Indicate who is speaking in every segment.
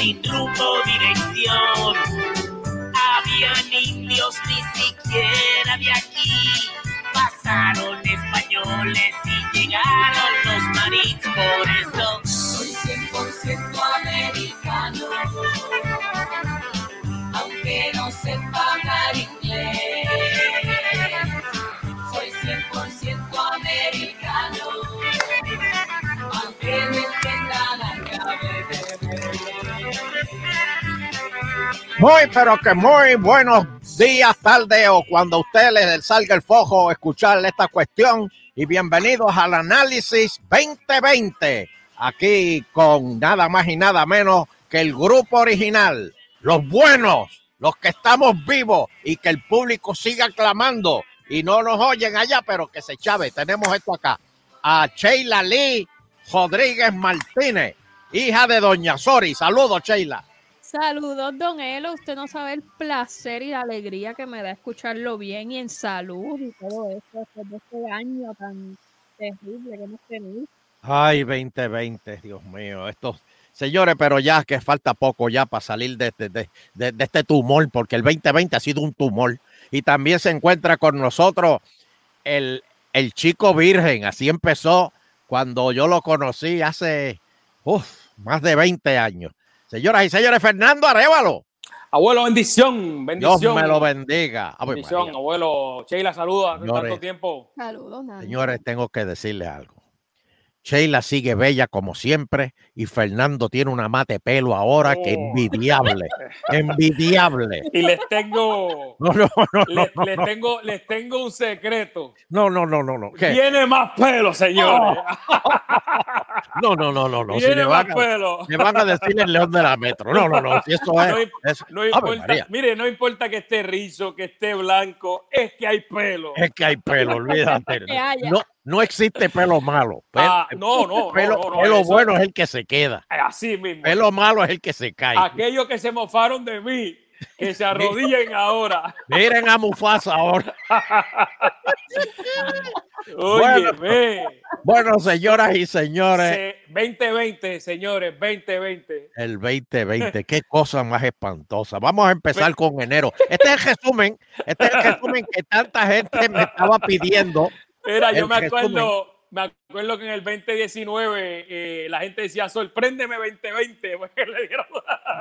Speaker 1: dando dirección. Habían indios, ni siquiera había aquí. Pasaron españoles y llegaron los marines, por eso
Speaker 2: Soy 100% americano, aunque no sepa hablar inglés. Soy 100% americano, aunque no entienda la
Speaker 3: Muy, pero que muy buenos días, tarde o cuando a usted le salga el fojo escuchar esta cuestión. Y bienvenidos al análisis 2020. Aquí con nada más y nada menos que el grupo original, los buenos, los que estamos vivos y que el público siga clamando y no nos oyen allá, pero que se chave. Tenemos esto acá. A Sheila Lee Rodríguez Martínez, hija de Doña Sori. Saludos, Sheila.
Speaker 4: Saludos, don Elo. Usted no sabe el placer y la alegría que me da escucharlo bien y en salud y todo eso después de este año tan terrible que hemos tenido.
Speaker 3: Ay, 2020, Dios mío, estos señores, pero ya que falta poco ya para salir de este, de, de- de este tumor, porque el 2020 ha sido un tumor. Y también se encuentra con nosotros el, el chico virgen, así empezó cuando yo lo conocí hace uf, más de 20 años. Señoras y señores, Fernando Arevalo,
Speaker 5: Abuelo, bendición, bendición.
Speaker 3: Dios me lo bendiga. Ave
Speaker 5: Bendición,
Speaker 3: María.
Speaker 5: abuelo. Sheila, saluda. Hace
Speaker 3: Señores.
Speaker 5: tanto tiempo.
Speaker 4: Saludos, nada.
Speaker 3: Señores, tengo que decirles algo. Sheila sigue bella como siempre y Fernando tiene una mate pelo ahora que
Speaker 5: Oh.
Speaker 3: envidiable, envidiable.
Speaker 5: Y les tengo,
Speaker 3: No, no, no,
Speaker 5: les, les tengo, les tengo un secreto.
Speaker 3: no, no, no, no, no. ¿Qué?
Speaker 5: Tiene más pelo, señores.
Speaker 3: No, no, no, no, no. Si
Speaker 5: Tiene
Speaker 3: le,
Speaker 5: más
Speaker 3: van a,
Speaker 5: pelo.
Speaker 3: le van a decir el león de la metro. No, no, no. Si eso
Speaker 5: No
Speaker 3: es,
Speaker 5: im-
Speaker 3: es-
Speaker 5: No
Speaker 3: Ave
Speaker 5: importa,
Speaker 3: María,
Speaker 5: mire, no importa que esté rizo, que esté blanco, es que hay pelo.
Speaker 3: es que hay pelo, olvídate.
Speaker 4: Que haya.
Speaker 3: No, no existe pelo malo. Pel-
Speaker 5: Ah, no, no, no,
Speaker 3: pelo
Speaker 5: no, no,
Speaker 3: pelo
Speaker 5: eso-
Speaker 3: bueno es el que se queda.
Speaker 5: Así mismo.
Speaker 3: Pelo malo es el que se cae.
Speaker 5: Aquellos que se mofaron de mí, que se arrodillen ahora.
Speaker 3: Miren a Mufasa ahora.
Speaker 5: Oye,
Speaker 3: Bueno. Bueno, señoras y señores,
Speaker 5: 2020, señores, 2020.
Speaker 3: el 2020, qué cosa más espantosa. Vamos a empezar con enero. Este es el resumen, este es el resumen que tanta gente me estaba pidiendo.
Speaker 5: Mira,
Speaker 3: El
Speaker 5: yo me
Speaker 3: resumen.
Speaker 5: acuerdo, me acuerdo que en el 2019 eh, la gente decía, sorpréndeme 2020, porque le dieron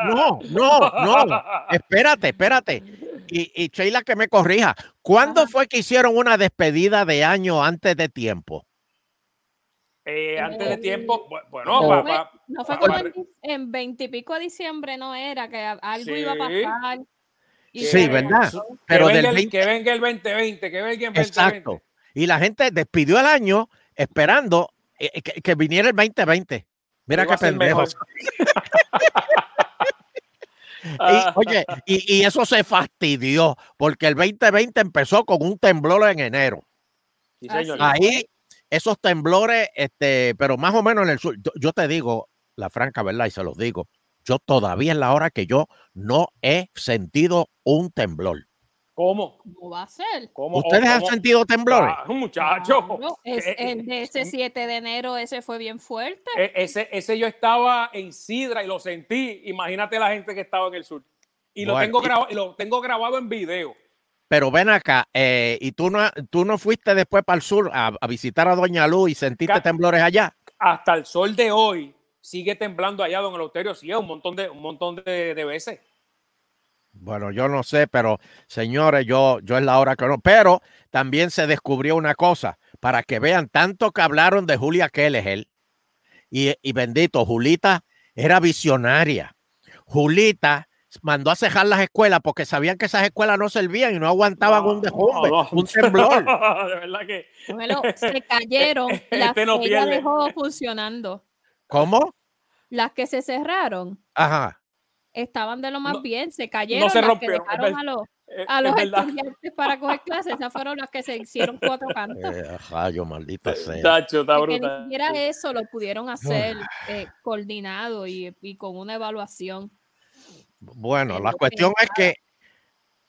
Speaker 3: No, no, no. Espérate, espérate. Y, y Sheila que me corrija. ¿Cuándo fue que hicieron una despedida de año antes de tiempo?
Speaker 5: Eh, antes de
Speaker 4: Eh,
Speaker 5: tiempo. bu- Bueno,
Speaker 3: no,
Speaker 5: pa-
Speaker 4: fue-
Speaker 5: pa-
Speaker 4: No fue
Speaker 5: pa-
Speaker 4: como
Speaker 5: pa-
Speaker 4: en, di- en 20 y pico de diciembre, no era, que a- algo iba a
Speaker 5: Sí.
Speaker 4: pasar. y
Speaker 3: Sí,
Speaker 4: ya
Speaker 3: ¿verdad?
Speaker 4: pasó.
Speaker 3: Pero
Speaker 5: eh, que,
Speaker 3: del
Speaker 5: venga el,
Speaker 3: 20,
Speaker 5: que venga el 2020, que venga el 2020.
Speaker 3: exacto. Y la gente despidió el año esperando eh, que, que viniera el 2020. Mira
Speaker 5: Iba
Speaker 3: qué
Speaker 5: a ser
Speaker 3: pendejos. Y,
Speaker 5: Ah,
Speaker 3: oye, y, y eso se fastidió, porque el 2020 empezó con un temblor en enero.
Speaker 5: sí, señor.
Speaker 4: Ah,
Speaker 3: Ahí, esos temblores, este, pero más o menos en el sur, yo, yo te digo, la franca verdad, y se los digo, yo todavía es la hora que yo no he sentido un temblor.
Speaker 5: ¿Cómo?
Speaker 4: ¿Cómo va a ser?
Speaker 5: ¿Cómo?
Speaker 3: ¿Ustedes han
Speaker 5: ¿Cómo?
Speaker 3: sentido temblores?
Speaker 5: Ah, muchacho.
Speaker 4: Claro, es-
Speaker 5: Eh,
Speaker 4: el de ese 7 de enero, ese fue bien fuerte.
Speaker 5: eh, ese, ese yo estaba en Sidra y lo sentí. Imagínate la gente que estaba en el sur. Y lo,
Speaker 3: Bueno,
Speaker 5: tengo,
Speaker 3: y-
Speaker 5: grabado, y lo tengo grabado en video.
Speaker 3: Pero ven acá, eh, y tú no, tú no fuiste después para el sur a, a visitar a Doña Luz y sentiste
Speaker 5: Ca-
Speaker 3: temblores allá.
Speaker 5: hasta el sol de hoy sigue temblando allá, don Eleuterio, sí, un montón de, un montón de, de veces.
Speaker 3: Bueno, yo no sé, pero señores, yo, yo es la hora que no. Pero también se descubrió una cosa, para que vean tanto que hablaron de Julia Kelegel. Y, y bendito, Julita era visionaria. Julita mandó a cejar las escuelas porque sabían que esas escuelas no servían y no aguantaban
Speaker 5: No,
Speaker 3: un dejumbe,
Speaker 5: no, no.
Speaker 3: un temblor.
Speaker 5: de verdad que
Speaker 4: Bueno, se cayeron las
Speaker 5: Este no
Speaker 4: que ella
Speaker 5: pierde.
Speaker 4: dejó funcionando.
Speaker 3: ¿Cómo?
Speaker 4: Las que se cerraron
Speaker 3: Ajá.
Speaker 4: estaban de lo más
Speaker 5: No-
Speaker 4: bien, se cayeron.
Speaker 5: se
Speaker 4: las que
Speaker 5: rompieron, es
Speaker 4: dejaron
Speaker 5: ver-
Speaker 4: a los,
Speaker 5: eh,
Speaker 4: a
Speaker 5: es
Speaker 4: los
Speaker 5: verdad.
Speaker 4: estudiantes para coger clases, esas fueron las que se hicieron cuatro cantos.
Speaker 3: Eh, rayo, maldita sea.
Speaker 5: Tacho, está
Speaker 4: Porque ni
Speaker 5: brutal.
Speaker 4: siquiera eso lo pudieron hacer eh, coordinado y, y con una evaluación.
Speaker 3: Bueno, la
Speaker 4: Pero
Speaker 3: cuestión es que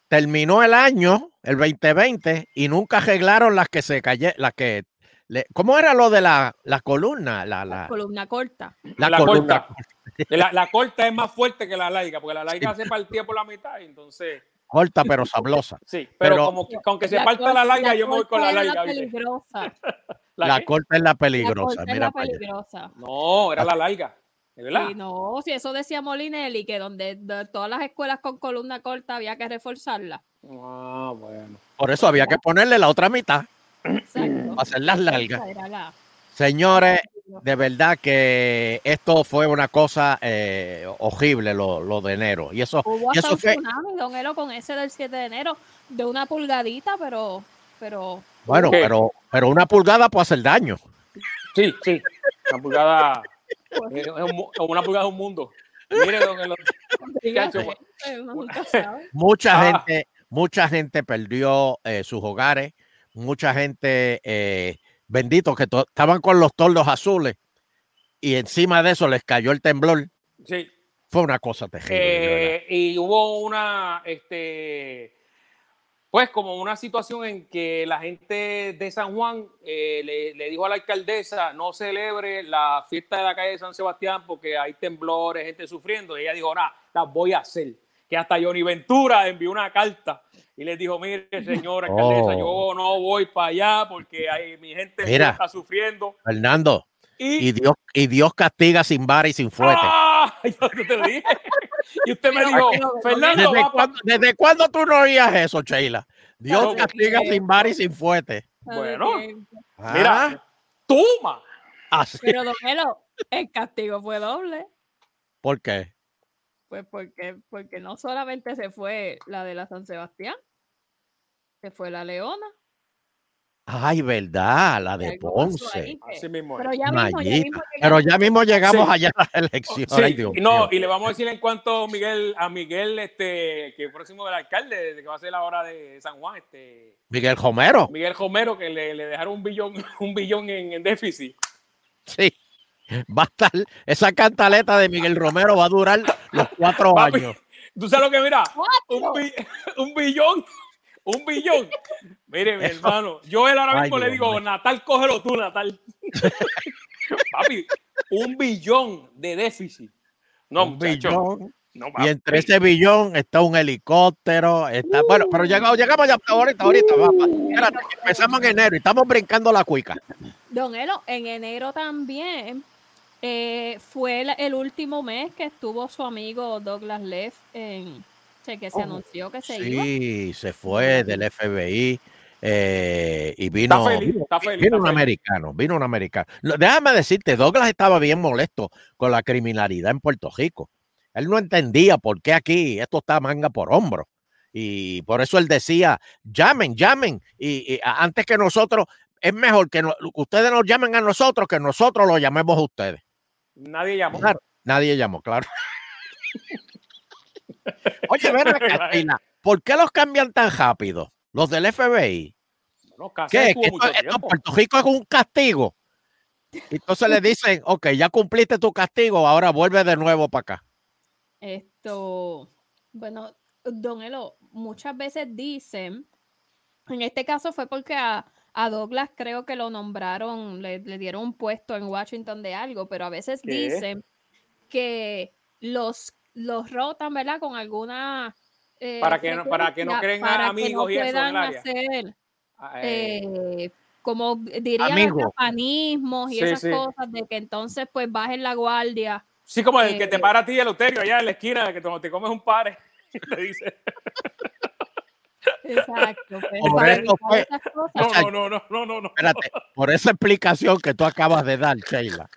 Speaker 3: terminó el año, el 2020, y nunca arreglaron las que se cayeron, las que... le- ¿Cómo era lo de la, la columna? La, la,
Speaker 4: Columna corta.
Speaker 3: la
Speaker 5: La
Speaker 3: columna
Speaker 5: corta.
Speaker 3: corta.
Speaker 5: La, la corta es más fuerte que la laica, porque la laica se partía por la mitad, entonces.
Speaker 3: Corta pero sablosa.
Speaker 5: Sí, pero,
Speaker 3: Pero-
Speaker 5: como que, aunque se
Speaker 4: La
Speaker 5: parta
Speaker 4: corta-
Speaker 5: la laica, yo me voy con la
Speaker 4: corta era
Speaker 5: laica. ¿viste?
Speaker 4: peligrosa. La
Speaker 5: ¿La
Speaker 3: La
Speaker 5: qué?
Speaker 3: corta es la
Speaker 4: corta
Speaker 3: peligrosa.
Speaker 4: era
Speaker 3: Mira para allá.
Speaker 4: peligrosa.
Speaker 5: No, era la laica. ¿De verdad?
Speaker 4: Sí, no, si eso decía Molinelli, que donde de todas las escuelas con columna corta había que reforzarla.
Speaker 5: Ah, bueno.
Speaker 3: Por eso había que ponerle la otra mitad
Speaker 4: Exacto.
Speaker 3: para hacerlas largas.
Speaker 4: Esa era la-
Speaker 3: Señores, de verdad que esto fue una cosa eh, horrible lo, lo de enero. Y eso,
Speaker 4: Hubo
Speaker 3: y
Speaker 4: hasta
Speaker 3: eso
Speaker 4: un
Speaker 3: fue,
Speaker 4: tsunami, don Elo, con ese del 7 de enero, de una pulgadita, pero, pero
Speaker 3: bueno,
Speaker 5: ¿Qué?
Speaker 3: pero, pero una pulgada puede hacer daño.
Speaker 5: Sí, sí. Una pulgada. es un mu- una pulgada es un mundo. Mire, don Elo- Chacho,
Speaker 4: fíjate, uno nunca sabe.
Speaker 3: Mucha
Speaker 5: Ah.
Speaker 3: gente, mucha gente perdió eh, sus hogares, mucha gente, eh, bendito, que to- estaban con los tordos azules y encima de eso les cayó el temblor.
Speaker 5: Sí.
Speaker 3: Fue una cosa terrible. de verdad.
Speaker 5: Eh, y hubo una, este, pues como una situación en que la gente de San Juan eh, le, le dijo a la alcaldesa no celebre la fiesta de la calle de San Sebastián porque hay temblores, gente sufriendo. Y ella dijo, nada, las voy a hacer. Que hasta Johnny Ventura envió una carta y les dijo, mire, señora alcaldesa,
Speaker 3: Oh.
Speaker 5: yo no voy para allá porque hay, mi gente
Speaker 3: Mira.
Speaker 5: está sufriendo.
Speaker 3: Fernando,
Speaker 5: Y,
Speaker 3: y Dios, y Dios castiga sin vara y sin fuete.
Speaker 5: ¡Ah! Yo te lo dije. Y usted me
Speaker 4: Pero-
Speaker 5: dijo,
Speaker 4: pero-
Speaker 5: Fernando,
Speaker 3: ¿Desde
Speaker 5: va pa-
Speaker 3: cuándo, desde cuándo tú no oías eso, Sheila? Dios
Speaker 5: Claro,
Speaker 3: castiga
Speaker 4: porque-
Speaker 3: sin vara y sin fuete.
Speaker 5: Bueno.
Speaker 4: Así que-
Speaker 5: Mira, pues toma.
Speaker 3: Ah, así-
Speaker 4: Pero don Elo, el castigo fue doble.
Speaker 3: ¿Por qué?
Speaker 4: Pues porque, porque no solamente se fue la de la San Sebastián, se fue la Leona.
Speaker 3: Ay, verdad, la de
Speaker 4: algo pasó
Speaker 3: Ponce.
Speaker 4: ahí que-
Speaker 5: Así mismo. es.
Speaker 4: Pero ya mismo, ya
Speaker 3: Mallita.
Speaker 4: mismo
Speaker 3: Pero
Speaker 4: llegamos.
Speaker 3: ya mismo llegamos
Speaker 5: Sí. Oh,
Speaker 3: allá a las elecciones.
Speaker 5: Sí,
Speaker 3: Ay, Dios
Speaker 5: y no,
Speaker 3: mío.
Speaker 5: y le vamos a decir en cuanto Miguel, a Miguel, este, que es próximo del alcalde, que va a ser la hora de San Juan, este,
Speaker 3: Miguel Romero.
Speaker 5: Miguel Romero, que le, le dejaron un billón, un billón en, en déficit.
Speaker 3: Sí. Va a estar, esa cantaleta de Miguel Romero va a durar los cuatro
Speaker 5: Papi,
Speaker 3: años.
Speaker 5: Tú sabes lo que mira, un,
Speaker 4: Cuatro.
Speaker 5: bi- un billón, un billón. Mire, mi
Speaker 3: Eso.
Speaker 5: hermano, yo él ahora
Speaker 3: Ay,
Speaker 5: mismo le
Speaker 3: Dios
Speaker 5: digo,
Speaker 3: mío.
Speaker 5: Natal, cógelo tú, Natal. Papi, un billón de déficit. No,
Speaker 3: Un
Speaker 5: muchacho.
Speaker 3: billón.
Speaker 5: No,
Speaker 3: Y
Speaker 5: papi.
Speaker 3: entre ese billón está un helicóptero, está, bueno, pero llegamos, llegamos ya ahorita, ahorita, va, va. Espérate, que empezamos en enero y estamos brincando la cuica.
Speaker 4: Don Elo, en enero también eh, fue la- el último mes que estuvo su amigo Douglas Leff en o sea, que se
Speaker 5: Oh,
Speaker 4: anunció que se iba.
Speaker 3: Sí, se fue del FBI eh, y
Speaker 5: Está
Speaker 3: vino,
Speaker 5: feliz,
Speaker 3: vino,
Speaker 5: está feliz.
Speaker 3: vino un
Speaker 5: está feliz.
Speaker 3: americano, vino un americano. Lo- Déjame decirte, Douglas estaba bien molesto con la criminalidad en Puerto Rico. Él no entendía por qué aquí esto está manga por hombro. Y por eso él decía, llamen, llamen. Y, y a- antes que nosotros, es mejor que no- ustedes nos llamen a nosotros que nosotros lo llamemos a ustedes.
Speaker 5: Nadie llamó.
Speaker 3: Claro, nadie llamó, claro. Oye, ven acá, Sheila, ¿por qué los cambian tan rápido? Los del FBI.
Speaker 5: Bueno, Cáceres
Speaker 3: ¿Qué?
Speaker 5: estuvo
Speaker 3: Que
Speaker 5: mucho
Speaker 3: esto, esto en
Speaker 5: tiempo.
Speaker 3: Puerto Rico es un castigo. Entonces le dicen, ok, ya cumpliste tu castigo, ahora vuelve de nuevo para acá.
Speaker 4: Esto, bueno, Don Elo, muchas veces dicen, en este caso fue porque a, a Douglas creo que lo nombraron, le, le dieron un puesto en Washington de algo, pero a veces
Speaker 5: ¿Qué?
Speaker 4: dicen que los, los rotan, ¿verdad? Con alguna... eh,
Speaker 5: Para que no- para que no
Speaker 4: frecuencia,
Speaker 5: creen a
Speaker 4: para que
Speaker 5: amigos
Speaker 4: no
Speaker 5: y eso en el
Speaker 4: puedan
Speaker 5: área.
Speaker 4: hacer,
Speaker 5: Ah, eh,
Speaker 4: eh, como dirían,
Speaker 3: Amigo.
Speaker 4: afanismos y
Speaker 5: Sí,
Speaker 4: esas
Speaker 5: sí.
Speaker 4: cosas de que entonces pues bajen la guardia.
Speaker 5: sí, como el que te
Speaker 4: eh,
Speaker 5: para a ti el uterio allá en la esquina, que cuando te comes un par, te dice,
Speaker 4: Exacto. pues,
Speaker 3: Por
Speaker 4: para
Speaker 3: eso
Speaker 4: evitar
Speaker 3: fue-
Speaker 4: esas cosas.
Speaker 5: no,
Speaker 3: sea,
Speaker 5: no, no, no, no, no, no.
Speaker 3: Espérate, por esa explicación que tú acabas de dar, Sheila,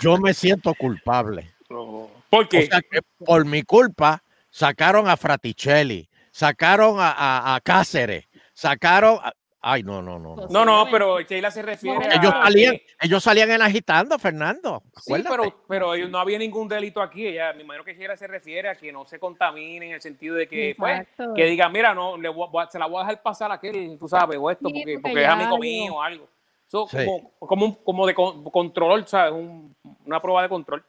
Speaker 3: yo me siento culpable.
Speaker 5: ¿Por
Speaker 3: O
Speaker 5: qué?
Speaker 3: sea, que por mi culpa sacaron a Fraticelli, sacaron a, a- a Cáceres, sacaron. a- Ay, no, no, no. no.
Speaker 5: no, no, pero Sheila se refiere
Speaker 4: Porque
Speaker 5: a...
Speaker 3: Ellos salían,
Speaker 5: que-
Speaker 3: ellos salían en agitando, Fernando.
Speaker 5: Sí,
Speaker 3: acuérdate.
Speaker 5: pero, pero ellos- no había ningún delito aquí. Ella, me imagino que Sheila se refiere a que no se contamine en el sentido de que, pues,
Speaker 4: Exacto.
Speaker 5: que diga, mira, no, le voy a- voy a- se la voy a dejar pasar a aquel, tú sabes, o esto,
Speaker 4: Sí,
Speaker 5: porque,
Speaker 4: porque
Speaker 5: porque es
Speaker 4: ya
Speaker 5: amigo
Speaker 4: yo-
Speaker 5: mío o algo. Eso
Speaker 3: Sí.
Speaker 5: como, como, un- como de con- control, ¿sabes? Un- una prueba de control.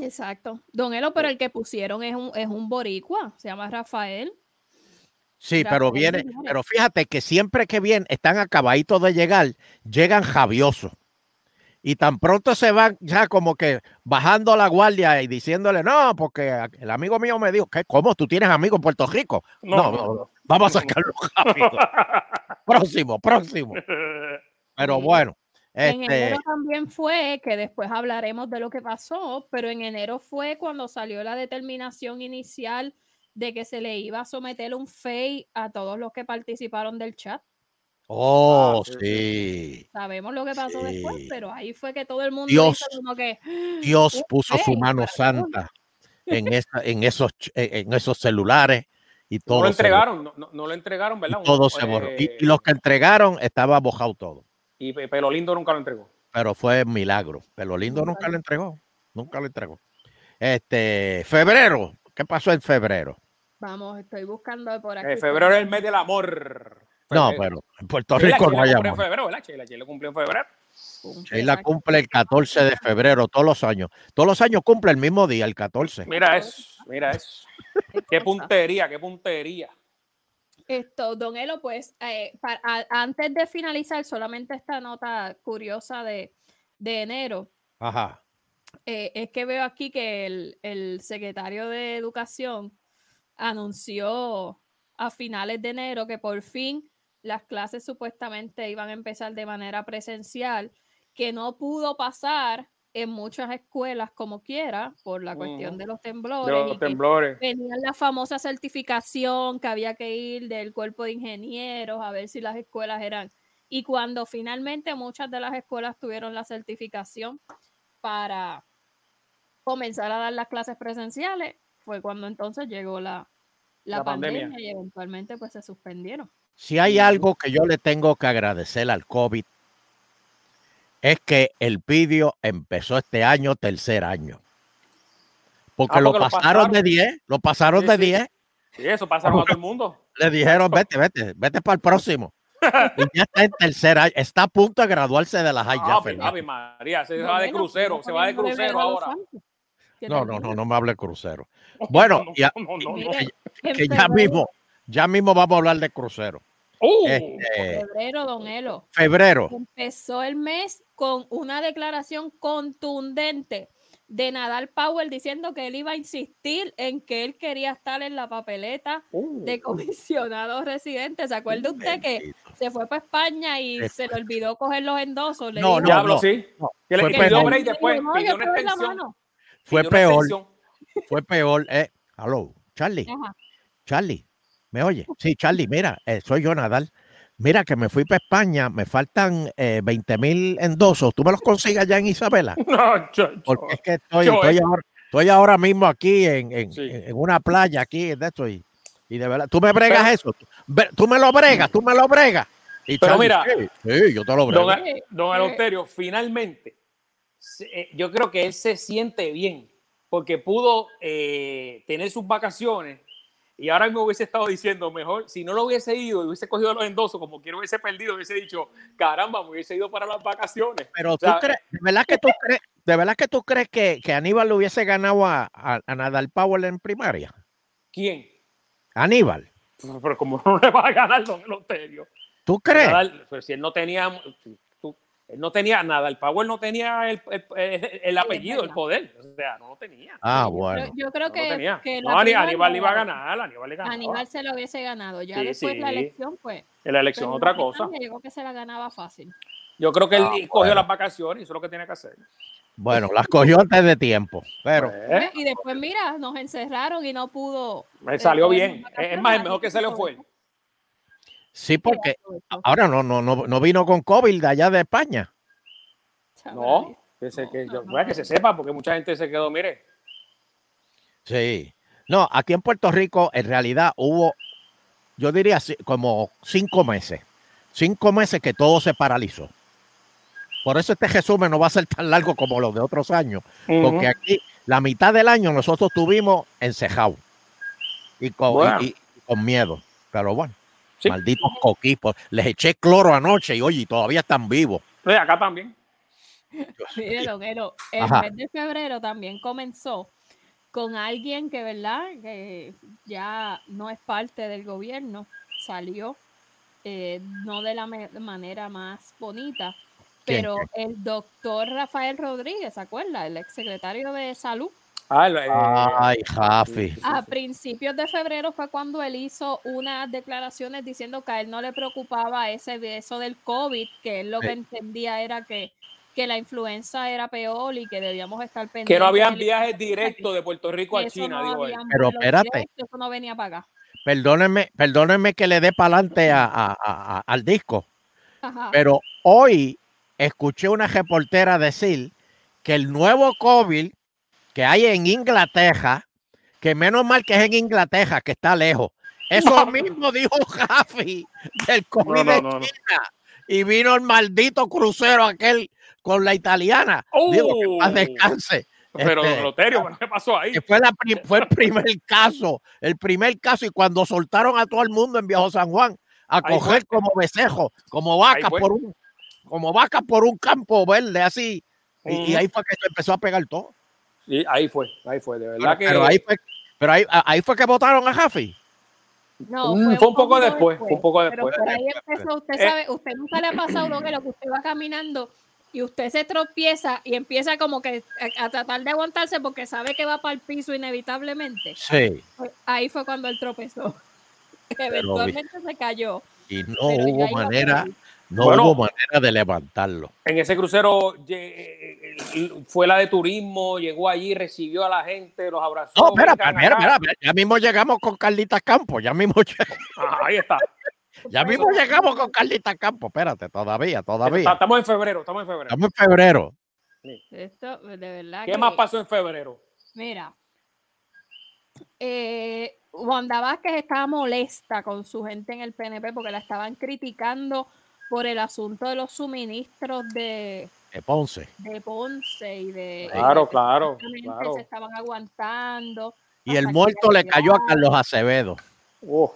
Speaker 4: Exacto. Don Elo, pero el que pusieron es un, es un boricua, se llama Rafael.
Speaker 3: Sí,
Speaker 4: Rafael
Speaker 3: pero viene,
Speaker 4: Linares.
Speaker 3: pero fíjate que siempre que vienen, están acabaditos de llegar, llegan javiosos. y tan pronto se van ya como que bajando la guardia y diciéndole, no, porque el amigo mío me dijo, ¿qué? ¿cómo? ¿Tú tienes amigo en Puerto Rico?
Speaker 5: No,
Speaker 3: No,
Speaker 5: no,
Speaker 3: no, no. vamos a sacarlo rápido. próximo, próximo. Pero
Speaker 4: Sí.
Speaker 3: bueno,
Speaker 4: En
Speaker 3: este,
Speaker 4: enero también fue, que después hablaremos de lo que pasó, pero en enero fue cuando salió la determinación inicial de que se le iba a someter un FEI a todos los que participaron del chat.
Speaker 3: oh,
Speaker 5: Ah, sí,
Speaker 3: sí.
Speaker 4: Sabemos lo que pasó después,
Speaker 3: Sí.
Speaker 4: pero ahí fue que todo el mundo
Speaker 3: Dios.
Speaker 4: hizo como que
Speaker 3: Dios puso su
Speaker 4: hey,
Speaker 3: mano
Speaker 4: para
Speaker 3: santa en, esa- en, esos, ch- en en esos celulares y
Speaker 5: No
Speaker 3: todo.
Speaker 5: lo
Speaker 3: se borró,
Speaker 5: entregaron, no, no- no lo entregaron, ¿verdad?
Speaker 3: y todo se
Speaker 5: Eh,
Speaker 3: borró. Y, y los que entregaron estaba bojado todo.
Speaker 5: y Pe- Pelo Lindo nunca lo entregó.
Speaker 3: Pero fue un milagro. Pero lindo nunca lo entregó. Nunca lo entregó. Este, febrero. ¿Qué pasó en febrero?
Speaker 4: vamos, estoy buscando por aquí.
Speaker 5: Eh, febrero es el mes del amor.
Speaker 3: No,
Speaker 5: Febrero.
Speaker 3: pero en Puerto
Speaker 5: Pues, eh, Sheila,
Speaker 3: Rico
Speaker 5: Sheila
Speaker 3: no hay
Speaker 5: cumple en
Speaker 3: amor.
Speaker 5: febrero, ¿verdad? Sheila? Sheila cumplió en febrero.
Speaker 4: Cumple,
Speaker 3: Sheila
Speaker 4: exacto.
Speaker 3: cumple el 14 de febrero todos los años. Todos los años cumple el mismo día, el 14.
Speaker 5: Mira eso, mira eso. Qué
Speaker 4: cosa.
Speaker 5: puntería, qué puntería.
Speaker 4: Esto, Don Elo, pues eh, pa- a- antes de finalizar, solamente esta nota curiosa de, de enero.
Speaker 3: Ajá.
Speaker 4: eh, es que veo aquí que el, el secretario de Educación anunció a finales de enero que por fin las clases supuestamente iban a empezar de manera presencial, que no pudo pasar en muchas escuelas como quiera por la cuestión
Speaker 5: Ujú.
Speaker 4: de los
Speaker 5: De
Speaker 4: temblores.
Speaker 5: los
Speaker 4: y que
Speaker 5: temblores.
Speaker 4: Venía la famosa certificación que había que ir del cuerpo de ingenieros a ver si las escuelas eran. Y cuando finalmente muchas de las escuelas tuvieron la certificación para comenzar a dar las clases presenciales, fue cuando entonces llegó la, la
Speaker 5: La pandemia.
Speaker 4: pandemia. y eventualmente pues se suspendieron.
Speaker 3: Si hay algo que yo le tengo que agradecer al COVID, es que el vídeo empezó este año, tercer año. Porque,
Speaker 5: Ah,
Speaker 3: lo,
Speaker 5: porque lo
Speaker 3: pasaron de
Speaker 5: pasaron.
Speaker 3: 10, lo pasaron
Speaker 5: Sí,
Speaker 3: de
Speaker 5: sí.
Speaker 3: 10
Speaker 5: Y eso pasaron a todo el mundo.
Speaker 3: Le dijeron, vete, vete, vete para el próximo. Y ya está en tercer año, está a punto de graduarse de la high ya,
Speaker 5: Ave,
Speaker 3: Fernando.
Speaker 5: ave María, se
Speaker 4: No,
Speaker 5: va de
Speaker 4: bueno,
Speaker 5: crucero,
Speaker 4: no
Speaker 5: se va de
Speaker 4: podemos beber
Speaker 5: crucero
Speaker 4: a los
Speaker 5: ahora.
Speaker 4: santos, que
Speaker 3: No, no,
Speaker 4: también-
Speaker 3: no, no me hable de crucero. Bueno,
Speaker 5: No,
Speaker 3: ya-
Speaker 5: no, no, no.
Speaker 4: Mire, en
Speaker 3: que ya
Speaker 4: febrero-
Speaker 3: mismo, ya mismo vamos a hablar de crucero.
Speaker 5: Uh,
Speaker 3: Este,
Speaker 4: febrero, don Elo.
Speaker 3: febrero,
Speaker 4: empezó el mes con una declaración contundente de Nadal Powell diciendo que él iba a insistir en que él quería estar en la papeleta
Speaker 5: uh.
Speaker 4: de comisionado residente. ¿Se acuerda usted que
Speaker 3: Bendito.
Speaker 4: se fue para España y
Speaker 3: Bendito.
Speaker 4: se le olvidó coger los endosos? Le
Speaker 3: No,
Speaker 4: dijo-
Speaker 5: Diablo,
Speaker 3: no.
Speaker 5: sí.
Speaker 3: No,
Speaker 5: Y le-
Speaker 3: fue
Speaker 5: y pidió
Speaker 4: Él
Speaker 3: peor,
Speaker 5: break
Speaker 4: dijo,
Speaker 5: después,
Speaker 4: "No,
Speaker 5: pidió
Speaker 4: yo
Speaker 5: una
Speaker 4: te doy la
Speaker 5: extensión.
Speaker 4: mano".
Speaker 3: fue
Speaker 5: Pidió una
Speaker 3: peor,
Speaker 5: extensión.
Speaker 3: fue peor. Eh, aló, Charlie,
Speaker 4: Ajá.
Speaker 3: Charlie, ¿me oye? Sí, Charlie, mira, eh, soy yo, Nadal. Mira que me fui para España, me faltan eh, 20 mil endosos. ¿Tú me los consigues allá en Isabela?
Speaker 5: No, chacho.
Speaker 3: Porque es que estoy,
Speaker 5: yo- eh.
Speaker 3: estoy, ahora, estoy ahora mismo aquí en, en-
Speaker 5: Sí.
Speaker 3: en- en una playa, aquí de esto, y, y de verdad, tú me bregas eso, tú, ve- tú me lo bregas, tú me lo bregas. Y
Speaker 5: Pero
Speaker 3: Charlie,
Speaker 5: mira,
Speaker 3: sí, sí, yo te lo brego.
Speaker 5: Don, don Eleuterio, finalmente, se- eh, yo creo que él se siente bien porque pudo eh, tener sus vacaciones y ahora me hubiese estado diciendo, mejor, si no lo hubiese ido y hubiese cogido los endosos, como quiero hubiese perdido, hubiese dicho, caramba, me hubiese ido para las vacaciones.
Speaker 3: Pero
Speaker 5: O
Speaker 3: tú
Speaker 5: sea,
Speaker 3: crees, de verdad que tú crees, de verdad que tú crees que, que Aníbal le hubiese ganado a, a- a Nadal Powell en primaria.
Speaker 5: ¿Quién?
Speaker 3: Aníbal,
Speaker 5: Pero pero como no le va a ganar Don Eleuterio.
Speaker 3: ¿tú crees?
Speaker 5: Nadal, pues si él no tenía, tú- él no tenía nada, el Power no tenía el, el- el- el apellido, el
Speaker 4: verdad.
Speaker 5: poder, o sea, no lo tenía.
Speaker 3: ah,
Speaker 4: Pero
Speaker 3: bueno.
Speaker 4: yo creo
Speaker 5: No lo
Speaker 4: que,
Speaker 5: tenía.
Speaker 4: que la
Speaker 5: No, Ani-
Speaker 4: primera
Speaker 5: Aníbal le iba a
Speaker 4: ganaba.
Speaker 5: ganar, Aníbal le ganaba.
Speaker 4: Aníbal se lo hubiese ganado. Ya
Speaker 5: Sí,
Speaker 4: después la
Speaker 5: sí.
Speaker 4: elección, pues.
Speaker 5: En la elección
Speaker 4: pero
Speaker 5: otra
Speaker 4: la
Speaker 5: cosa.
Speaker 4: España Llegó que se la ganaba fácil.
Speaker 5: Yo creo que él
Speaker 3: Ah,
Speaker 5: cogió
Speaker 3: bueno.
Speaker 5: las vacaciones, eso es lo que tiene que hacer.
Speaker 3: Bueno, las cogió antes de tiempo, pero
Speaker 5: Pues,
Speaker 4: Y después, mira, nos encerraron y no pudo.
Speaker 5: me salió
Speaker 4: después de
Speaker 5: bien.
Speaker 4: las
Speaker 5: Es
Speaker 4: vacaciones,
Speaker 5: más, el
Speaker 4: así
Speaker 5: mejor que salió fue él.
Speaker 3: sí porque
Speaker 4: aprovechó.
Speaker 3: ahora no, no, no, no vino con COVID de allá de España.
Speaker 4: Sabrá
Speaker 5: No,
Speaker 4: Dios.
Speaker 5: que se, que, yo-
Speaker 4: no,
Speaker 5: bueno, que se sepa, porque mucha gente se quedó, mire.
Speaker 3: Sí. No, aquí en Puerto Rico en realidad hubo, yo diría ci- como cinco meses, cinco meses que todo se paralizó. Por eso este resumen no va a ser tan largo como los de otros años, porque aquí la mitad del año nosotros tuvimos encejados y con, y-
Speaker 5: Bueno.
Speaker 3: y con miedo. Pero bueno,
Speaker 5: Sí.
Speaker 3: malditos coquipos, les eché cloro anoche y oye, y todavía están vivos.
Speaker 5: Ujú. Eh, acá también.
Speaker 4: Mire, don Elo, el
Speaker 3: Ajá.
Speaker 4: mes de febrero también comenzó con alguien que, ¿verdad? Que ya no es parte del gobierno, salió eh, no de la me- manera más bonita,
Speaker 3: ¿Quién?
Speaker 4: Pero el doctor Rafael Rodríguez, ¿se acuerda? El exsecretario de Salud.
Speaker 5: Ah, el- eh,
Speaker 3: Ay,
Speaker 5: sí, sí,
Speaker 3: Jafi.
Speaker 5: sí.
Speaker 4: A principios de febrero fue cuando él hizo unas declaraciones diciendo que a él no le preocupaba ese eso del COVID, que él lo que
Speaker 3: Sí.
Speaker 4: entendía era que, que la influenza era peor y que debíamos estar pendientes.
Speaker 5: que no habían
Speaker 4: del-
Speaker 5: viajes directos de Puerto Rico a
Speaker 4: eso
Speaker 5: China,
Speaker 4: no
Speaker 5: digo él.
Speaker 4: habían
Speaker 3: Pero
Speaker 4: vuelos
Speaker 3: espérate.
Speaker 4: directos, Eso no venía para acá.
Speaker 3: Perdónenme, perdónenme que le dé para adelante a- a- a- a- al disco.
Speaker 4: Ajá.
Speaker 3: Pero hoy escuché una reportera decir que el nuevo COVID que hay en Inglaterra, que menos mal que es en Inglaterra, que está lejos. Eso mismo dijo Jafi del COVID de
Speaker 5: no, no.
Speaker 3: China. Y vino el maldito crucero aquel con la italiana. Digo, que en paz
Speaker 5: ¡Oh!
Speaker 3: descanse.
Speaker 5: Pero,
Speaker 3: Este,
Speaker 5: don Loterio, ¿qué pasó ahí?
Speaker 3: que fue, la pri- fue el primer caso, el primer caso, y cuando soltaron a todo el mundo en Viejo San Juan a
Speaker 5: Ahí
Speaker 3: coger
Speaker 5: fue.
Speaker 3: como becerro, como vaca
Speaker 5: Ahí fue.
Speaker 3: por un, como vaca por un campo verde, así. Y, y
Speaker 5: Ujú.
Speaker 3: ahí fue que se empezó a pegar todo.
Speaker 5: Y ahí fue, ahí fue, de verdad
Speaker 3: Pero,
Speaker 5: que.
Speaker 3: pero ahí fue, pero ahí, a- ahí fue que votaron a Jafi.
Speaker 4: No,
Speaker 5: Mm, fue un poco después, fue un poco
Speaker 4: pero
Speaker 5: después.
Speaker 4: por ahí empezó, usted
Speaker 5: Eh.
Speaker 4: sabe, usted nunca le ha pasado lo que lo que usted va caminando y usted se tropieza y empieza como que a, a tratar de aguantarse porque sabe que va para el piso inevitablemente.
Speaker 3: Sí.
Speaker 4: Pues, Ahí fue cuando él tropezó. Eventualmente se cayó.
Speaker 3: Y no
Speaker 4: pero ya
Speaker 3: hubo
Speaker 4: iba
Speaker 3: manera,
Speaker 4: por ahí.
Speaker 3: no
Speaker 5: Bueno.
Speaker 3: hubo manera de levantarlo.
Speaker 5: En ese crucero ye- eh, eh, fue la de turismo, llegó allí, recibió a la gente, los abrazó.
Speaker 3: No, espera,
Speaker 5: vengan
Speaker 3: espera,
Speaker 5: acá.
Speaker 3: espera, ya mismo llegamos con Carlita Campo, ya mismo, lle-
Speaker 5: Ah, ahí está.
Speaker 3: ya mismo llegamos con Carlita Campo, espérate, todavía,
Speaker 5: Está-
Speaker 3: todavía.
Speaker 5: Estamos en febrero, estamos en febrero.
Speaker 3: Estamos en febrero.
Speaker 4: Esto, de verdad.
Speaker 5: ¿Qué
Speaker 4: que-
Speaker 5: más pasó en febrero?
Speaker 4: Mira, eh, Wanda Vázquez estaba molesta con su gente en el PNP porque la estaban criticando por el asunto de los suministros de,
Speaker 3: de Ponce.
Speaker 4: de Ponce y de... y
Speaker 5: Claro,
Speaker 4: de-
Speaker 5: claro,
Speaker 4: que
Speaker 5: claro.
Speaker 4: se estaban aguantando.
Speaker 3: Y el
Speaker 4: hasta que
Speaker 3: muerto le cayó a
Speaker 4: llegaron.
Speaker 3: Carlos Acevedo.
Speaker 5: Oh,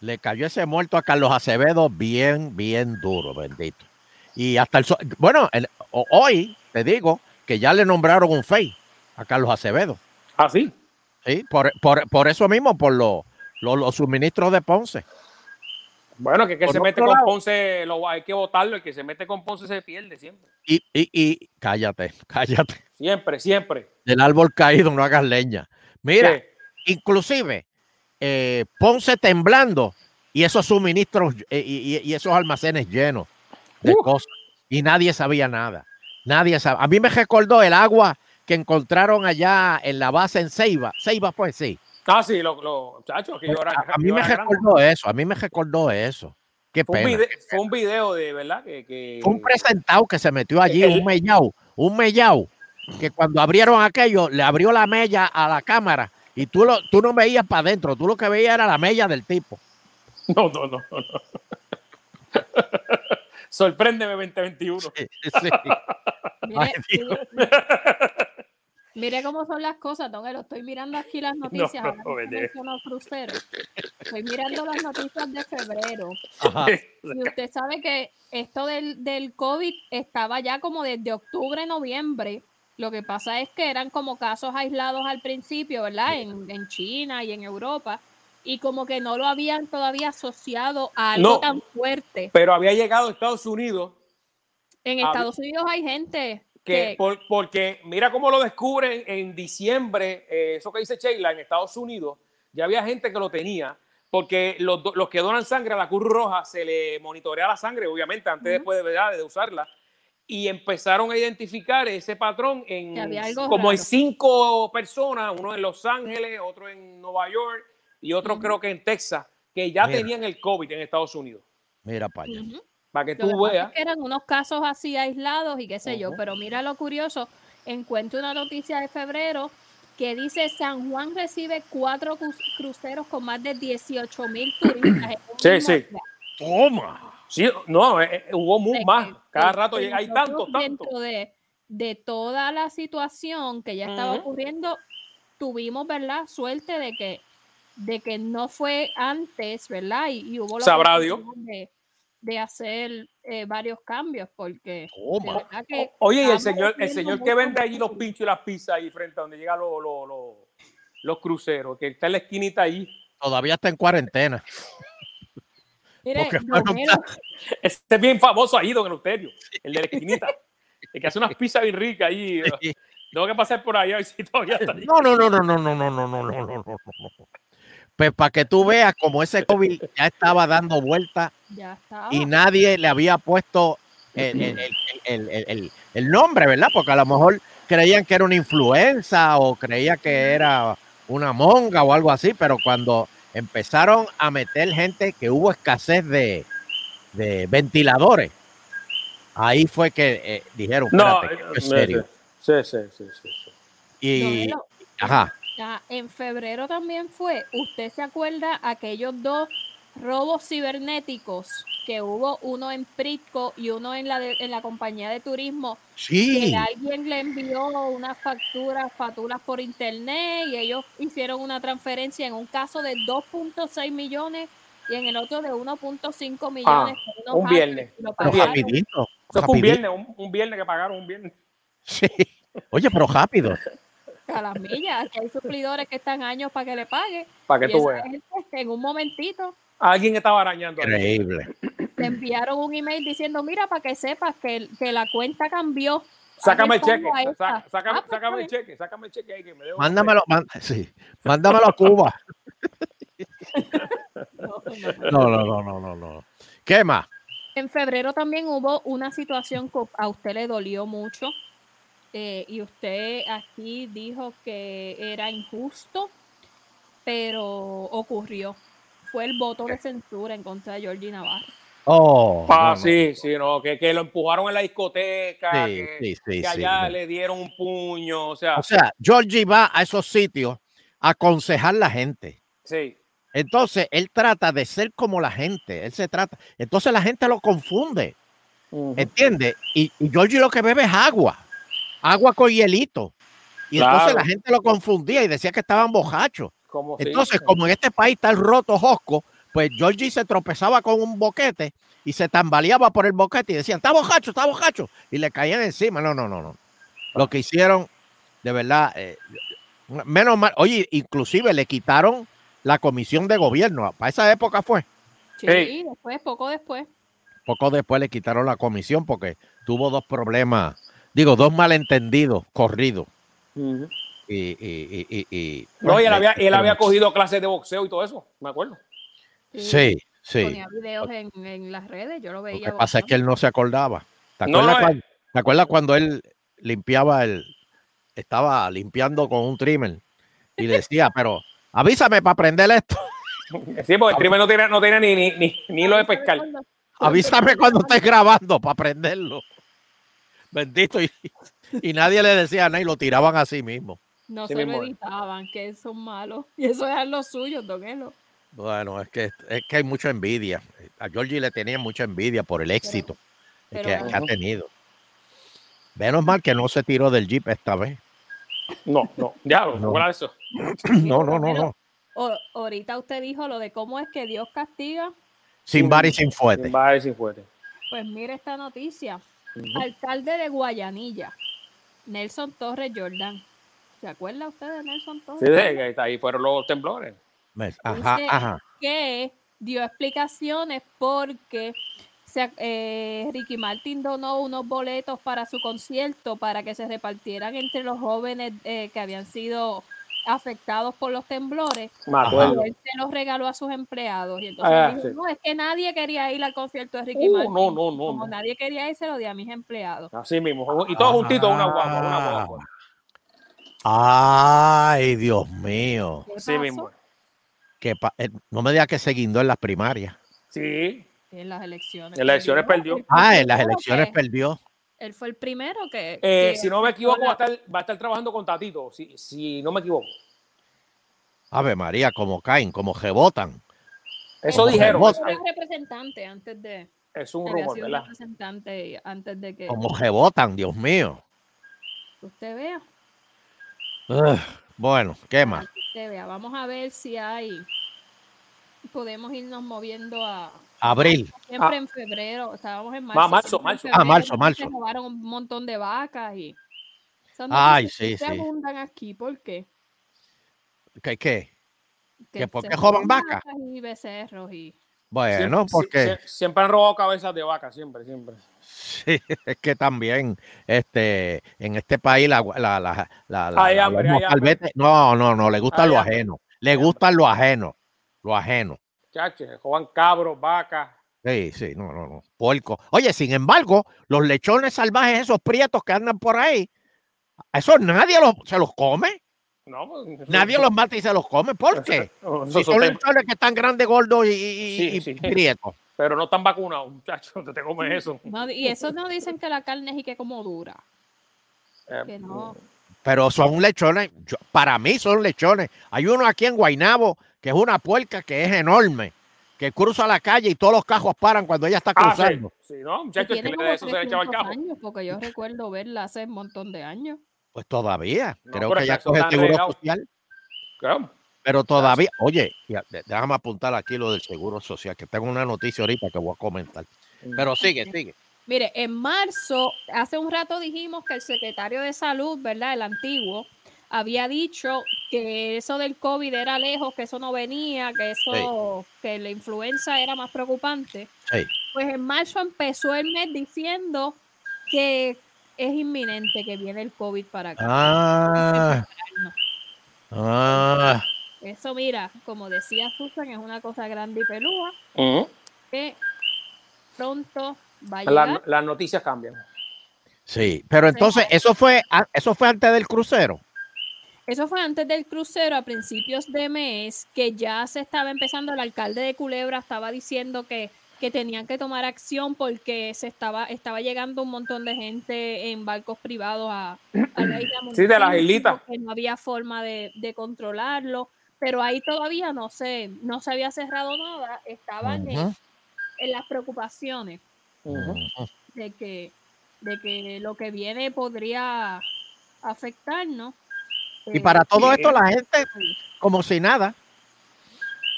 Speaker 3: Le cayó ese muerto a Carlos Acevedo bien, bien duro, bendito. Y hasta el... so- Bueno, el- o- hoy te digo que ya le nombraron un FEI a Carlos Acevedo.
Speaker 5: ¿Ah, sí?
Speaker 3: ¿sí? Por, por- por eso mismo, por lo- lo- los suministros de Ponce.
Speaker 5: Bueno, que el que
Speaker 3: Por
Speaker 5: se
Speaker 3: otro
Speaker 5: mete con
Speaker 3: lado.
Speaker 5: Ponce, lo, hay que votarlo. El que se mete con Ponce se pierde siempre.
Speaker 3: Y, y, y cállate, cállate.
Speaker 5: Siempre, siempre.
Speaker 3: Del árbol caído no hagas leña. Mira,
Speaker 5: Sí.
Speaker 3: inclusive eh, Ponce temblando y esos suministros eh, y, y- y esos almacenes llenos de
Speaker 5: Uh.
Speaker 3: cosas y nadie sabía nada. Nadie sabía. A mí me recordó el agua que encontraron allá en la base en Ceiba. Ceiba, pues sí.
Speaker 5: Ah, sí, los lo, chachos, que yo era.
Speaker 3: A, a
Speaker 5: yo
Speaker 3: mí me
Speaker 5: era grande.
Speaker 3: recordó eso. A mí me recordó eso. Qué
Speaker 5: Fue un,
Speaker 3: pena.
Speaker 5: vide- fue un video de verdad que. que-
Speaker 3: Fue un presentado que se metió allí,
Speaker 5: eh, El-
Speaker 3: un mellao, un mellao, que cuando abrieron aquello, le abrió la mella a la cámara y tú, lo, tú no veías para adentro, tú lo que veías era la mella del tipo.
Speaker 5: No, no, no. no, no. Sorpréndeme 2021.
Speaker 3: Sí, sí.
Speaker 4: Mire,
Speaker 3: Ay,
Speaker 4: mire- mire cómo son las cosas, don Elo. Estoy mirando aquí las noticias.
Speaker 5: no,
Speaker 4: ahora que
Speaker 5: vete.
Speaker 4: mencionó crucero. Estoy mirando las noticias de febrero.
Speaker 3: Ajá.
Speaker 4: Y usted sabe que esto del, del COVID estaba ya como desde octubre, noviembre. Lo que pasa es que eran como casos aislados al principio, ¿verdad? En, en China y en Europa. Y como que no lo habían todavía asociado a algo
Speaker 5: No.
Speaker 4: tan fuerte.
Speaker 5: Pero había llegado a Estados Unidos
Speaker 4: En
Speaker 5: Hab-
Speaker 4: Estados Unidos hay gente
Speaker 5: que
Speaker 4: que...
Speaker 5: por- porque mira cómo lo descubren en diciembre, eh, eso que dice Sheila, en Estados Unidos, ya había gente que lo tenía, porque los, do- los que donan sangre a la Cruz Roja se le monitorea la sangre, obviamente, antes
Speaker 4: Ujú.
Speaker 5: después de, ¿verdad? de usarla, y empezaron a identificar ese patrón en
Speaker 4: Que había algo
Speaker 5: como en
Speaker 4: raro.
Speaker 5: cinco personas, uno en Los Ángeles, otro en Nueva York y otro
Speaker 4: Ujú.
Speaker 5: creo que en Texas, que ya
Speaker 3: Mira.
Speaker 5: tenían el COVID en Estados Unidos.
Speaker 3: Mira para allá.
Speaker 4: Ujú.
Speaker 5: Para que
Speaker 4: Lo que
Speaker 5: tú
Speaker 4: pasa es
Speaker 5: veas.
Speaker 4: que eran unos casos así aislados y qué sé yo,
Speaker 5: Ujú.
Speaker 4: pero mira lo curioso, encuentro una noticia de febrero que dice San Juan recibe cuatro cru- cruceros con más de 18 mil turistas. en un
Speaker 5: Sí,
Speaker 4: mismo
Speaker 5: sí.
Speaker 4: día.
Speaker 3: Toma.
Speaker 5: Sí, no, eh, eh, hubo mu-
Speaker 4: O sea,
Speaker 5: más.
Speaker 4: que-
Speaker 5: Cada
Speaker 4: que-
Speaker 5: rato
Speaker 4: que
Speaker 5: llega- hay
Speaker 4: nosotros
Speaker 5: tantos, tantos.
Speaker 4: Dentro de, de toda la situación que ya estaba
Speaker 5: Ujú.
Speaker 4: ocurriendo, tuvimos, ¿verdad? Suerte de que, de que no fue antes, ¿verdad? Y, y hubo la
Speaker 5: Sabrá Dios.
Speaker 4: oportunidad De, de hacer eh, varios cambios porque... De
Speaker 3: Toma.
Speaker 4: verdad que
Speaker 5: O- Oye, y el
Speaker 4: estábamos
Speaker 5: señor, el
Speaker 4: viviendo
Speaker 5: señor que
Speaker 4: mucho
Speaker 5: vende allí los
Speaker 4: peligro.
Speaker 5: pinchos y las pizzas ahí frente a donde llegan los, los, los- los cruceros, que está en la esquinita allí.
Speaker 3: Todavía está en cuarentena.
Speaker 4: Mire,
Speaker 3: Oh, Porque
Speaker 4: Don
Speaker 3: fueron
Speaker 4: Elo,
Speaker 5: Este es bien famoso ahí, don Euterio, el de la esquinita, el que hace unas pizzas bien ricas ahí.
Speaker 3: Sí.
Speaker 5: Tengo que pasar por allá y si todavía está allí.
Speaker 3: No, no, no, no, no, no, no, no, no, no, no, no, no. Pues para que tú veas como ese COVID ya estaba dando vueltas
Speaker 4: ya está.
Speaker 5: Ah.
Speaker 3: y nadie le había puesto el, el- el- el- el- el- el nombre, ¿verdad? Porque a lo mejor creían que era una influenza o creía que era una monga o algo así, pero cuando empezaron a meter gente que hubo escasez de, de ventiladores, ahí fue que eh, dijeron,
Speaker 5: No,
Speaker 3: "Espérate, esto
Speaker 5: eh,
Speaker 3: es serio.
Speaker 5: Sí, sí, sí, sí, sí.
Speaker 4: Don
Speaker 3: Y,
Speaker 4: Elo,
Speaker 3: ajá,
Speaker 4: ah, en febrero también fue, ¿usted se acuerda aquellos dos robos cibernéticos que hubo uno en Pritco y uno en la, de- en la compañía de turismo
Speaker 3: sí.
Speaker 4: que alguien le envió unas facturas, fatulas por internet y ellos hicieron una transferencia en un caso de 2.6 millones y en el otro de 1.5 millones. por unos
Speaker 5: Ah, un viernes,
Speaker 4: hackers, y lo
Speaker 3: Pero
Speaker 5: Bien.
Speaker 4: pagaron.
Speaker 3: rapidito.
Speaker 5: Eso fue un
Speaker 3: rapidito.
Speaker 5: viernes, un, un viernes que pagaron un viernes.
Speaker 3: Sí. Oye, pero rápido.
Speaker 4: A las millas, que hay suplidores que están años para que le pague.
Speaker 5: Para
Speaker 4: y
Speaker 5: que tú
Speaker 4: esa
Speaker 5: veas.
Speaker 4: gente, en un momentito
Speaker 5: Alguien estaba arañando. ahí.
Speaker 3: Increíble.
Speaker 4: te enviaron un email diciendo, mira, para que sepas que, el- que la cuenta cambió.
Speaker 5: Sácame el
Speaker 4: Aquí
Speaker 5: cheque.
Speaker 4: pongo a esta.
Speaker 5: sa- Sácame,
Speaker 4: Ah, pues,
Speaker 5: sácame el
Speaker 4: está
Speaker 5: cheque. Sácame el cheque ahí que me debo.
Speaker 3: Mándamelo, man- sí, mándamelo a Cuba.
Speaker 4: bien. No, no,
Speaker 3: No, no,
Speaker 4: no.
Speaker 3: no, no, no, no. ¿Qué más?
Speaker 4: En febrero también hubo una situación que a usted le dolió mucho eh, y usted aquí dijo que era injusto, pero ocurrió. Fue el voto de censura en contra de Georgie Navarro.
Speaker 3: Oh,
Speaker 5: Ah,
Speaker 3: no, no.
Speaker 5: sí, sí, no, que, que lo empujaron en la discoteca,
Speaker 3: Sí,
Speaker 5: que,
Speaker 3: sí, sí,
Speaker 5: que
Speaker 3: sí,
Speaker 5: allá
Speaker 3: no.
Speaker 5: le dieron un puño, o sea,
Speaker 3: O sea, Georgie va a esos sitios a aconsejar la gente.
Speaker 5: sí.
Speaker 3: Entonces, él trata de ser como la gente. Él se trata. Entonces, la gente lo confunde. ¿Entiendes? Y, y Georgie lo que bebe es agua. Agua con hielito. Y entonces
Speaker 5: Claro.
Speaker 3: la gente lo confundía y decía que estaban bojachos.
Speaker 5: Como si-
Speaker 3: Entonces, como en este país está el roto hosco, pues Georgie se tropezaba con un boquete y se tambaleaba por el boquete y decían, está bojacho, está bojacho. Y le caían encima. No, no, no, no. Lo que hicieron, de verdad, eh, menos mal. Oye, inclusive le quitaron la comisión de gobierno. Para esa época fue.
Speaker 4: Sí,
Speaker 5: Ey.
Speaker 4: después, poco después.
Speaker 3: Poco después le quitaron la comisión porque tuvo dos problemas, digo, dos malentendidos corridos.
Speaker 5: Ujú.
Speaker 3: Y, y, y, y- y- pues,
Speaker 5: No, y él había, él había
Speaker 3: Sí,
Speaker 5: cogido clases de boxeo y todo eso, me acuerdo.
Speaker 3: Sí, sí.
Speaker 4: Ponía videos en, en las redes, yo lo
Speaker 3: Lo
Speaker 4: veía.
Speaker 3: que pasa es que él no se acordaba. ¿Te
Speaker 5: No,
Speaker 3: acuerdas,
Speaker 5: no,
Speaker 3: cuando, te acuerdas cuando él limpiaba el. Estaba limpiando con un trimmer y decía, pero avísame para prender esto.
Speaker 5: Sí, porque el streamer no tiene, no tiene ni, ni, ni, ni lo de pescar.
Speaker 3: Avísame cuando estés grabando para prenderlo. Bendito. Y, y nadie le decía nada y lo tiraban a sí mismo.
Speaker 4: No
Speaker 5: Sí
Speaker 4: se lo
Speaker 5: mismo es.
Speaker 4: editaban, que son malos. Y eso es lo suyo, don Elo.
Speaker 3: Bueno, es que, es que hay mucha envidia. A Georgie le tenía mucha envidia por el éxito
Speaker 4: pero
Speaker 3: que- que ha
Speaker 5: bueno.
Speaker 3: tenido. Menos mal que no se tiró del jeep esta vez.
Speaker 5: No, no, ya, no.
Speaker 3: No.
Speaker 5: recuerda eso.
Speaker 3: No, no, no, no.
Speaker 4: O- ahorita usted dijo lo de cómo es que Dios castiga.
Speaker 3: Sin bar y sin fuerte.
Speaker 5: Sin bares, sin fuerte.
Speaker 4: Pues mire esta noticia. Alcalde de Guayanilla, Nelson Torres Jordán. ¿Se acuerda usted de Nelson
Speaker 5: Sí,
Speaker 4: Torres?
Speaker 5: de- que está ahí fueron los temblores.
Speaker 3: Me- Ajá,
Speaker 4: Dice-
Speaker 3: ajá.
Speaker 4: Que dio explicaciones porque se- eh, Ricky Martin donó unos boletos para su concierto para que se repartieran entre los jóvenes eh, que habían sido afectados por los temblores.
Speaker 5: Me
Speaker 3: Ajá.
Speaker 5: acuerdo.
Speaker 4: Y él se los regaló a sus empleados. Y entonces
Speaker 5: Ah,
Speaker 4: dijo,
Speaker 5: sí.
Speaker 4: no, es que nadie quería ir al concierto de Ricky
Speaker 5: Uh,
Speaker 4: Martin.
Speaker 5: no, no, no,
Speaker 4: Como
Speaker 5: no.
Speaker 4: nadie quería ir, se lo di a mis empleados.
Speaker 5: Así mismo. Y
Speaker 3: Ah.
Speaker 5: todos juntitos, una guagua, una guagua. pues.
Speaker 3: Ay, Dios mío.
Speaker 4: ¿Qué
Speaker 5: Así
Speaker 4: pasó?
Speaker 5: mismo.
Speaker 3: Que pa- eh, no me digas que se guindó en las primarias.
Speaker 5: Sí,
Speaker 4: En las elecciones.
Speaker 5: En las elecciones perdió.
Speaker 4: Él fue el
Speaker 3: Ah, en las
Speaker 4: primero
Speaker 3: elecciones
Speaker 4: que-
Speaker 3: perdió.
Speaker 4: Él fue el primero que.
Speaker 5: Eh,
Speaker 4: que-
Speaker 5: si no me equivoco, va a
Speaker 4: Hola.
Speaker 5: estar, va a estar trabajando con Tatito, si, si no me equivoco.
Speaker 3: Ave María, como caen, como rebotan.
Speaker 5: Eso
Speaker 3: Como
Speaker 5: dijeron.
Speaker 3: rebote.
Speaker 5: Es,
Speaker 4: Era representante antes de.
Speaker 5: es un
Speaker 4: había
Speaker 5: rumor,
Speaker 4: sido
Speaker 5: ¿verdad?
Speaker 4: representante antes de que
Speaker 3: Como rebotan, Dios mío.
Speaker 4: usted vea.
Speaker 3: Ugh, bueno, ¿qué más?
Speaker 4: para que usted vea. Vamos a ver si hay. Podemos irnos moviendo a.
Speaker 3: Abril.
Speaker 4: Siempre en febrero. Estábamos en marzo.
Speaker 5: Ah, marzo,
Speaker 4: siempre en
Speaker 5: marzo. Ah,
Speaker 4: febrero,
Speaker 3: marzo,
Speaker 4: entonces
Speaker 3: marzo.
Speaker 4: Se robaron un montón de vacas y. esas
Speaker 3: Ay,
Speaker 4: noticias
Speaker 3: sí,
Speaker 4: que
Speaker 3: sí.
Speaker 4: Se abundan aquí, ¿por qué?
Speaker 3: ¿Qué? qué? ¿Que por
Speaker 4: se
Speaker 3: qué roban vacas?
Speaker 4: Y becerros y.
Speaker 3: Bueno, porque
Speaker 5: Sie- Siempre han robado cabezas de vaca, siempre, siempre.
Speaker 3: sí, es que también este, en este país la, la, la, la- la-
Speaker 5: Hay
Speaker 3: la-
Speaker 5: hambre,
Speaker 3: los
Speaker 5: hay hambre.
Speaker 3: mocalbetes- no, no, no, le gusta
Speaker 5: Hay
Speaker 3: lo
Speaker 5: hambre.
Speaker 3: ajeno, le
Speaker 5: Hay
Speaker 3: gusta lo ajeno, lo ajeno.
Speaker 5: Chacho, roban cabros, vacas.
Speaker 3: Sí, sí, no, no, no. Puerco. Oye, sin embargo, los lechones salvajes, esos prietos que andan por ahí, a esos nadie los, se los come.
Speaker 5: No, pues,
Speaker 3: Nadie los mata y se los come. ¿Por qué?
Speaker 5: No, eso
Speaker 3: Si
Speaker 5: es
Speaker 3: son
Speaker 5: otro tema.
Speaker 3: lechones que están grandes, gordos y, y-
Speaker 5: Sí,
Speaker 3: y
Speaker 5: sí.
Speaker 3: prietos.
Speaker 5: Pero no están vacunados, muchachos. No te
Speaker 4: Mm.
Speaker 5: comes eso.
Speaker 4: No, y eso no dicen que la carne es y que como dura.
Speaker 5: Eh,
Speaker 4: Que no.
Speaker 3: Pero son lechones, yo- para mí son lechones. Hay uno aquí en Guainabo que es una puerca que es enorme, que cruza la calle y todos los cajos paran cuando ella está
Speaker 5: Ah, sí.
Speaker 3: cruzando.
Speaker 5: sí, no,
Speaker 4: Y
Speaker 5: muchachos, es que
Speaker 4: tiene
Speaker 5: le
Speaker 4: como
Speaker 5: de eso se le echaba el
Speaker 4: 300
Speaker 5: cajo.
Speaker 4: años, porque yo recuerdo verla hace un montón de años.
Speaker 3: Pues todavía,
Speaker 5: No,
Speaker 3: creo
Speaker 5: pero
Speaker 3: que ya
Speaker 5: eso
Speaker 3: coge
Speaker 5: está
Speaker 3: seguro
Speaker 5: regado.
Speaker 3: social.
Speaker 5: Claro.
Speaker 3: Pero todavía, oye, ya, de- déjame apuntar aquí lo del seguro social, que tengo una noticia ahorita que voy a comentar. Pero sigue, sigue.
Speaker 4: Mire, en marzo, hace un rato dijimos que el secretario de salud, ¿verdad? El antiguo, había dicho que eso del COVID era lejos, que eso no venía, que eso, que la influenza era más preocupante.
Speaker 3: Sí.
Speaker 4: Pues en marzo empezó el mes diciendo que es inminente que viene el COVID para acá.
Speaker 3: Ah,
Speaker 4: No.
Speaker 3: ah,
Speaker 4: Eso, mira, como decía Susan, es una cosa grande y pelúa
Speaker 5: Ujú.
Speaker 4: que pronto va a llegar.
Speaker 5: La- las noticias cambian.
Speaker 3: sí. Pero entonces, eso fue, a- eso fue antes del crucero.
Speaker 4: Eso fue antes del crucero, a principios de mes, que ya se estaba empezando, el alcalde de Culebra estaba diciendo que, que tenían que tomar acción porque se estaba, estaba llegando un montón de gente en barcos privados a, a la isla
Speaker 5: Sí, de las
Speaker 4: Montezuma,
Speaker 5: islitas.
Speaker 4: que no había forma de, de controlarlo, pero ahí todavía no se, no se había cerrado nada, estaban en-
Speaker 3: Ujú,
Speaker 4: en las preocupaciones
Speaker 5: Ujú.
Speaker 3: ujú.
Speaker 4: de que, de que lo que viene podría afectarnos.
Speaker 3: Y
Speaker 4: Eh,
Speaker 3: para todo
Speaker 5: Este, sí.
Speaker 3: esto, la gente, como si nada.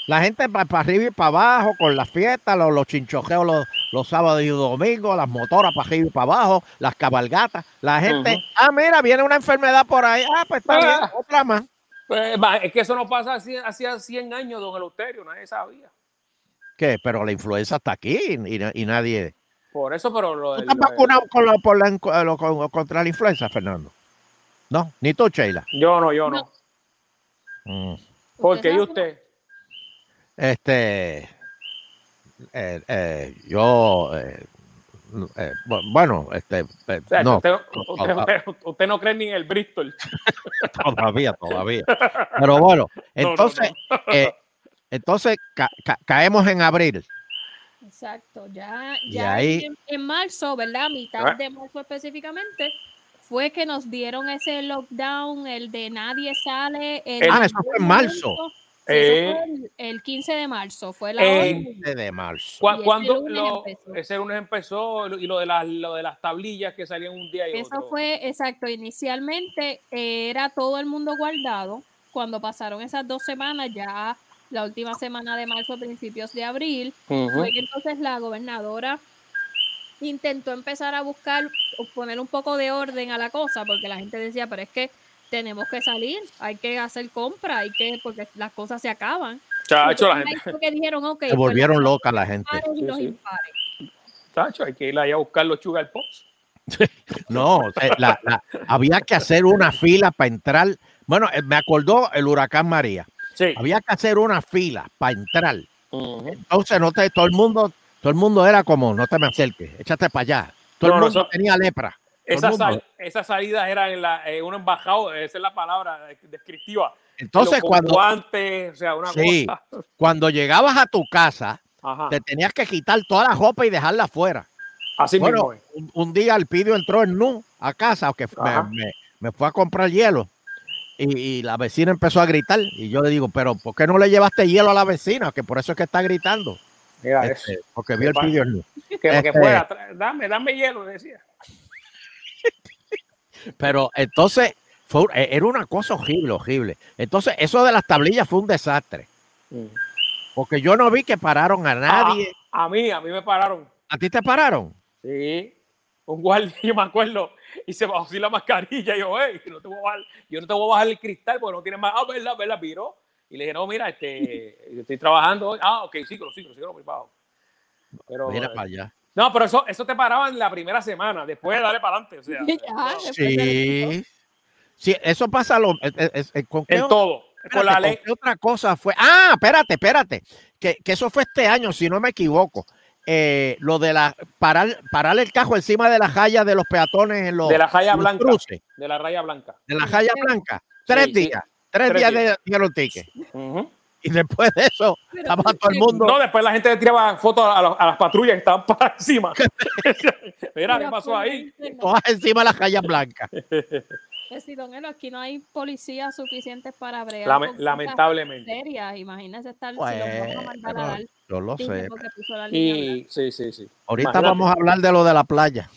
Speaker 3: La gente para arriba y para abajo, con las fiestas, los, los chinchojeos los, los sábados y domingos, las motoras para arriba y para abajo, las cabalgatas. La gente,
Speaker 5: Ujú.
Speaker 3: ah, mira, viene una enfermedad por ahí. Ah, pues está bien,
Speaker 5: Ah.
Speaker 3: otra más.
Speaker 5: Pues, ma, es que eso no pasa así- hacía 100 años, don Eleuterio, nadie sabía.
Speaker 3: ¿Qué? Pero la influenza está aquí y, y na- y nadie.
Speaker 5: Por eso, pero
Speaker 3: ¿Tú
Speaker 5: lo del-
Speaker 3: estás
Speaker 5: lo del-
Speaker 3: vacunado con la- por la enco- lo- con- contra la influenza, Fernando? No, ni tú, Sheila.
Speaker 5: Yo no, yo no.
Speaker 4: No.
Speaker 3: Mm.
Speaker 5: Porque
Speaker 4: se
Speaker 5: y
Speaker 4: vacunó?
Speaker 5: usted,
Speaker 3: Este. eh, eh, yo. eh, n- eh, bu- bueno, este. eh,
Speaker 5: o sea,
Speaker 3: no,
Speaker 5: usted,
Speaker 3: Ah, ah.
Speaker 5: usted- usted no cree ni en el Bristol.
Speaker 3: todavía, todavía. Pero bueno,
Speaker 5: No, no,
Speaker 3: entonces. eh, entonces ca- ca- caemos en abril.
Speaker 4: Exacto, ya,
Speaker 3: Y
Speaker 4: ya
Speaker 3: ahí-
Speaker 4: en, en marzo, ¿verdad? A mitad
Speaker 5: Ah.
Speaker 4: de marzo específicamente, fue que nos dieron ese lockdown, el de nadie sale. el
Speaker 5: Ah,
Speaker 4: de
Speaker 3: eso fue en
Speaker 4: ningún
Speaker 3: marzo.
Speaker 4: momento. Sí, eso
Speaker 5: Eh.
Speaker 4: fue el, el 15 de marzo, fue la
Speaker 5: Eh.
Speaker 4: orden.
Speaker 3: 15 de marzo.
Speaker 5: Cu-
Speaker 4: ese
Speaker 5: cuando
Speaker 4: lunes
Speaker 5: lo-
Speaker 4: empezó.
Speaker 5: ese lunes empezó y lo de las, lo de las tablillas que salían un día y
Speaker 4: Eso
Speaker 5: otro.
Speaker 4: fue, exacto, inicialmente eh, era todo el mundo guardado. Cuando pasaron esas dos semanas, ya la última semana de marzo, principios de abril,
Speaker 5: Ujú.
Speaker 4: fue que Pues entonces la gobernadora intentó empezar a buscar, o poner un poco de orden a la cosa, porque la gente decía, pero es que tenemos que salir, hay que hacer compra, hay que, porque las cosas se acaban.
Speaker 5: Chacho,
Speaker 4: Entonces,
Speaker 5: la gente.
Speaker 4: ahí fue que dijeron, ok,
Speaker 3: Se volvieron loca la gente.
Speaker 4: pares y
Speaker 5: Sí,
Speaker 4: los
Speaker 5: sí.
Speaker 4: impares.
Speaker 5: Chacho, hay que ir ahí a buscar los sugar pops.
Speaker 3: No, se- la- la- había que hacer una fila para entrar. Bueno, eh, me acordó el huracán María.
Speaker 5: Sí.
Speaker 3: Había que hacer una fila para entrar.
Speaker 5: Ujú.
Speaker 3: Entonces, no te, todo el mundo, todo el mundo era como, no te me acerques, échate para allá. Todo
Speaker 5: No,
Speaker 3: el
Speaker 5: no,
Speaker 3: mundo
Speaker 5: eso-
Speaker 3: tenía lepra.
Speaker 5: Esas
Speaker 3: mundo.
Speaker 5: sal- esas salidas eran en la, eh, un embajado, esa es la palabra eh, descriptiva.
Speaker 3: Entonces,
Speaker 5: Pero con
Speaker 3: cuando,
Speaker 5: guantes, o sea, una
Speaker 3: Sí.
Speaker 5: cosa.
Speaker 3: cuando llegabas a tu casa,
Speaker 5: Ajá.
Speaker 3: te tenías que quitar toda la ropa y dejarla afuera.
Speaker 5: Así
Speaker 3: bueno,
Speaker 5: mismo. es.
Speaker 3: un, un día Alpidio entró en nu a casa, que me-
Speaker 5: Ajá.
Speaker 3: me, me fue a comprar hielo. Y, y la vecina empezó a gritar. Y yo le digo, pero ¿por qué no le llevaste hielo a la vecina? Que por eso es que está gritando.
Speaker 5: Mira,
Speaker 3: Este, porque
Speaker 5: Qué
Speaker 3: vio el
Speaker 5: pa-
Speaker 3: pidio en nu.
Speaker 5: es que lo que
Speaker 3: este-
Speaker 5: fuera, tra- dame, dame hielo, decía.
Speaker 3: Pero entonces, fue, un- e, era una cosa horrible, horrible. Entonces, eso de las tablillas fue un desastre. Porque yo no vi que pararon
Speaker 5: Ah.
Speaker 3: a nadie.
Speaker 5: A mí, a mí me pararon.
Speaker 3: ¿A ti te pararon?
Speaker 5: Sí. Un guardia, yo me acuerdo, y se bajó así la mascarilla. Y yo, hey, no te voy a bajar, yo no te voy a bajar el cristal porque no tienes más. Ah, verdad, verdad, viró. Y le dije, no, mira, este, estoy trabajando hoy. Ah, ok, ciclo, ciclo, ciclo, muy bajo. Pero,
Speaker 3: Mira
Speaker 5: eh,
Speaker 3: para allá.
Speaker 5: no, pero eso, eso te paraban la primera semana, después dale para adelante, o sea,
Speaker 4: Ya, después de eso.
Speaker 3: Sí. Sí, eso pasa lo, eh, eh, eh, con qué
Speaker 5: en todo. Con
Speaker 3: Espérate,
Speaker 5: la
Speaker 3: ¿con
Speaker 5: ley,
Speaker 3: qué otra cosa fue? Ah, espérate, espérate. Que, que eso fue este año, si no me equivoco. Eh, lo de la parar, parar el cajo encima de la raya de los peatones en los,
Speaker 5: de la raya
Speaker 3: en los
Speaker 5: blanca,
Speaker 3: cruces,
Speaker 5: de la raya blanca.
Speaker 3: de la raya blanca. Tres
Speaker 5: sí.
Speaker 3: días. Tres,
Speaker 5: Tres
Speaker 3: días,
Speaker 5: días.
Speaker 3: de los tickets.
Speaker 5: Ujú.
Speaker 3: Y después de eso,
Speaker 4: Pero,
Speaker 3: estaba todo el mundo.
Speaker 5: No, después la gente le tiraba fotos a, los- a las patrullas que estaban para encima. Mira, ¿qué
Speaker 4: Pero
Speaker 5: pasó ahí?
Speaker 4: actualmente no.
Speaker 3: todas encima de la raya blanca.
Speaker 4: Es decir, don Elo, aquí no hay policías suficientes para bregar.
Speaker 5: Lame-
Speaker 4: con cosas
Speaker 5: lamentablemente.
Speaker 4: serias. Imagínense estar si los van a mandar a
Speaker 3: Bueno,
Speaker 4: dar
Speaker 3: yo lo
Speaker 4: ticket
Speaker 3: Pues, sé.
Speaker 4: porque puso la línea blanca.
Speaker 5: Y sí, sí, sí.
Speaker 3: Ahorita
Speaker 5: Imagínate.
Speaker 3: vamos a hablar de lo de la playa.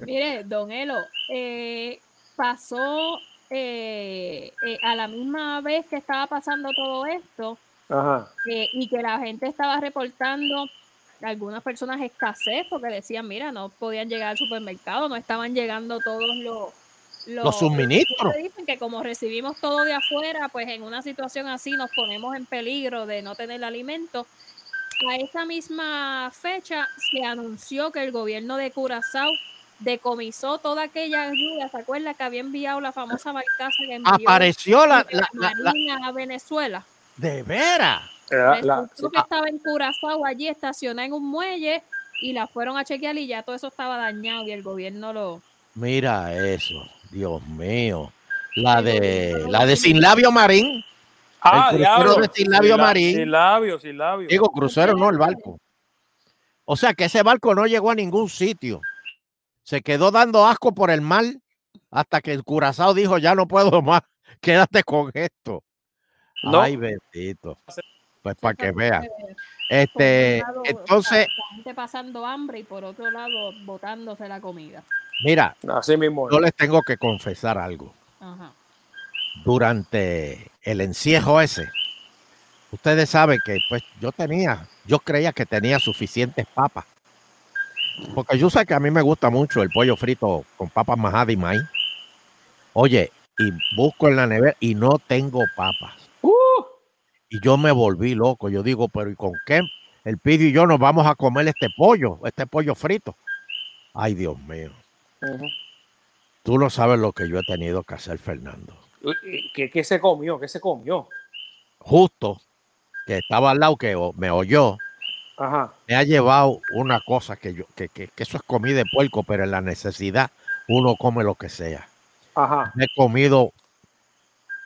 Speaker 4: Mire, don Elo, eh, pasó eh, eh, a la misma vez que estaba pasando todo esto
Speaker 5: Ajá.
Speaker 4: eh, y que la gente estaba reportando algunas personas escasez porque decían, mira, no podían llegar al supermercado, no estaban llegando todos los...
Speaker 3: Los suministros.
Speaker 4: siempre dicen que como recibimos todo de afuera, pues en una situación así nos ponemos en peligro de no tener alimento. A esa misma fecha se anunció que el gobierno de Curazao decomisó toda aquella ayuda. ¿Se acuerda que había enviado la famosa barcaza que envió
Speaker 3: Apareció la, la- la- la-
Speaker 4: Marina a Venezuela?
Speaker 3: de veras.
Speaker 5: La- la-
Speaker 4: Resultó que
Speaker 5: ah,
Speaker 4: estaba en Curazao allí estacionada en un muelle y la fueron a chequear y ya todo eso estaba dañado y el gobierno lo...
Speaker 3: Mira eso, Dios mío. La
Speaker 4: Pero
Speaker 3: de
Speaker 4: no
Speaker 3: la de
Speaker 4: lo
Speaker 3: Sin Labio Marín.
Speaker 5: ah,
Speaker 3: el crucero
Speaker 5: diablo.
Speaker 3: de Sin Labio
Speaker 5: Sin la-
Speaker 3: Marín.
Speaker 5: Sin labio, sin labio.
Speaker 3: Digo, crucero, no el barco. O sea que ese barco no llegó a ningún sitio. Se quedó dando asco por el mar hasta que el curazao dijo, ya no puedo más, quédate con esto.
Speaker 5: No.
Speaker 3: Ay, bendito. Pues para que vean.
Speaker 4: Eh, por un
Speaker 3: Este,
Speaker 4: lado,
Speaker 3: entonces,
Speaker 4: la- la gente pasando hambre y por otro lado botándose la comida.
Speaker 3: mira,
Speaker 5: Así mismo.
Speaker 3: yo les tengo que confesar algo.
Speaker 4: Ajá.
Speaker 3: durante el encierro ese, ustedes saben que pues yo tenía, yo creía que tenía suficientes papas. Porque yo sé que a mí me gusta mucho el pollo frito con papas majadas y maíz. Oye, y busco en la nevera y no tengo papas.
Speaker 5: Uh,
Speaker 3: Y yo me volví loco. Yo digo, pero ¿y con qué? El Pidio y yo nos vamos a comer este pollo, este pollo frito. Ay, Dios mío.
Speaker 5: ujú.
Speaker 3: Tú no sabes lo que yo he tenido que hacer, Fernando.
Speaker 5: Uy, ¿Qué, qué se comió? ¿Qué se comió?
Speaker 3: Justo, que estaba al lado, que o- me oyó,
Speaker 5: Ajá.
Speaker 3: me ha llevado una cosa que yo, que, que- que eso es comida de puerco, pero en la necesidad uno come lo que sea.
Speaker 5: Ajá.
Speaker 3: Me he comido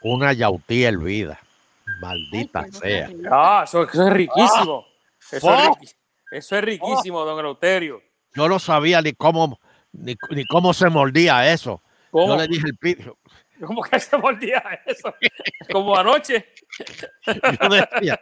Speaker 3: una yautía hervida.
Speaker 4: Ay,
Speaker 3: Maldita
Speaker 4: qué cosa
Speaker 3: sea.
Speaker 4: rica.
Speaker 5: Ah, eso, eso es riquísimo. Eso, es
Speaker 3: ¡Oh!
Speaker 5: riqui- eso es riquísimo, don Eleuterio.
Speaker 3: Yo no sabía ni cómo, ni, ni cómo se mordía eso.
Speaker 5: ¿Cómo,
Speaker 3: Yo le dije al pidio.
Speaker 5: ¿Cómo que se mordía eso? Como anoche.
Speaker 3: Yo decía,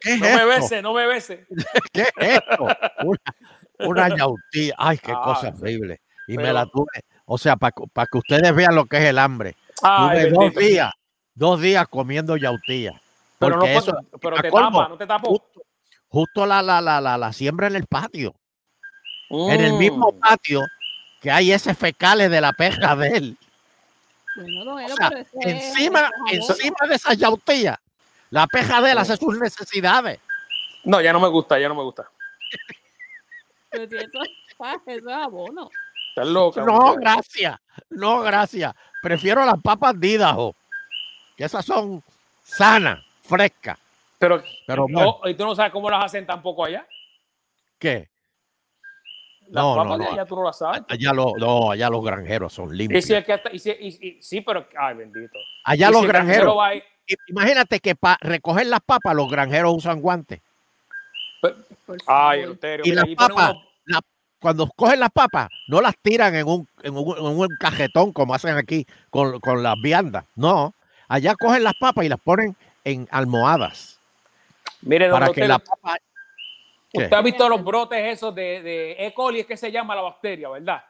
Speaker 3: ¿qué es
Speaker 5: No me eh".
Speaker 3: esto?
Speaker 5: bese, no me bese.
Speaker 3: ¿Qué es esto? Una, una yautía. Ay, qué
Speaker 5: Ah,
Speaker 3: cosa
Speaker 5: sí.
Speaker 3: horrible. Y me
Speaker 5: Pero-
Speaker 3: la tuve. O sea, para que ustedes vean lo que es el hambre.
Speaker 5: Ay,
Speaker 3: Tuve dos
Speaker 5: bendito.
Speaker 3: días, dos días comiendo yautía.
Speaker 5: Pero, no,
Speaker 3: Porque
Speaker 5: fue-
Speaker 3: eso,
Speaker 5: pero
Speaker 3: pa'
Speaker 5: te
Speaker 3: colmo,
Speaker 5: tapa, no te tapó.
Speaker 3: justo, justo la, la, la, la, la siembra en el patio. En el mismo
Speaker 5: Mm.
Speaker 3: patio que hay ese fecales de la perra de él.
Speaker 4: Bueno, don Elo,
Speaker 3: O sea,
Speaker 4: pero eso
Speaker 5: Eh,
Speaker 4: es-
Speaker 3: Encima,
Speaker 4: eso es abono.
Speaker 3: encima de esa yautía, la perra
Speaker 5: Oh.
Speaker 3: de él hace sus necesidades.
Speaker 5: No, ya no me gusta, ya no me gusta.
Speaker 4: Pero si eso, pa, eso es abono.
Speaker 5: Estás loca.
Speaker 3: No,
Speaker 5: mujer.
Speaker 3: gracias. No, gracias. Prefiero las papas dídajo. Que esas son sanas, frescas.
Speaker 5: Pero,
Speaker 3: Pero bueno,
Speaker 5: oh, y tú no sabes cómo las hacen tampoco allá.
Speaker 3: ¿qué?
Speaker 5: Las
Speaker 3: No, no,
Speaker 5: papas de
Speaker 3: no.
Speaker 5: allá tú no las sabes.
Speaker 3: Allá, lo- no, allá los granjeros son
Speaker 5: Y
Speaker 3: limpios.
Speaker 5: si es que hasta- y si- y- y- sí, pero, ay, bendito.
Speaker 3: Allá
Speaker 5: Y
Speaker 3: los
Speaker 5: si el granjero
Speaker 3: granjeros.
Speaker 5: va ahí-
Speaker 3: i- Imagínate que para recoger las papas los granjeros usan guantes.
Speaker 4: por
Speaker 5: Ay,
Speaker 4: favor.
Speaker 5: Eleuterio,
Speaker 3: Y
Speaker 5: mira,
Speaker 3: las
Speaker 5: allí ponen
Speaker 3: papas,
Speaker 5: unos-
Speaker 3: la- cuando cogen las papas, no las tiran en un, en un, en un cajetón como hacen aquí con, con las viandas. No, allá cogen las papas y las ponen en almohadas
Speaker 5: Mire, don
Speaker 3: para que
Speaker 5: Eleuterio,
Speaker 3: la papa... ¿Qué?
Speaker 5: usted ha visto los brotes esos de, de E. coli, es que se llama la bacteria, ¿verdad?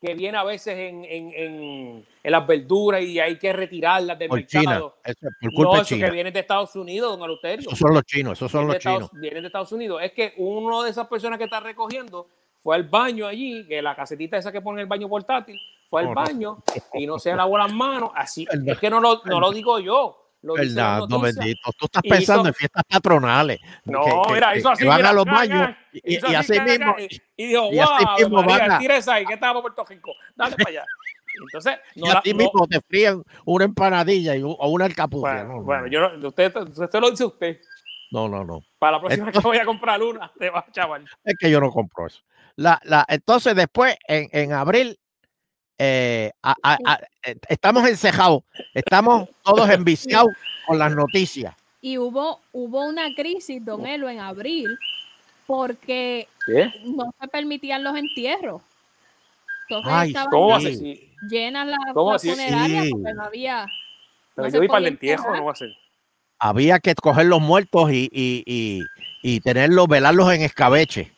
Speaker 5: Que viene a veces en, en, en- en las verduras y hay que retirarlas del
Speaker 3: Por China.
Speaker 5: mercado.
Speaker 3: Eso es por
Speaker 5: no,
Speaker 3: culpa de
Speaker 5: eso
Speaker 3: China.
Speaker 5: que viene de Estados Unidos, don Eleuterio.
Speaker 3: Esos son los chinos, esos son
Speaker 5: vienen
Speaker 3: los
Speaker 5: de Estados-
Speaker 3: chinos.
Speaker 5: vienen de Estados Unidos. Es que uno de esas personas que está recogiendo fue al baño allí, que la casetita esa que pone en el baño
Speaker 3: Oh,
Speaker 5: portátil, fue al
Speaker 3: Correcto.
Speaker 5: baño y no se lavó las manos. Así
Speaker 3: El-
Speaker 5: es que no lo, no lo digo yo. Lo dice la
Speaker 3: Fernando,
Speaker 5: noticia.
Speaker 3: bendito. Tú estás
Speaker 5: Y
Speaker 3: pensando
Speaker 5: hizo-
Speaker 3: en fiestas patronales.
Speaker 5: No,
Speaker 3: que- que-
Speaker 5: mira,
Speaker 3: que-
Speaker 5: hizo así.
Speaker 3: que van
Speaker 5: mira,
Speaker 3: a los
Speaker 5: acá, acá,
Speaker 3: baños y,
Speaker 5: hizo
Speaker 3: y así
Speaker 5: acá,
Speaker 3: mismo.
Speaker 5: acá, Y, y dijo,
Speaker 3: y así
Speaker 5: wow,
Speaker 3: mismo
Speaker 5: María,
Speaker 3: van a-
Speaker 5: tira esa ahí, que estaba Puerto Rico. Dale para allá. Entonces,
Speaker 3: y
Speaker 5: no
Speaker 3: a
Speaker 5: la-
Speaker 3: ti
Speaker 5: no-
Speaker 3: mismo te frían una empanadilla y un- o una alcapucia.
Speaker 5: bueno,
Speaker 3: no, no,
Speaker 5: bueno, yo no- usted, usted lo dice usted.
Speaker 3: no, no, no.
Speaker 5: Para la próxima que voy a comprar una, te va, chaval.
Speaker 3: Es que yo no compro eso. La, la, entonces, después, en, en abril, eh, a- a- a- eh, estamos encejados, estamos todos enviciados con las noticias.
Speaker 4: Y hubo, hubo una crisis, don Elo, en abril, porque
Speaker 5: ¿Qué?
Speaker 4: no se permitían los entierros. Entonces
Speaker 3: Ay,
Speaker 4: estaban
Speaker 5: ¿Cómo va a
Speaker 3: Sí.
Speaker 5: ser? Sí,
Speaker 4: llenas las
Speaker 5: ¿Cómo
Speaker 4: las
Speaker 5: así?
Speaker 4: funerarias
Speaker 3: Sí.
Speaker 4: porque no había.
Speaker 5: Pero
Speaker 4: no se
Speaker 5: yo vi para el
Speaker 4: podía
Speaker 5: lentiejo,
Speaker 4: enterrar.
Speaker 5: no va a ser.
Speaker 3: Había que coger los muertos y, y, y- y tenerlos, velarlos en escabeche,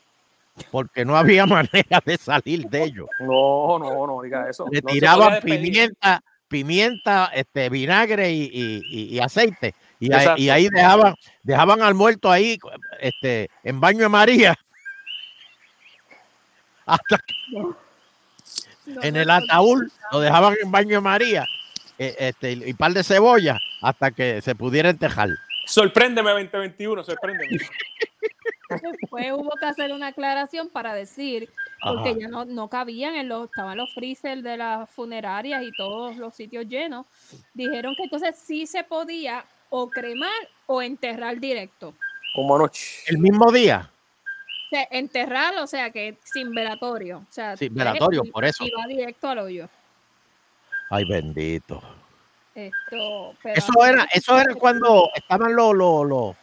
Speaker 3: porque no había manera de salir de ellos.
Speaker 5: No, no, no, diga eso.
Speaker 3: Le
Speaker 5: No se podía
Speaker 3: tiraban
Speaker 5: despedir.
Speaker 3: pimienta, pimienta, este, vinagre y, y- y- y aceite. Y, ahí-
Speaker 5: Exacto.
Speaker 3: y ahí dejaban, dejaban al muerto ahí, este, en baño de María. Hasta que
Speaker 4: No,
Speaker 3: en
Speaker 4: no,
Speaker 3: el
Speaker 4: no,
Speaker 3: ataúd lo dejaban en baño de María. eh, Este, y un par de cebolla hasta que se pudiera entejar.
Speaker 5: Sorpréndeme 2021, sorpréndeme.
Speaker 4: Después hubo que hacer una aclaración para decir, porque
Speaker 3: Ajá.
Speaker 4: ya no, no cabían en los, estaban los freezer de las funerarias y todos los sitios llenos. Dijeron que entonces sí se podía o cremar o enterrar directo.
Speaker 5: Como anoche.
Speaker 3: El mismo día,
Speaker 4: O sea, enterrar, o sea, que sin velatorio. O sea,
Speaker 3: Sin
Speaker 4: tú eres
Speaker 3: velatorio,
Speaker 4: y-
Speaker 3: por eso.
Speaker 4: Y va directo al hoyo.
Speaker 3: ay bendito.
Speaker 4: Esto, pero
Speaker 3: Eso
Speaker 4: así
Speaker 3: era,
Speaker 4: que-
Speaker 3: eso era cuando estaban los, los, los,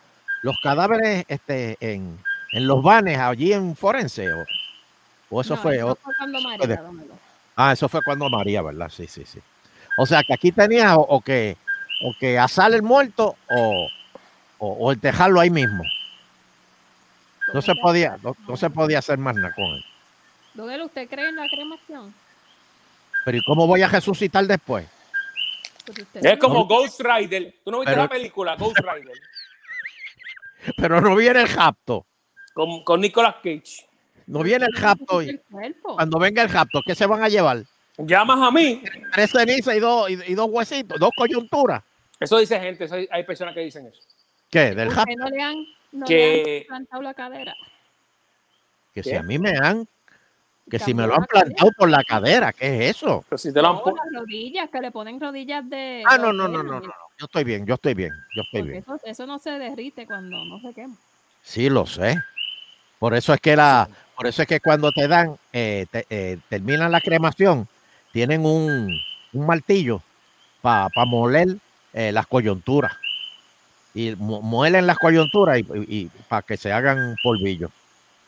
Speaker 3: los cadáveres este, en, en los vanes allí en Forense. O, o eso
Speaker 4: No,
Speaker 3: fue. o-
Speaker 4: cuando
Speaker 3: fue
Speaker 4: María,
Speaker 3: después.
Speaker 4: dámelo.
Speaker 3: ah, eso fue cuando María, ¿verdad? Sí, sí, sí. O sea que aquí tenías o, o que o que asar el muerto o, o, o entejarlo ahí mismo. No se
Speaker 4: Don
Speaker 3: podía, no, no se podía hacer más nada con él.
Speaker 4: Elo, ¿usted cree en la cremación?
Speaker 3: Pero ¿y cómo voy a resucitar después?
Speaker 4: Pues usted
Speaker 5: Es
Speaker 4: no-
Speaker 5: como Ghost Rider. ¿Tú no viste
Speaker 3: Pero-
Speaker 5: la película Ghost Rider?
Speaker 3: Pero no viene el rapto.
Speaker 5: Con, con Nicolas Cage.
Speaker 3: No viene el rapto. Y
Speaker 4: El cuerpo.
Speaker 3: cuando venga el rapto, ¿qué se van a llevar?
Speaker 5: Llamas a mí.
Speaker 3: Tres cenizas y dos, y, y dos huesitos, dos coyunturas.
Speaker 5: Eso dice gente, eso hay, hay personas que dicen eso.
Speaker 3: ¿Qué? Del
Speaker 4: ¿Por
Speaker 3: rap.
Speaker 4: qué no le han, no le
Speaker 5: Que-
Speaker 4: han plantado la cadera?
Speaker 3: Que
Speaker 5: ¿Qué?
Speaker 3: si a mí me han, que si me
Speaker 4: Cambió
Speaker 3: lo han
Speaker 4: la cadera.
Speaker 3: plantado por la cadera, ¿qué es eso?
Speaker 5: Pero si te lo han
Speaker 4: No,
Speaker 5: pu-
Speaker 4: las rodillas, que le ponen rodillas de.
Speaker 3: Ah,
Speaker 4: de
Speaker 3: no, no, no,
Speaker 4: hotel,
Speaker 3: no, no.
Speaker 4: mira,
Speaker 3: no. Yo estoy bien, yo estoy bien, yo estoy
Speaker 4: porque
Speaker 3: bien.
Speaker 4: Eso, eso no se derrite cuando no se quema.
Speaker 3: Sí, lo sé. Por eso es que la, por eso es que cuando te dan, eh, te- eh, terminan la cremación, tienen un, un martillo para moler eh, las coyunturas. Y mo- muelen las coyunturas y, para que se hagan polvillo.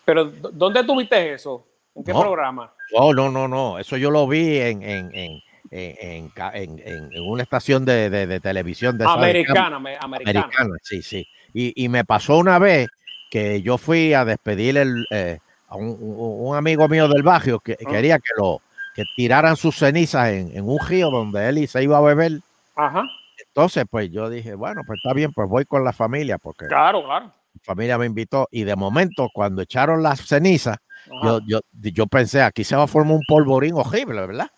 Speaker 5: Pero ¿dó- ¿dónde tuviste eso? ¿En qué
Speaker 3: No.
Speaker 5: programa?
Speaker 3: Oh, no, no, no. Eso yo lo vi en, en, en, en, en ca- en- en- en una estación de, de- de televisión de esa de cable
Speaker 5: Americana, me- americana.
Speaker 3: americana, sí, sí. Y, y me pasó una vez que yo fui a despedir el, eh, a un, un- un amigo mío del barrio que
Speaker 5: Ah.
Speaker 3: quería que lo que tiraran sus cenizas en, en un río donde él y se iba a beber.
Speaker 5: Ajá.
Speaker 3: Entonces, pues yo dije, bueno, pues está bien, pues voy con la familia, porque la
Speaker 5: Claro, claro.
Speaker 3: familia me invitó. Y de momento, cuando echaron las cenizas,
Speaker 5: Ajá.
Speaker 3: yo, yo, yo pensé, aquí se va a formar un polvorín horrible, ¿verdad?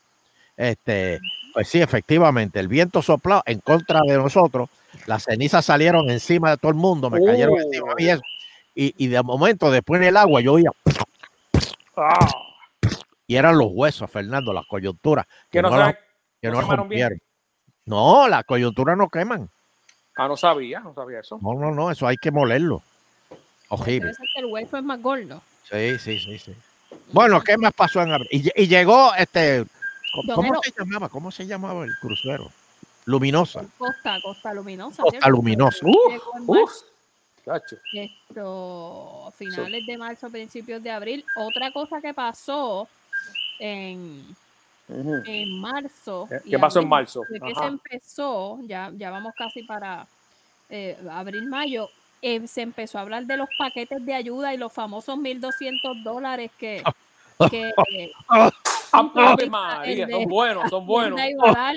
Speaker 3: Este, pues sí, efectivamente, el viento sopló en contra de nosotros, las cenizas salieron encima de todo el mundo, me cayeron
Speaker 5: Oh.
Speaker 3: encima y eso. Y, y de momento, después en el agua, yo oía,
Speaker 5: Ah,
Speaker 3: y eran los huesos, Fernando, las coyunturas, que,
Speaker 5: que no
Speaker 3: no, las-
Speaker 5: sabes-
Speaker 3: que
Speaker 5: no
Speaker 3: no
Speaker 5: se quemaron bien?
Speaker 3: rompieron. No, las coyunturas no queman.
Speaker 5: Ah, no sabía, no sabía eso.
Speaker 3: No, no, no, eso hay que molerlo.
Speaker 4: Debe
Speaker 3: Horrible.
Speaker 4: ser que el hueso es más gordo.
Speaker 3: Sí, sí, sí, sí. Bueno, ¿qué más pasó en abril? Y, lle- y llegó este. co-
Speaker 4: Don
Speaker 3: ¿Cómo
Speaker 4: Elo.
Speaker 3: se llamaba? ¿Cómo se llamaba el crucero? Luminosa.
Speaker 4: Costa, costa luminosa.
Speaker 3: Ah. Costa
Speaker 4: ¿cierto?
Speaker 3: Luminosa.
Speaker 5: Uh,
Speaker 4: Llegó en
Speaker 5: Uf, chacho.
Speaker 4: Esto, finales de marzo, principios de abril. Otra cosa que pasó en,
Speaker 5: Ujú.
Speaker 4: en marzo.
Speaker 5: Eh, ¿Qué-
Speaker 4: y
Speaker 5: ¿Qué pasó en
Speaker 4: abril,
Speaker 5: marzo?
Speaker 4: Desde que se
Speaker 5: Ajá.
Speaker 4: empezó, ya, ya vamos casi para eh, abril, mayo, eh, se empezó a hablar de los paquetes de ayuda y los famosos 1.200 dólares que... que eh,
Speaker 5: Ave
Speaker 4: el
Speaker 5: María,
Speaker 4: de
Speaker 5: ah, son buenos, son buenos.
Speaker 4: Hacienda iba a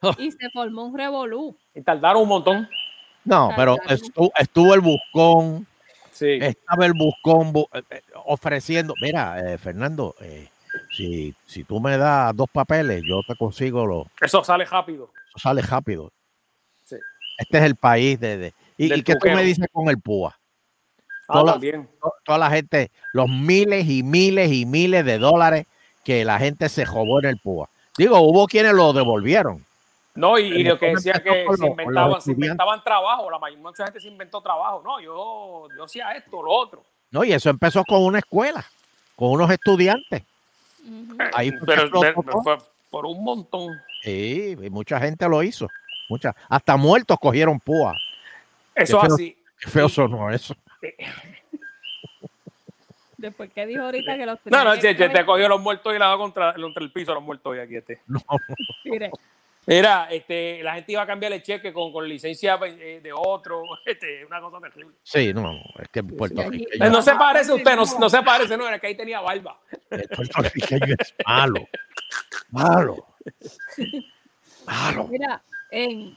Speaker 4: dar, y se formó un revolú.
Speaker 5: Y tardaron un montón.
Speaker 3: No, pero
Speaker 4: Tardaron.
Speaker 3: estu- estuvo el buscón,
Speaker 5: Sí.
Speaker 3: estaba el buscón bu- eh, eh, ofreciendo. Mira, eh, Fernando, eh, si, si tú me das dos papeles, yo te consigo los.
Speaker 5: Eso sale rápido.
Speaker 3: Eso sale rápido.
Speaker 5: Sí.
Speaker 3: Este es el país de... de- ¿Y,
Speaker 5: Del
Speaker 3: y qué tú me
Speaker 5: puquero.
Speaker 3: dices con el púa?
Speaker 5: Ah,
Speaker 3: Todas-
Speaker 5: también.
Speaker 3: to- toda la gente, los miles y miles y miles de dólares que la gente se robó en el púa. Digo, hubo quienes lo devolvieron.
Speaker 5: No, y, y
Speaker 3: Pero
Speaker 5: lo que
Speaker 3: ¿cómo
Speaker 5: decía
Speaker 3: empezó
Speaker 5: que
Speaker 3: con
Speaker 5: se
Speaker 3: los- con
Speaker 5: inventaban,
Speaker 3: los
Speaker 5: se inventaban trabajo, la mayor- mucha gente se inventó trabajo. No, yo, yo hacía esto, lo otro.
Speaker 3: No, y eso empezó con una escuela, con unos estudiantes.
Speaker 4: Ujú.
Speaker 3: Ahí fue que
Speaker 5: pero
Speaker 3: explotó
Speaker 5: pero
Speaker 3: todo.
Speaker 5: fue por un montón.
Speaker 3: Sí, y mucha gente lo hizo. Mucha, hasta muertos cogieron púa.
Speaker 5: Eso
Speaker 3: feo.
Speaker 5: así.
Speaker 3: Qué feo sonó eso.
Speaker 4: Después que dijo ahorita que los
Speaker 5: No,
Speaker 4: tenía
Speaker 5: no,
Speaker 4: que
Speaker 5: che, che,
Speaker 4: coger,
Speaker 5: te cogió los muertos y la contra, contra el piso, los muertos y aquí este.
Speaker 3: No,
Speaker 4: mire,
Speaker 5: Mira, este, la gente iba a cambiar el cheque con, con licencia eh, de otro, este, una cosa terrible.
Speaker 3: sí, no, es que el
Speaker 5: Eh,
Speaker 3: puertorriqueño,
Speaker 5: No se parece a usted, no, no se parece, no, era que ahí tenía barba.
Speaker 3: el puertorriqueño es malo. Malo. Malo.
Speaker 4: mira, en,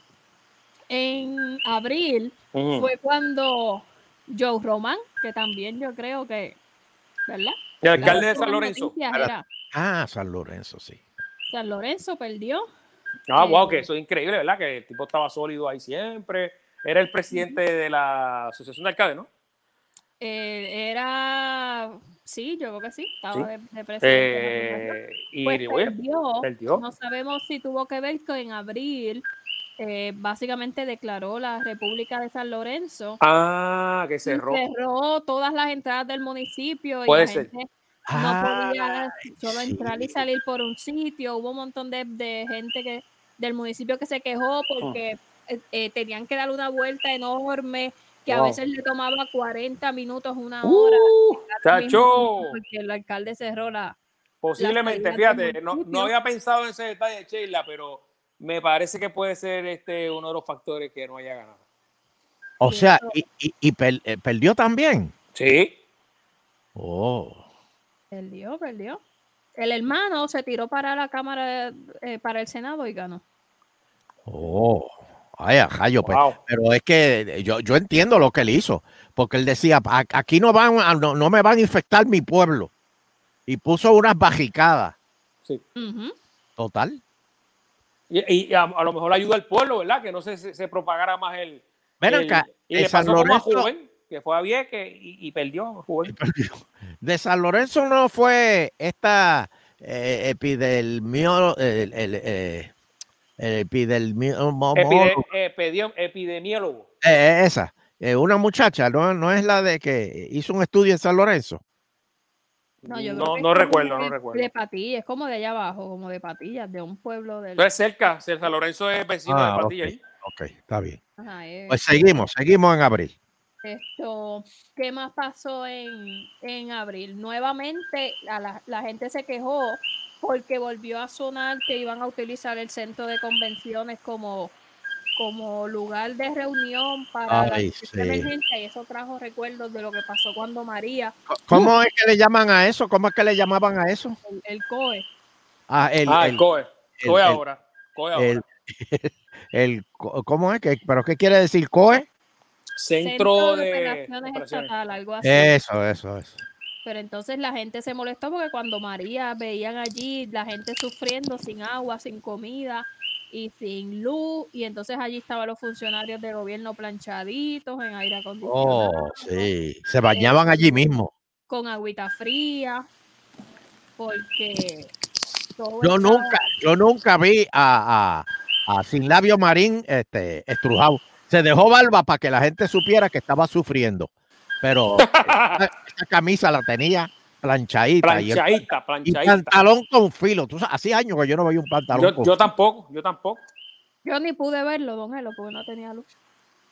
Speaker 4: en abril
Speaker 5: Ujú.
Speaker 4: fue cuando Joe Román, que también yo creo que, ¿verdad?
Speaker 5: Y el alcalde de
Speaker 4: Las
Speaker 5: San Lorenzo.
Speaker 4: noticias
Speaker 3: Ahora-
Speaker 4: era,
Speaker 3: Ah, San Lorenzo, sí.
Speaker 4: San Lorenzo perdió.
Speaker 5: Ah,
Speaker 4: Eh,
Speaker 5: wow, que eso es increíble, ¿verdad? Que el tipo estaba sólido ahí siempre. Era el presidente de la Asociación de Alcaldes, ¿no?
Speaker 4: eh, era, sí, yo creo que sí, estaba
Speaker 5: Sí.
Speaker 4: de, de presidente. Ramón Valdés.
Speaker 5: Eh, y
Speaker 4: Pues
Speaker 5: bueno,
Speaker 4: perdió.
Speaker 5: perdió.
Speaker 4: No sabemos si tuvo que ver con en abril. eh, básicamente declaró la República de San Lorenzo.
Speaker 5: Ah, que
Speaker 4: y
Speaker 5: cerró.
Speaker 4: cerró todas las entradas del municipio. y
Speaker 5: Puede
Speaker 4: la
Speaker 5: ser.
Speaker 4: gente no
Speaker 3: Ah,
Speaker 4: podía solo
Speaker 3: sí.
Speaker 4: entrar y salir por un sitio. Hubo un montón de, de gente que, del municipio que se quejó
Speaker 5: Mm.
Speaker 4: porque eh, eh, tenían que dar una vuelta enorme que a
Speaker 5: Wow.
Speaker 4: veces le tomaba 40 minutos, una hora.
Speaker 5: Uh,
Speaker 4: llegar al mismo
Speaker 5: chacho.
Speaker 4: sitio Porque el alcalde cerró la...
Speaker 5: Posiblemente,
Speaker 4: Las salidas del
Speaker 5: fíjate, no,
Speaker 4: municipio.
Speaker 5: no había pensado en ese detalle, Sheila, pero me parece que puede ser este uno de los factores que no haya ganado.
Speaker 3: O sea, y, y- y per- eh, perdió también.
Speaker 5: Sí.
Speaker 3: Oh.
Speaker 4: Perdió, perdió. El hermano se tiró para la Cámara, eh, para el Senado y ganó.
Speaker 3: Oh, ay, ajá, yo, pues,
Speaker 5: Wow.
Speaker 3: pero es que eh, yo, yo entiendo lo que él hizo, porque él decía, "A- aquí no van, a- no, no me van a infectar mi pueblo. Y puso unas barricadas,
Speaker 4: Ujú.
Speaker 3: total.
Speaker 5: Y, y a, a lo mejor ayuda al pueblo, ¿verdad? Que no se, se, se propagara más el.
Speaker 3: Ven
Speaker 5: el-
Speaker 3: acá,
Speaker 5: Eh, Y
Speaker 3: de
Speaker 5: le
Speaker 3: San
Speaker 5: pasó como a
Speaker 3: Lorenzo-
Speaker 5: Juven, que fue a Vieques y, y perdió a Juven.
Speaker 3: De San Lorenzo no fue esta eh, epidemio- el, el, eh, el epidemio-
Speaker 5: Epide- epidio- epidemiólogo.
Speaker 3: eh, esa, eh, una muchacha, no, no es la de que hizo un estudio en San Lorenzo.
Speaker 4: No, yo creo
Speaker 5: no,
Speaker 4: que
Speaker 5: no
Speaker 4: es como
Speaker 5: recuerdo, no
Speaker 4: de-
Speaker 5: recuerdo.
Speaker 4: De Patillas, como de allá abajo, como de Patillas, de un pueblo del...
Speaker 5: No es cerca, San Lorenzo es vecino
Speaker 3: Ah,
Speaker 5: de ¿eh? Patilla.
Speaker 3: ok.
Speaker 5: ahí.
Speaker 3: Ok, está bien.
Speaker 4: Ajá, eh,
Speaker 3: Pues seguimos, seguimos en abril.
Speaker 4: Esto, ¿qué más pasó en, en abril? Nuevamente a la, la gente se quejó porque volvió a sonar que iban a utilizar el centro de convenciones como, como lugar de reunión para la
Speaker 3: Ay,
Speaker 4: situación
Speaker 3: sí.
Speaker 4: de emergencia y eso trajo recuerdos de lo que pasó cuando María,
Speaker 5: Ah, uh.
Speaker 3: ¿Cómo es que le llaman a eso? ¿Cómo es que le llamaban a eso?
Speaker 4: el, el COE,
Speaker 3: Ah, el,
Speaker 5: ah,
Speaker 3: el-
Speaker 5: el COE.
Speaker 3: el-
Speaker 5: COE
Speaker 3: el-
Speaker 5: ahora. COE ahora.
Speaker 3: el- el co- ¿Cómo es? que ¿Pero qué quiere decir COE?
Speaker 5: Centro de
Speaker 4: Operaciones
Speaker 5: Operaciones.
Speaker 4: Estatal, algo
Speaker 3: Ah,
Speaker 4: así.
Speaker 3: Eso, eso, eso.
Speaker 4: Pero entonces la gente se molestó porque cuando María veían allí la gente sufriendo sin agua, sin comida y sin luz, y entonces allí estaban los funcionarios de gobierno planchaditos en aire acondicionado,
Speaker 3: Oh, sí. Se bañaban allí mismo.
Speaker 4: con agüita fría, porque todo
Speaker 3: Yo
Speaker 4: estaba-
Speaker 3: nunca, yo nunca vi a, a- a Sin Labio Marín este, estrujado. Se dejó barba para que la gente supiera que estaba sufriendo. Pero esa, esa camisa la tenía planchadita. y el-
Speaker 5: Planchadita,
Speaker 3: y
Speaker 5: planchadita.
Speaker 3: pantalón con filo. Tú sabes, hace años que yo no veía un pantalón
Speaker 5: Yo,
Speaker 3: con
Speaker 5: yo tampoco, yo tampoco.
Speaker 4: Yo ni pude verlo, don Elo, porque no tenía luz.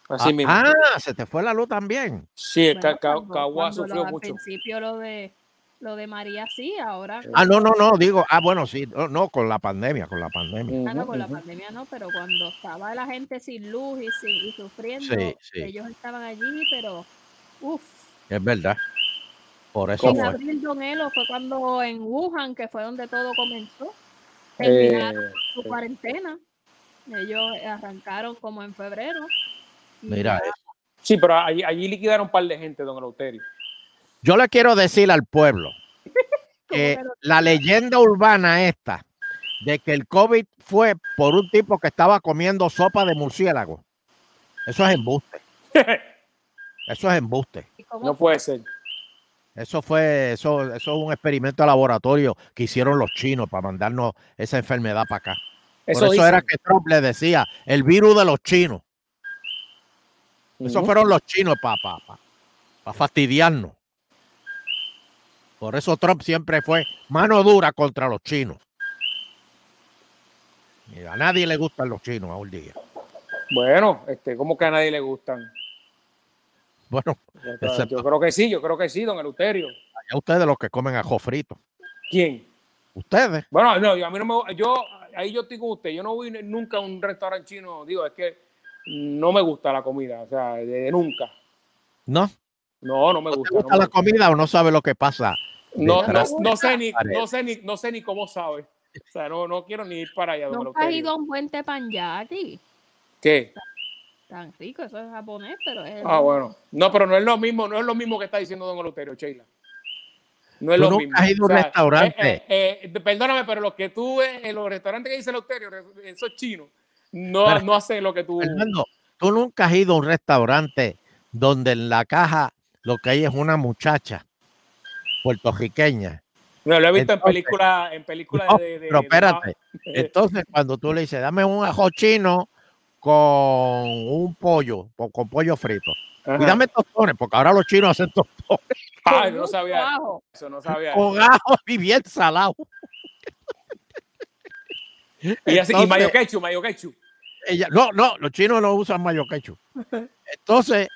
Speaker 5: Así mismo.
Speaker 3: ah, ah, se te fue la luz también.
Speaker 5: sí, el
Speaker 4: Bueno,
Speaker 5: Eh, ca- ca-
Speaker 4: cuando-
Speaker 5: Caguá
Speaker 4: cuando
Speaker 5: sufrió
Speaker 4: lo- Al
Speaker 5: mucho.
Speaker 4: principio lo de, lo de María sí, ahora...
Speaker 3: Ah, no, no, no, digo, ah, bueno, sí, no, no, con la pandemia, con la pandemia.
Speaker 4: Ah, no,
Speaker 5: Ujú,
Speaker 4: con la
Speaker 5: ujú.
Speaker 4: pandemia no, pero cuando estaba la gente sin luz y, sin- y sufriendo,
Speaker 3: Sí, sí.
Speaker 4: ellos estaban allí, pero uff.
Speaker 3: Es verdad. Por eso
Speaker 4: En
Speaker 3: fue.
Speaker 4: abril, Don Elo, fue cuando en Wuhan, que fue donde todo comenzó,
Speaker 5: Eh,
Speaker 4: terminaron su cuarentena. Ellos arrancaron como en febrero. y
Speaker 3: Mira, eh,
Speaker 4: ya-
Speaker 3: eso.
Speaker 5: Sí, pero allí, allí liquidaron un par de gente, don Eleuterio.
Speaker 3: yo le quiero decir al pueblo que
Speaker 5: eh,
Speaker 4: ¿Cómo
Speaker 3: la leyenda urbana esta de que el COVID fue por un tipo que estaba comiendo sopa de murciélago. Eso es embuste. Eso es embuste.
Speaker 4: ¿Y cómo
Speaker 5: No puede ser.
Speaker 3: Eso fue, eso, eso es un experimento de laboratorio que hicieron los chinos para mandarnos esa enfermedad para acá.
Speaker 5: Eso,
Speaker 3: Por eso
Speaker 5: dicen.
Speaker 3: era que Trump le decía, el virus de los chinos. Esos
Speaker 5: Ujú.
Speaker 3: fueron los chinos para pa, pa, pa fastidiarnos. Por eso Trump siempre fue mano dura contra los chinos. Y a nadie le gustan los chinos a un día.
Speaker 5: Bueno, este, como que a nadie le gustan.
Speaker 3: Bueno,
Speaker 5: Ya está.
Speaker 3: Excepto-
Speaker 5: Yo creo que sí, yo creo que sí, don Eleuterio.
Speaker 3: allá ustedes los que comen ajo frito.
Speaker 5: ¿Quién?
Speaker 3: Ustedes.
Speaker 5: Bueno, no, yo, a mí no me, yo, ahí yo estoy con usted. Yo no voy nunca a un restaurante chino. Digo, es que no me gusta la comida, o sea, de, de nunca.
Speaker 3: ¿No?
Speaker 5: No, no me
Speaker 3: ¿No te
Speaker 5: gusta. no
Speaker 3: gusta
Speaker 5: me
Speaker 3: la
Speaker 5: gusta.
Speaker 3: comida o no sabe lo que pasa?
Speaker 5: No, no,
Speaker 3: detrás
Speaker 5: no
Speaker 3: de
Speaker 5: sé
Speaker 3: la
Speaker 5: ni,
Speaker 3: pared?
Speaker 5: no sé ni, no sé ni cómo sabe. O sea, no, no quiero ni ir para allá. don
Speaker 4: Nunca has
Speaker 5: Eleuterio.
Speaker 4: ido a un buen tepanyaki.
Speaker 5: ¿Qué?
Speaker 4: Tan rico, eso es japonés, pero es.
Speaker 5: Ah, bueno. No, pero no es lo mismo, no es lo mismo que está diciendo Don Eleuterio, Sheila. No es
Speaker 3: Tú
Speaker 5: lo
Speaker 3: nunca
Speaker 5: mismo.
Speaker 3: has ido a un restaurante.
Speaker 5: eh, eh, eh, perdóname, pero los que tú, ves en los restaurantes que dice Eleuterio, re- esos chinos, no,
Speaker 3: Pero-
Speaker 5: no hacen lo que tú.
Speaker 3: Fernando, tú nunca has ido a un restaurante donde en la caja lo que hay es una muchacha puertorriqueña.
Speaker 5: No, lo he visto en
Speaker 3: Entonces-
Speaker 5: películas en películas
Speaker 3: No,
Speaker 5: de, de-
Speaker 3: pero
Speaker 5: de-
Speaker 3: espérate.
Speaker 5: de-
Speaker 3: Entonces, cuando tú le dices, dame un ajo chino con un pollo, con, con pollo frito.
Speaker 5: Ajá.
Speaker 3: Y dame tostones, porque ahora los chinos hacen tostones
Speaker 4: con
Speaker 5: Ay, no
Speaker 4: mucho
Speaker 5: sabía
Speaker 4: ajo.
Speaker 5: eso, no sabía. eso.
Speaker 3: con ajo y bien salado.
Speaker 5: Y, así, y
Speaker 3: Entonces-
Speaker 5: mayo quechu, mayo quechu.
Speaker 3: Ella- no, no, los chinos no usan mayo quechu. Entonces,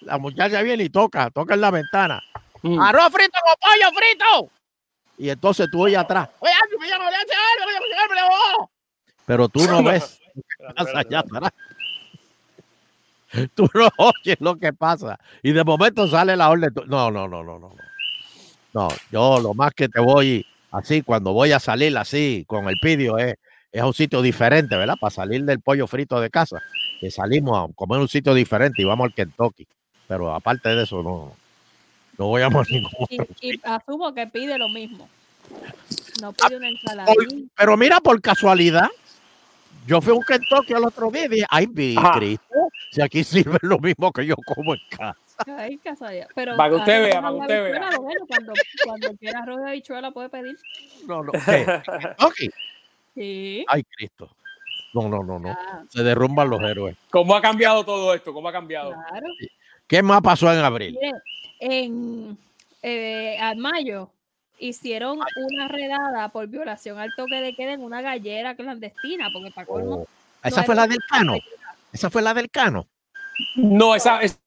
Speaker 3: la muchacha viene y toca, toca en la ventana.
Speaker 5: Ah,
Speaker 3: ¡Arroz frito con pollo frito! Mm. Y entonces tú oyes atrás. "Oye, ay, me llamo, me hace algo, me llamo, me llamo, me llamo". Pero tú no ves lo que pasa allá atrás. Tú no oyes lo que pasa. Y de momento sale la orden. tú- No, no, no, no, no. no. No, yo lo más que te voy así, cuando voy a salir así con el pidio, es, es a un sitio diferente, ¿verdad? Para salir del pollo frito de casa. Que salimos a comer un sitio diferente y vamos al Kentucky. Pero aparte de eso, no, no voy a más ningún
Speaker 4: Y,
Speaker 3: otro
Speaker 4: y asumo que pide lo mismo. No pide una ensalada.
Speaker 3: Por- pero mira, por casualidad, yo fui a un Kentucky el otro día y dije, ay, mi
Speaker 5: Ajá.
Speaker 3: Cristo, si aquí sirve lo mismo que yo como en casa.
Speaker 4: Ay, casualidad. Pero
Speaker 5: Para que usted
Speaker 4: arroz
Speaker 5: vea,
Speaker 4: de
Speaker 5: para que usted vea.
Speaker 4: habichuela, bueno, cuando, cuando quiera arroz de habichuela puede pedir.
Speaker 3: No, no, ¿qué? Kentucky.
Speaker 4: Sí.
Speaker 3: Ay, Cristo. No, no, Ah, no, no.
Speaker 4: Ah,
Speaker 3: Se derrumban los héroes.
Speaker 5: ¿Cómo ha cambiado todo esto? ¿Cómo ha
Speaker 3: Ah,
Speaker 5: cambiado?
Speaker 4: claro.
Speaker 3: ¿Qué más pasó en abril?
Speaker 4: Mire, en eh, a mayo hicieron
Speaker 3: Ah.
Speaker 4: una redada por violación al toque de queda en una gallera clandestina, porque para colmo,
Speaker 3: Oh, Esa
Speaker 4: no
Speaker 3: fue
Speaker 4: era
Speaker 3: la del
Speaker 4: una
Speaker 3: Cano.
Speaker 4: gallera.
Speaker 3: Esa fue la del Cano.
Speaker 5: No, esa, esa,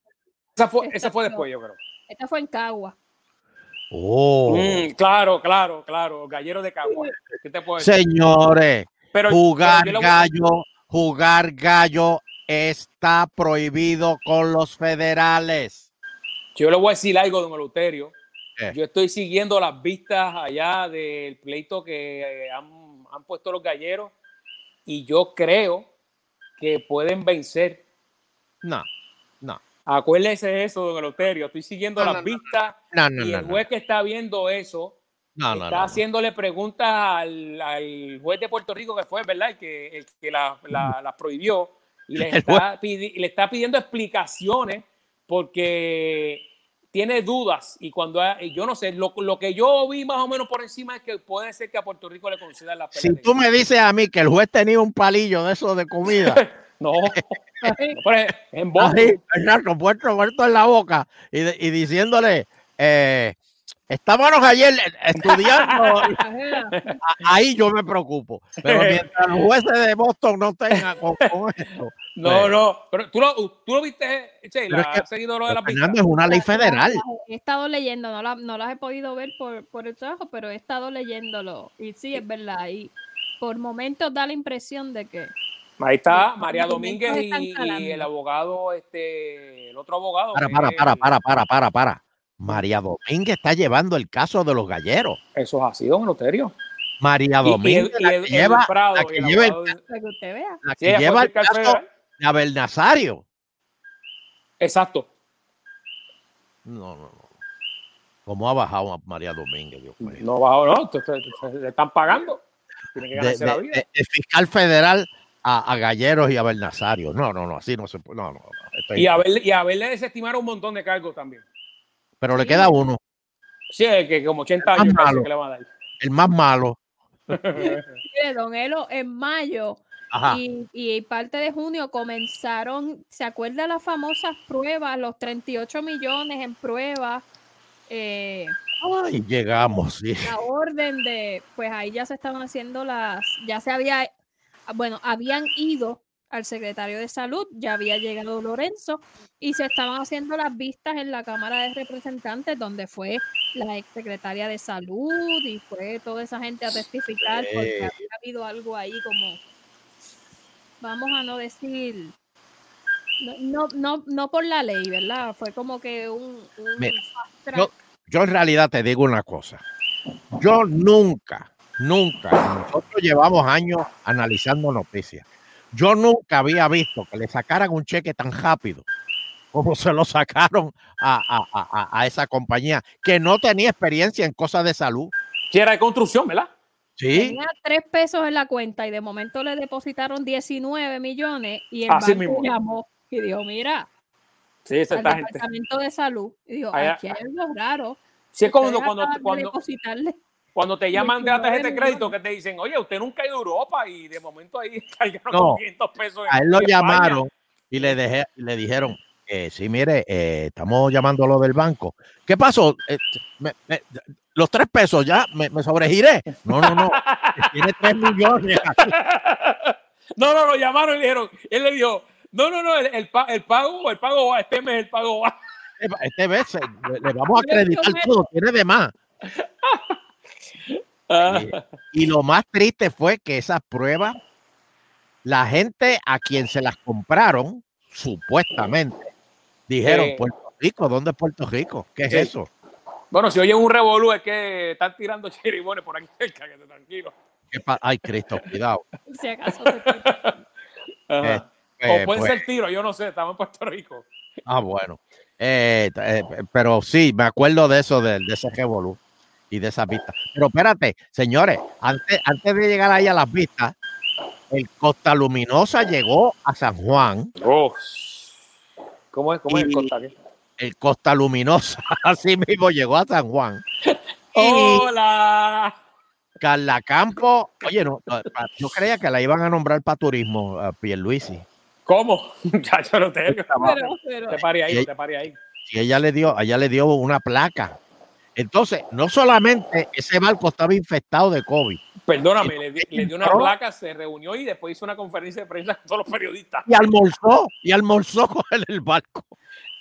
Speaker 5: esa fue, esa fue después, yo creo.
Speaker 4: Esta fue en Cagua.
Speaker 3: Oh,
Speaker 5: Mm, claro, claro, claro. Gallero de Cagua. ¿Qué te puedo decir?
Speaker 3: señores,
Speaker 5: pues. Pero,
Speaker 3: jugar
Speaker 5: pero yo le voy-
Speaker 3: gallo, jugar gallo está prohibido con los federales.
Speaker 5: Yo le voy a decir algo, don Eleuterio.
Speaker 3: ¿Qué?
Speaker 5: Yo estoy siguiendo las vistas allá del pleito que eh, han, han puesto los galleros y yo creo que pueden vencer.
Speaker 3: No, no,
Speaker 5: Acuérdese de eso, don Eleuterio. Estoy siguiendo
Speaker 3: No,
Speaker 5: las
Speaker 3: no, no,
Speaker 5: vistas
Speaker 3: no, no,
Speaker 5: y
Speaker 3: no,
Speaker 5: el
Speaker 3: no.
Speaker 5: juez que está viendo eso
Speaker 3: No, Ah, no,
Speaker 5: está
Speaker 3: no, no.
Speaker 5: haciéndole preguntas al, al juez de Puerto Rico que fue, ¿verdad? El que, el que la, la- la prohibió y le
Speaker 3: El juez.
Speaker 5: está, pidi- le está pidiendo explicaciones porque tiene dudas y cuando ha- y yo no sé, lo, lo que yo vi más o menos por encima es que puede ser que a Puerto Rico le concedan la pelea.
Speaker 3: Si
Speaker 5: de-
Speaker 3: tú me dices a mí que el juez tenía un palillo de esos de comida,
Speaker 5: No, no, pero es- en voz.
Speaker 3: así, Bernardo, puesto, puesto en la boca y, de- y diciéndole, eh, estábamos ayer estudiando,
Speaker 4: Ajá.
Speaker 3: ahí yo me preocupo. Pero mientras los jueces de Boston no tengan con, con esto,
Speaker 5: No, no, pero tú lo, tú lo viste, Sheila,
Speaker 3: Pero es que-
Speaker 5: has seguido lo de la pista.
Speaker 3: Fernando es una ley federal.
Speaker 4: He estado leyendo, no, la- no las he podido ver por, por el trabajo, pero he estado leyéndolo. Y sí, es verdad. Y por momentos da la impresión de que
Speaker 5: Ahí está
Speaker 4: Los
Speaker 5: María
Speaker 4: documentos
Speaker 5: Domínguez y,
Speaker 4: están calando.
Speaker 5: y el abogado, este, el otro abogado.
Speaker 3: Para,
Speaker 5: que-
Speaker 3: para, para, para, para, para, para. María Domínguez está llevando el caso de los galleros.
Speaker 5: Eso es así, don Loterio.
Speaker 3: María Domínguez, la que lleva, la que lleva el,
Speaker 4: para que usted vea.
Speaker 3: la que lleva el caso de Abel Nazario.
Speaker 5: Exacto.
Speaker 3: No, no, no. ¿Cómo ha bajado a María Domínguez, Dios mío?
Speaker 5: No, bajo, no, te, te- te- te están pagando. Tienen que
Speaker 3: de,
Speaker 5: ganarse la
Speaker 3: de-
Speaker 5: vida.
Speaker 3: de- de fiscal federal a, a Galleros y a Bernazario. No, no, no, así no se puede. No, no, no. Estoy-
Speaker 5: Y, haber- y haberle desestimado un montón de cargos también.
Speaker 3: Pero le queda uno,
Speaker 5: Sí, es que como 80
Speaker 3: Más
Speaker 5: años parece
Speaker 3: malo.
Speaker 5: que le van a dar.
Speaker 3: el más malo.
Speaker 4: Mire, Don Elo, en mayo
Speaker 3: Ajá.
Speaker 4: y, y parte de junio comenzaron, ¿se acuerdan las famosas pruebas, los 38 millones en pruebas? Eh,
Speaker 3: Ay, llegamos, sí.
Speaker 4: la orden de, pues ahí ya se estaban haciendo las, ya se había, bueno, habían ido al secretario de salud, ya había llegado Lorenzo, y se estaban haciendo las vistas en la Cámara de Representantes, donde fue la exsecretaria de salud y fue toda esa gente a testificar porque
Speaker 3: Sí.
Speaker 4: había habido algo ahí como, vamos a no decir... No, no, no, no por la ley, ¿verdad? Fue como que un, un
Speaker 3: Mira,
Speaker 4: fast track.
Speaker 3: yo- Yo en realidad te digo una cosa. Yo nunca, nunca, nosotros llevamos años analizando noticias. Yo nunca había visto que le sacaran un cheque tan rápido como se lo sacaron a, a- a- a- a esa compañía que no tenía experiencia en cosas de salud.
Speaker 5: Si era de construcción, ¿verdad?
Speaker 3: Sí,
Speaker 4: Tenía tres pesos en la cuenta y de momento le depositaron 19 millones y el
Speaker 5: Así
Speaker 4: banco
Speaker 5: mismo.
Speaker 4: llamó y dijo, mira,
Speaker 5: Sí, esa
Speaker 4: al
Speaker 5: esta gente.
Speaker 4: departamento de salud. Y dijo,
Speaker 5: Allá-
Speaker 4: aquí hay algo raro.
Speaker 5: Sí, es como
Speaker 4: ustedes
Speaker 5: cuando,
Speaker 4: acaban de
Speaker 5: cuando,
Speaker 4: depositarle.
Speaker 5: cuando te llaman de la
Speaker 4: 19
Speaker 5: tarjeta de crédito que te dicen, oye, usted nunca ha ido a Europa y de momento ahí cargaron
Speaker 3: No.
Speaker 5: 500 pesos. en-
Speaker 3: a él lo
Speaker 5: en España.
Speaker 3: llamaron y le, dejé, le dijeron, eh, sí, mire, eh, estamos llamándolo del banco. ¿Qué pasó? Eh, me- me- los tres pesos ya, me, me sobregiré. No, no, no. Tiene tres millones.
Speaker 5: No, no, lo llamaron y le dijeron, él le dijo, no, no, no, el, el pa- el pago, el pago va, este mes el pago va.
Speaker 3: Este- Este vez se- le, le vamos a
Speaker 4: Pero es que
Speaker 3: acreditar
Speaker 4: Homero-
Speaker 3: todo, tiene de más.
Speaker 5: Ah,
Speaker 3: Y lo más triste fue que esas pruebas, la gente a quien se las compraron, supuestamente, dijeron,
Speaker 5: Eh.
Speaker 3: Puerto Rico, ¿dónde es Puerto Rico? ¿Qué es
Speaker 5: Sí.
Speaker 3: eso?
Speaker 5: Bueno, si oye un revolú es que están tirando chiribones por aquí cerca, que te tranquilo.
Speaker 3: ¿Qué pa- Ay, Cristo, cuidado.
Speaker 4: Si acaso te estoy-
Speaker 5: Ajá.
Speaker 3: Eh, eh,
Speaker 5: o puede
Speaker 3: pues,
Speaker 5: ser tiro, yo no sé, estamos en Puerto Rico.
Speaker 3: Ah, bueno. Eh, eh, pero sí, me acuerdo de eso, de, de ese revolú y de esas vistas. Pero espérate, señores, antes, antes de llegar ahí a las vistas, el Costa Luminosa llegó a San Juan.
Speaker 5: ¿Cómo es? ¿Cómo es
Speaker 3: Y-
Speaker 5: el contacto?
Speaker 3: el Costa Luminosa, así mismo llegó a San Juan.
Speaker 5: Oh,
Speaker 3: Y
Speaker 5: ¡Hola!
Speaker 3: Carla Campo, oye, no, no, pa- yo creía que la iban a nombrar para turismo a Pierluisi.
Speaker 5: ¿Cómo? Ya yo no te
Speaker 4: pero- pero-
Speaker 5: Te paré ahí, no te paré ahí.
Speaker 3: Y ella le dio, ella le dio una placa. Entonces, no solamente ese barco estaba infectado de COVID,
Speaker 5: Perdóname, le, di- le dio una
Speaker 3: Entró.
Speaker 5: placa, se reunió y después hizo una conferencia de prensa con todos los periodistas.
Speaker 3: y almorzó, y almorzó con el, el barco.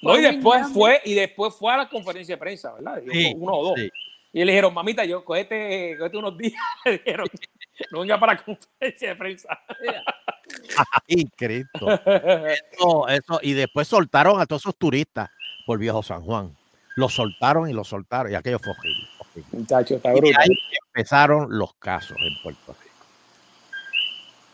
Speaker 5: No, y
Speaker 4: Fue
Speaker 5: después
Speaker 4: humillante.
Speaker 5: fue, y después fue a la conferencia de prensa, ¿verdad? Dijo
Speaker 3: Sí,
Speaker 5: uno o dos.
Speaker 3: sí.
Speaker 5: Y le dijeron, mamita, yo cogete, cogete unos días. Le dijeron, no venga para la conferencia de prensa.
Speaker 3: Ay, Cristo. Eso, eso, y después soltaron a todos esos turistas por Viejo San Juan. Los soltaron y los soltaron, y aquello fue horrible, horrible.
Speaker 5: Muchacho, está
Speaker 3: Y de ahí que empezaron los casos en Puerto Rico.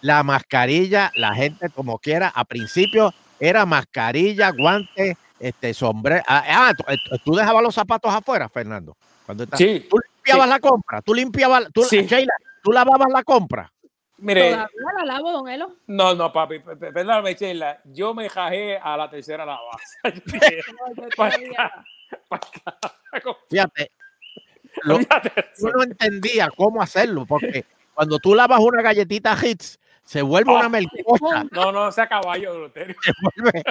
Speaker 3: La mascarilla, la gente como quiera, a principio era mascarilla, guantes, este sombrero. Ah, ah, tú, eh, tú dejabas los zapatos afuera, Fernando. Cuando estás-
Speaker 5: Sí,
Speaker 3: Tú limpiabas la compra, tú limpiabas, tú,
Speaker 5: Sí.
Speaker 3: Sheila, tú lavabas la compra.
Speaker 5: mire,
Speaker 4: Todavía la lavo, Don Elo.
Speaker 5: No, no, papi, pe- pe- perdóname, Sheila. Yo me jajé a la tercera lava. Yo dije,
Speaker 4: Yo
Speaker 5: Pa'
Speaker 4: todavía-
Speaker 5: "Pa' carajo,
Speaker 3: Fíjate, lo-
Speaker 5: olvídate".
Speaker 3: yo no entendía cómo hacerlo, porque cuando tú lavas una galletita hits, se vuelve
Speaker 5: Ah.
Speaker 3: una melcocha,
Speaker 5: No, no, sea caballo, Eleuterio.
Speaker 3: se vuelve,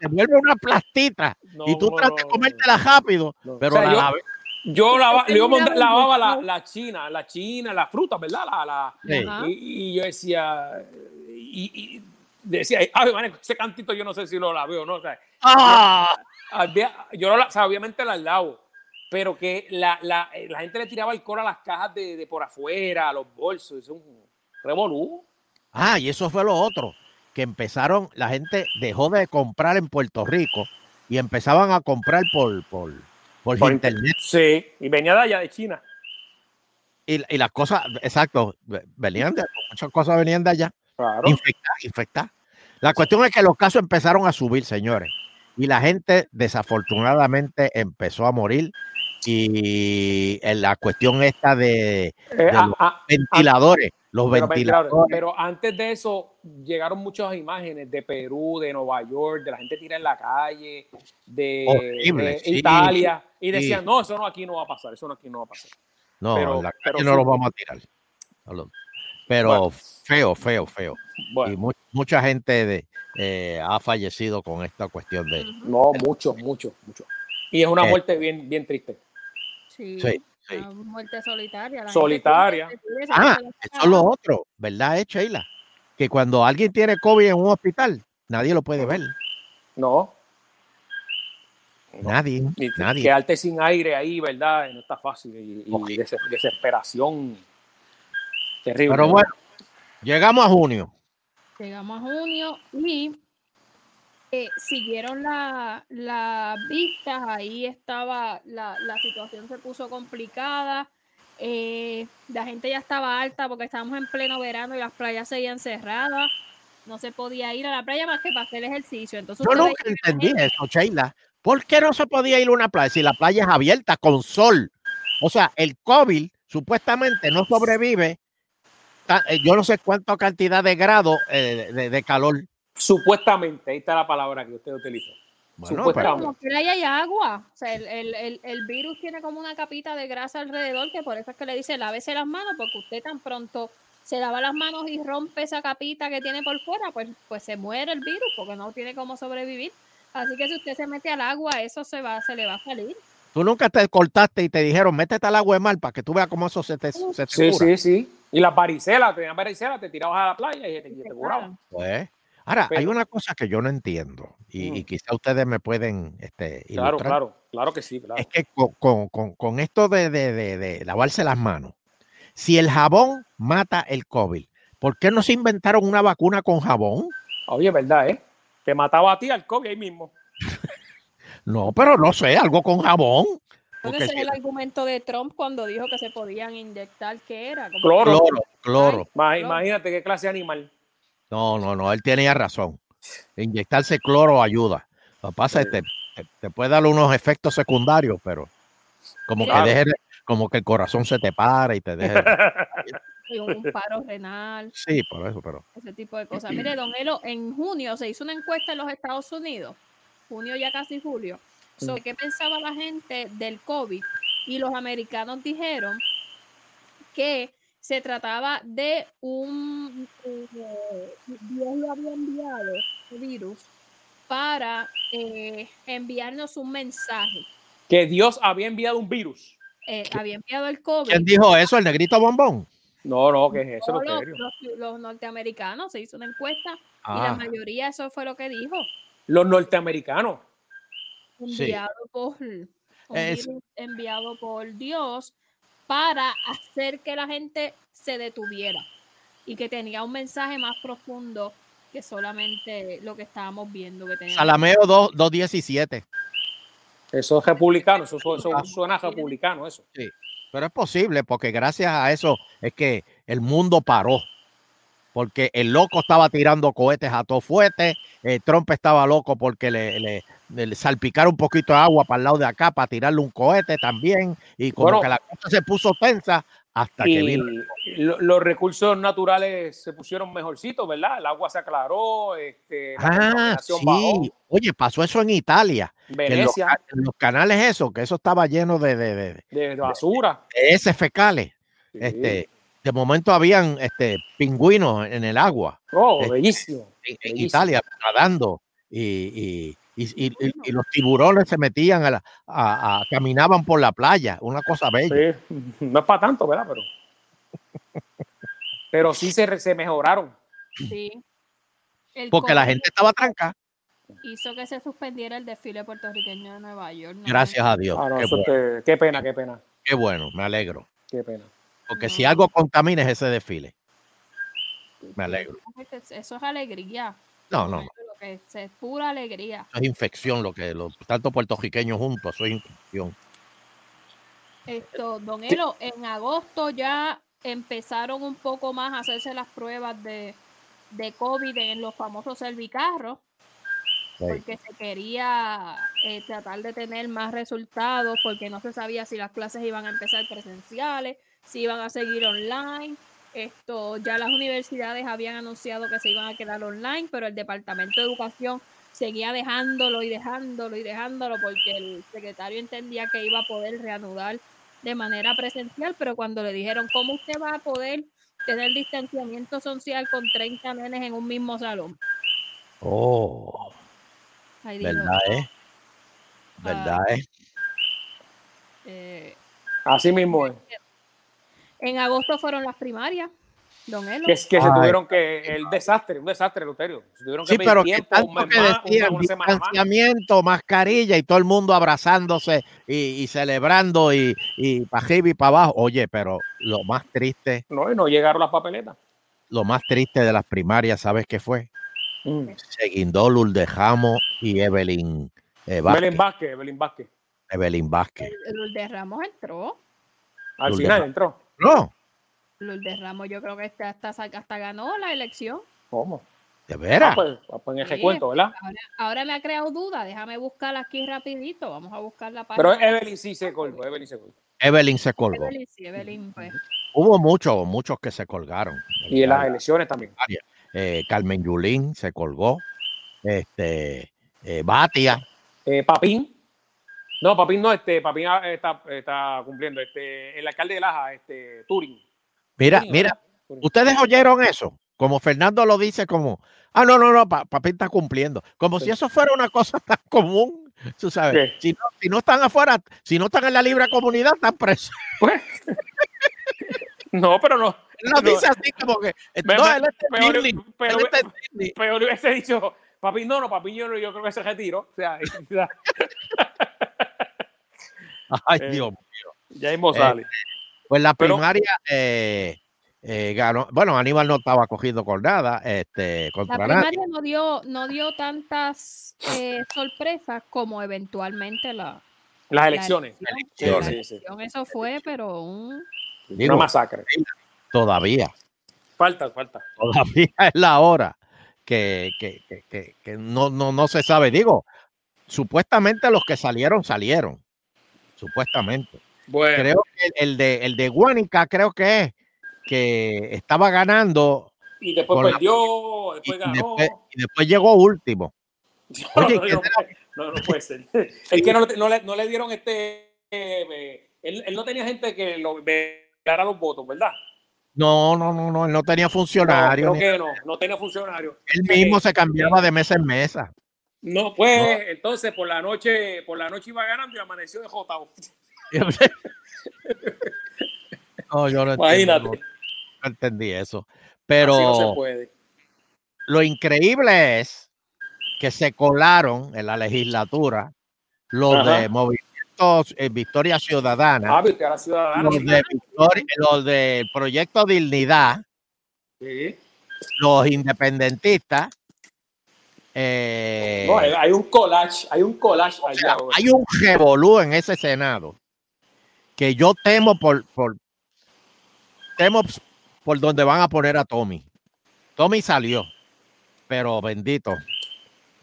Speaker 3: se vuelve una plastita.
Speaker 5: No,
Speaker 3: y tú
Speaker 5: no,
Speaker 3: tratas de
Speaker 5: no,
Speaker 3: comértela rápido,
Speaker 5: no.
Speaker 3: pero
Speaker 5: O sea,
Speaker 3: la
Speaker 5: yo-
Speaker 3: lave-
Speaker 5: Yo lava-
Speaker 4: Yo
Speaker 5: yo mond-
Speaker 4: tenía un
Speaker 5: lavaba la,
Speaker 4: montón.
Speaker 5: la china, la china, las frutas, ¿verdad? La, la-
Speaker 3: sí.
Speaker 4: Ajá.
Speaker 5: y, y yo decía, y, y decía, ay, man, ese cantito yo no sé si lo la veo, ¿no? O sea,
Speaker 3: ¡Ah!
Speaker 5: había- yo no la- o sea, obviamente las lavo, pero que la, la, eh, la gente le tiraba alcohol a las cajas de, de por afuera, a los bolsos, es un revolú.
Speaker 3: Ah, y eso fue lo otro, que empezaron, la gente dejó de comprar en Puerto Rico y empezaban a comprar por, por, por,
Speaker 5: Por
Speaker 3: internet.
Speaker 5: Sí, y venía de allá de China.
Speaker 3: Y, y las cosas, exacto, ve- venían de, muchas cosas venían de allá,
Speaker 5: Claro.
Speaker 3: infectadas, infectadas. La cuestión es que los casos empezaron a subir, señores, y la gente desafortunadamente empezó a morir y en la cuestión esta de, de
Speaker 5: a-
Speaker 3: los
Speaker 5: a-
Speaker 3: ventiladores, los
Speaker 5: Ah, Eh, Pero
Speaker 3: ventiladores.
Speaker 5: ventiladores. Pero antes de eso, llegaron muchas imágenes de Perú, de Nueva York, de la gente tira en la calle, de,
Speaker 3: Horrible,
Speaker 5: de
Speaker 3: sí,
Speaker 5: Italia. Y
Speaker 3: sí.
Speaker 5: decían, no, eso no aquí no va a pasar, eso no aquí no va a pasar.
Speaker 3: No,
Speaker 5: pero-
Speaker 3: en la
Speaker 5: pero
Speaker 3: calle no
Speaker 5: sí.
Speaker 3: los vamos a tirar. No lo- Pero eh,
Speaker 5: Bueno.
Speaker 3: feo, feo, feo. Y
Speaker 5: Bueno,
Speaker 3: mu- mucha gente de- eh, ha fallecido con esta cuestión de...
Speaker 5: no, muchos, muchos, muchos. Y es una
Speaker 3: Eh.
Speaker 5: muerte bien, bien triste.
Speaker 4: Sí,
Speaker 3: Sí, sí.
Speaker 4: una muerte solitaria. la gente
Speaker 5: Solitaria.
Speaker 4: tiene que decir esa
Speaker 3: Ah,
Speaker 4: gente la
Speaker 3: eso es
Speaker 4: saca.
Speaker 3: lo otro, ¿verdad, eh, Sheila? Que cuando alguien tiene COVID en un hospital, nadie lo puede ver.
Speaker 5: No,
Speaker 3: Nadie,
Speaker 5: y te-
Speaker 3: nadie.
Speaker 5: quedarte sin aire ahí, ¿verdad? Eh, No está fácil. Y, y
Speaker 3: Oye.
Speaker 5: des- desesperación terrible.
Speaker 3: Pero bueno, llegamos a junio.
Speaker 4: Llegamos a junio y eh, siguieron la- las vistas, ahí estaba, la, la situación se puso complicada, eh, la gente ya estaba alta porque estábamos en pleno verano y las playas seguían cerradas, no se podía ir a la playa más que para hacer ejercicio. Entonces
Speaker 3: Yo
Speaker 4: usted
Speaker 3: nunca
Speaker 4: veía
Speaker 3: entendí
Speaker 5: eh
Speaker 4: gente-
Speaker 3: eso, Sheila. ¿Por qué no se podía ir a una playa si la playa es abierta con sol? O sea, el COVID supuestamente no sobrevive. ta- eh, Yo no sé cuánta cantidad de grados eh, de, de calor.
Speaker 5: Supuestamente, ahí está la palabra que usted utilizó.
Speaker 3: Bueno, pero,
Speaker 5: Supuestamente.
Speaker 4: Como que ahí hay agua. O sea, el, el- el- el virus tiene como una capita de grasa alrededor, que por eso es que le dice lávese las manos, porque usted tan pronto se lava las manos y rompe esa capita que tiene por fuera, pues, pues se muere el virus, porque no tiene cómo sobrevivir. Así que si usted se mete al agua, eso se va, se le va a salir.
Speaker 3: tú nunca te cortaste y te dijeron, métete al agua de mar para que tú veas cómo eso se te, se te
Speaker 5: Sí,
Speaker 3: cura".
Speaker 5: sí, sí. Y las varicelas, tenían varicelas, te tirabas a la playa y te, y te
Speaker 4: Claro.
Speaker 5: curaban.
Speaker 3: Pues, ahora, hay
Speaker 5: Pero-
Speaker 3: una cosa que yo no entiendo y, y
Speaker 5: Mm.
Speaker 3: quizá ustedes me pueden este,
Speaker 5: Claro,
Speaker 3: ilustrar.
Speaker 5: claro, claro que sí, claro.
Speaker 3: Es que con, con- con- con esto de, de- de- de lavarse las manos, si el jabón mata el COVID, ¿por qué no se inventaron una vacuna con jabón?
Speaker 5: Oye, ¿verdad, eh? Te mataba a ti al COVID ahí mismo.
Speaker 3: No, pero no sé, algo con jabón.
Speaker 4: Creo que
Speaker 3: Porque
Speaker 4: ese es
Speaker 3: si-
Speaker 4: el argumento de Trump cuando dijo que se podían inyectar, que era? Como
Speaker 5: Cloro.
Speaker 3: Cloro, cloro.
Speaker 5: Ma- Imagínate qué clase de animal.
Speaker 3: No, no, no, él tenía razón. Inyectarse cloro ayuda. Lo que pasa es que te, te- te puede dar unos efectos secundarios, pero como que
Speaker 5: Claro.
Speaker 3: deje, como que el corazón se te para y te deje.
Speaker 4: que un paro renal.
Speaker 3: Sí, por eso, pero.
Speaker 4: ese tipo de cosas. Mire, don Elo, en junio se hizo una encuesta en los Estados Unidos, junio ya casi julio, sobre qué pensaba la gente del COVID y los americanos dijeron que se trataba de un, eh, Dios lo había enviado, el virus, para eh, enviarnos un mensaje.
Speaker 5: Que Dios había enviado un virus.
Speaker 4: Eh, había enviado el COVID.
Speaker 3: ¿Quién dijo eso? ¿El negrito bombón?
Speaker 5: No, no, que es eso?
Speaker 4: Todos
Speaker 5: No,
Speaker 4: los,
Speaker 5: serio.
Speaker 4: los- los norteamericanos se hizo una encuesta y la
Speaker 3: Ah,
Speaker 4: mayoría eso fue lo que dijo.
Speaker 5: Los norteamericanos.
Speaker 3: Sí.
Speaker 4: enviado por un
Speaker 3: Es-
Speaker 4: virus enviado por Dios para hacer que la gente se detuviera y que tenía un mensaje más profundo que solamente lo que estábamos viendo que tenía
Speaker 3: Salameo 2 217.
Speaker 5: Eso es republicano. Eso, su-
Speaker 3: Ah,
Speaker 5: eso suena republicano, eso.
Speaker 3: Pero es posible, porque gracias a eso es que el mundo paró. Porque el loco estaba tirando cohetes a todo fuerte, eh, Trump estaba loco porque le, le- le salpicaron un poquito de agua para el lado de acá para tirarle un cohete también. Y como
Speaker 5: Bueno.
Speaker 3: que la cosa se puso tensa hasta que
Speaker 5: Y
Speaker 3: vino.
Speaker 5: lo- los recursos naturales se pusieron mejorcitos, ¿verdad? El agua se aclaró, este, la
Speaker 3: Ah,
Speaker 5: contaminación bajó.
Speaker 3: sí. Oye, pasó eso en Italia. que en los,
Speaker 5: Venecia,
Speaker 3: en los canales, eso, que eso estaba lleno de, de, de- de
Speaker 5: de basura.
Speaker 3: heces fecales.
Speaker 5: Sí.
Speaker 3: Este, de momento habían este, pingüinos en el agua.
Speaker 5: Oh,
Speaker 3: este,
Speaker 5: bellísimo.
Speaker 3: en, en
Speaker 5: Bellísimo.
Speaker 3: Italia nadando y, y- y- y- y- y los tiburones se metían a, la- a- a- caminaban por la playa, una cosa bella.
Speaker 5: Sí, No es para tanto, ¿verdad? Pero, pero sí se, re- se mejoraron.
Speaker 4: Sí. El
Speaker 3: Porque la
Speaker 4: COVID
Speaker 3: gente estaba tranca,
Speaker 4: hizo que se suspendiera el desfile puertorriqueño de Nueva York. ¿no?
Speaker 3: gracias a Dios.
Speaker 5: Ah, no,
Speaker 3: qué,
Speaker 5: eso
Speaker 3: bueno,
Speaker 5: te- qué pena, qué pena,
Speaker 3: qué bueno, me alegro.
Speaker 5: qué pena.
Speaker 3: Porque
Speaker 4: No.
Speaker 3: si algo contamina es ese desfile. Me alegro.
Speaker 4: Eso es alegría.
Speaker 3: No, no, no.
Speaker 4: Lo que es, es pura alegría.
Speaker 3: Eso es infección, lo que los tantos puertorriqueños juntos, eso es infección.
Speaker 4: Esto, don Elo, en agosto ya empezaron un poco más a hacerse las pruebas de, de COVID en los famosos cervicarros. porque se quería eh, tratar de tener más resultados, porque no se sabía si las clases iban a empezar presenciales, si iban a seguir online. Esto ya las universidades habían anunciado que se iban a quedar online, pero el Departamento de Educación seguía dejándolo y dejándolo y dejándolo porque el secretario entendía que iba a poder reanudar de manera presencial, pero cuando le dijeron cómo usted va a poder tener distanciamiento social con 30 nenes en un mismo salón.
Speaker 3: Oh,
Speaker 4: Ahí dijo,
Speaker 3: verdad, ¿eh? Verdad, ¿eh?
Speaker 4: eh,
Speaker 5: Así mismo es.
Speaker 4: en agosto fueron las primarias, don Elo.
Speaker 5: Que, es que se
Speaker 3: Ay.
Speaker 5: tuvieron que. El desastre, un desastre, Luterio. Se tuvieron que
Speaker 3: Sí,
Speaker 5: pedir
Speaker 3: pero que
Speaker 5: tiempo,
Speaker 3: tanto
Speaker 5: un mes
Speaker 3: que
Speaker 5: más, una,
Speaker 3: decían
Speaker 5: una semana más.
Speaker 3: distanciamiento, mascarilla y todo el mundo abrazándose y, y celebrando y, y para arriba y para abajo. Oye, pero lo más triste,
Speaker 5: No, y no llegaron las papeletas.
Speaker 3: lo más triste de las primarias, ¿sabes qué fue?
Speaker 5: Mm.
Speaker 3: Seguindol, Uldejamo y Evelyn eh, Vázquez.
Speaker 5: Belén Vázquez, Belén Vázquez.
Speaker 3: Evelyn Vázquez.
Speaker 4: Lourdes Ramos entró.
Speaker 5: Al
Speaker 3: Lourdes
Speaker 5: final
Speaker 3: Vázquez.
Speaker 5: entró.
Speaker 3: No,
Speaker 4: Lourdes Ramos yo creo que hasta, hasta, hasta ganó la elección.
Speaker 5: ¿Cómo?
Speaker 3: de
Speaker 5: Ah,
Speaker 3: veras.
Speaker 5: pues, ah, pues en
Speaker 4: Sí.
Speaker 5: ese cuento, ¿verdad?
Speaker 4: Ahora, ahora me ha creado duda, déjame buscarla aquí rapidito, vamos a buscar la
Speaker 5: Pero
Speaker 4: página.
Speaker 5: Evelyn sí se colgó, Evelyn se colgó.
Speaker 3: Evelyn se colgó.
Speaker 4: Evelyn, sí, Evelyn, pues,
Speaker 3: Hubo muchos, muchos que se colgaron.
Speaker 5: Y en las elecciones también.
Speaker 3: Eh, Carmen Yulín se colgó. Este, eh, Batia,
Speaker 5: Eh, Papín. No, Papín no, este, Papín ah, está, está cumpliendo. Este, el alcalde de Laja, este, Turing.
Speaker 3: mira,
Speaker 5: Turing,
Speaker 3: mira,
Speaker 5: ¿verdad? Turing.
Speaker 3: ustedes oyeron eso. Como Fernando lo dice, como, ah, no, no, no, pa- Papín está cumpliendo. Como si
Speaker 5: Sí.
Speaker 3: eso fuera una cosa tan común. Tú sabes, si no, si no están afuera, si no están en la libre comunidad, están presos.
Speaker 5: Pues. no, pero no.
Speaker 3: Él lo
Speaker 5: No.
Speaker 3: dice así como que. eh,
Speaker 5: Me-
Speaker 3: no,
Speaker 5: me-
Speaker 3: él está en
Speaker 5: peor-
Speaker 3: Disney,
Speaker 5: peor-
Speaker 3: él está en Disney.
Speaker 5: Pero Pues le hubiese dicho, papi, no, no, papi, yo, no, yo creo que se retiró. O sea, ya,
Speaker 3: Ay,
Speaker 5: Eh,
Speaker 3: Dios.
Speaker 5: ya mismo sale.
Speaker 3: Pues la
Speaker 5: pero-
Speaker 3: primaria eh, eh, ganó. Bueno, Aníbal no estaba cogido con nada, este,
Speaker 4: la
Speaker 3: contra nadie.
Speaker 4: primaria no dio, no dio tantas eh, sorpresas como eventualmente la,
Speaker 5: Las
Speaker 4: la
Speaker 5: elecciones.
Speaker 4: elección.
Speaker 5: Sí, sí, sí.
Speaker 4: La elección, Eso fue, pero un...
Speaker 3: Digo,
Speaker 5: Una masacre.
Speaker 3: todavía,
Speaker 5: Falta, falta.
Speaker 3: todavía es la hora que, que, que- que- que no, no, no se sabe. Digo, supuestamente los que salieron, salieron. Supuestamente.
Speaker 5: Bueno,
Speaker 3: Creo que el, el de, el de Guánica, creo que es, que estaba ganando
Speaker 5: y después
Speaker 3: con la- y,
Speaker 5: perdió, después
Speaker 3: y
Speaker 5: Pues ganó.
Speaker 3: después, y después llegó último.
Speaker 5: No,
Speaker 3: Oye,
Speaker 5: no,
Speaker 3: ¿qué
Speaker 5: no, no, no puede ser. Es que no, le- no le, no le dieron este. eh, eh, él, él no tenía gente que lo velara los votos, ¿verdad?
Speaker 3: No, no, no, no, él no tenía funcionario.
Speaker 5: No,
Speaker 3: ni-
Speaker 5: creo que eh, no, no tenía funcionario.
Speaker 3: Él mismo se cambiaba de mesa en mesa.
Speaker 5: No, pues entonces por la noche, por la noche iba ganando y amaneció de Jotao.
Speaker 3: Pues No, yo no entiendo,
Speaker 5: Imagínate.
Speaker 3: no, no entendí eso.
Speaker 5: Así no
Speaker 3: Pero
Speaker 5: se puede.
Speaker 3: lo increíble es que se colaron en la legislatura los
Speaker 5: Ajá.
Speaker 3: de movimientos eh, Victoria Ciudadana,
Speaker 5: Ah, viste, ahora ciudadano.
Speaker 3: los de Victoria- los del Proyecto Dignidad,
Speaker 5: Sí.
Speaker 3: los independentistas. eh,
Speaker 5: No, hay, hay un collage, hay un collage allá. güey.
Speaker 3: hay un revolú en ese Senado que yo temo por, por temo por donde van a poner a Tommy. Tommy salió, pero bendito,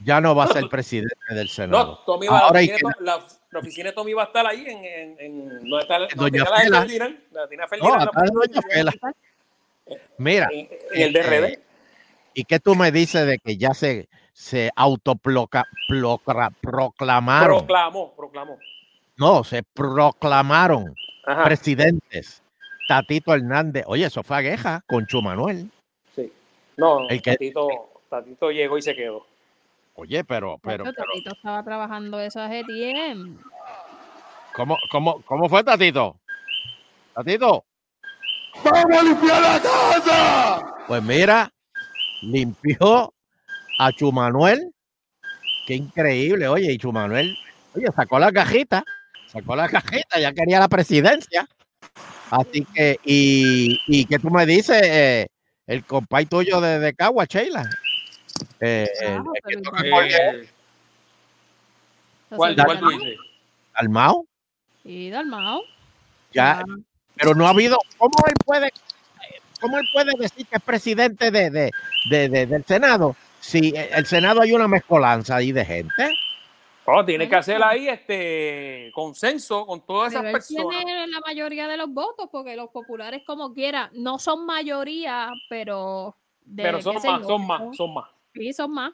Speaker 3: ya no va a ser presidente del
Speaker 5: No,
Speaker 3: Senado.
Speaker 5: Tommy va,
Speaker 3: Ahora
Speaker 5: la,
Speaker 3: hay
Speaker 5: oficina,
Speaker 3: que-
Speaker 5: de Tom- la, la oficina de Tommy va a estar ahí en, en, en donde está la- donde
Speaker 3: Doña
Speaker 5: está la de
Speaker 3: Fela.
Speaker 5: Ferdinand, la de
Speaker 3: no,
Speaker 5: Ferdinand, la-
Speaker 3: acá no hay chapela. Mira,
Speaker 5: en, en
Speaker 3: Eh,
Speaker 5: el DRD.
Speaker 3: ¿y qué tú me dices de que ya se, se autoproclamaron?
Speaker 5: Proclamó, proclamó.
Speaker 3: No, se proclamaron
Speaker 5: Ajá.
Speaker 3: presidentes. Tatito Hernández, oye, eso fue a queja con Chumanuel.
Speaker 5: sí. No,
Speaker 3: El que-
Speaker 5: tatito, tatito llegó y se quedó.
Speaker 3: Oye, pero, pero,
Speaker 4: Pero,
Speaker 3: pero,
Speaker 4: estaba trabajando eso hace tiempo.
Speaker 3: ¿cómo, cómo, cómo fue, Tatito? Tatito. ¡Vamos a limpiar la casa! Pues mira, limpió a Chumanuel. Qué increíble, oye, y Chumanuel, oye, sacó la cajita, sacó la cajita, ya quería la presidencia. Así que, y, y qué tú me dices, eh, el compay tuyo de, de Cagua, Sheila. Eh, el-
Speaker 4: Claro,
Speaker 3: el que
Speaker 4: pero
Speaker 3: toca
Speaker 4: ¿y
Speaker 3: con-
Speaker 5: Eh, ¿Cuál,
Speaker 4: Entonces,
Speaker 5: cuál tú
Speaker 4: Dalmau-
Speaker 5: dices?
Speaker 3: Dalmau,
Speaker 4: Sí, Dalmau.
Speaker 3: ya,
Speaker 4: Ah,
Speaker 3: pero no ha habido. ¿Cómo él puede, cómo él puede decir que es presidente de, de- de- de- del Senado si el Senado hay una mezcolanza ahí de gente.
Speaker 5: Oh, tiene
Speaker 4: Bueno,
Speaker 5: que hacer
Speaker 4: sí.
Speaker 5: ahí este consenso con todas
Speaker 4: Pero
Speaker 5: esas
Speaker 4: él
Speaker 5: personas.
Speaker 4: tiene la mayoría de los votos porque los populares como quiera no son mayoría, pero de-
Speaker 5: Pero son
Speaker 4: qué sé
Speaker 5: más,
Speaker 4: yo,
Speaker 5: son más, son más.
Speaker 4: sí, son más.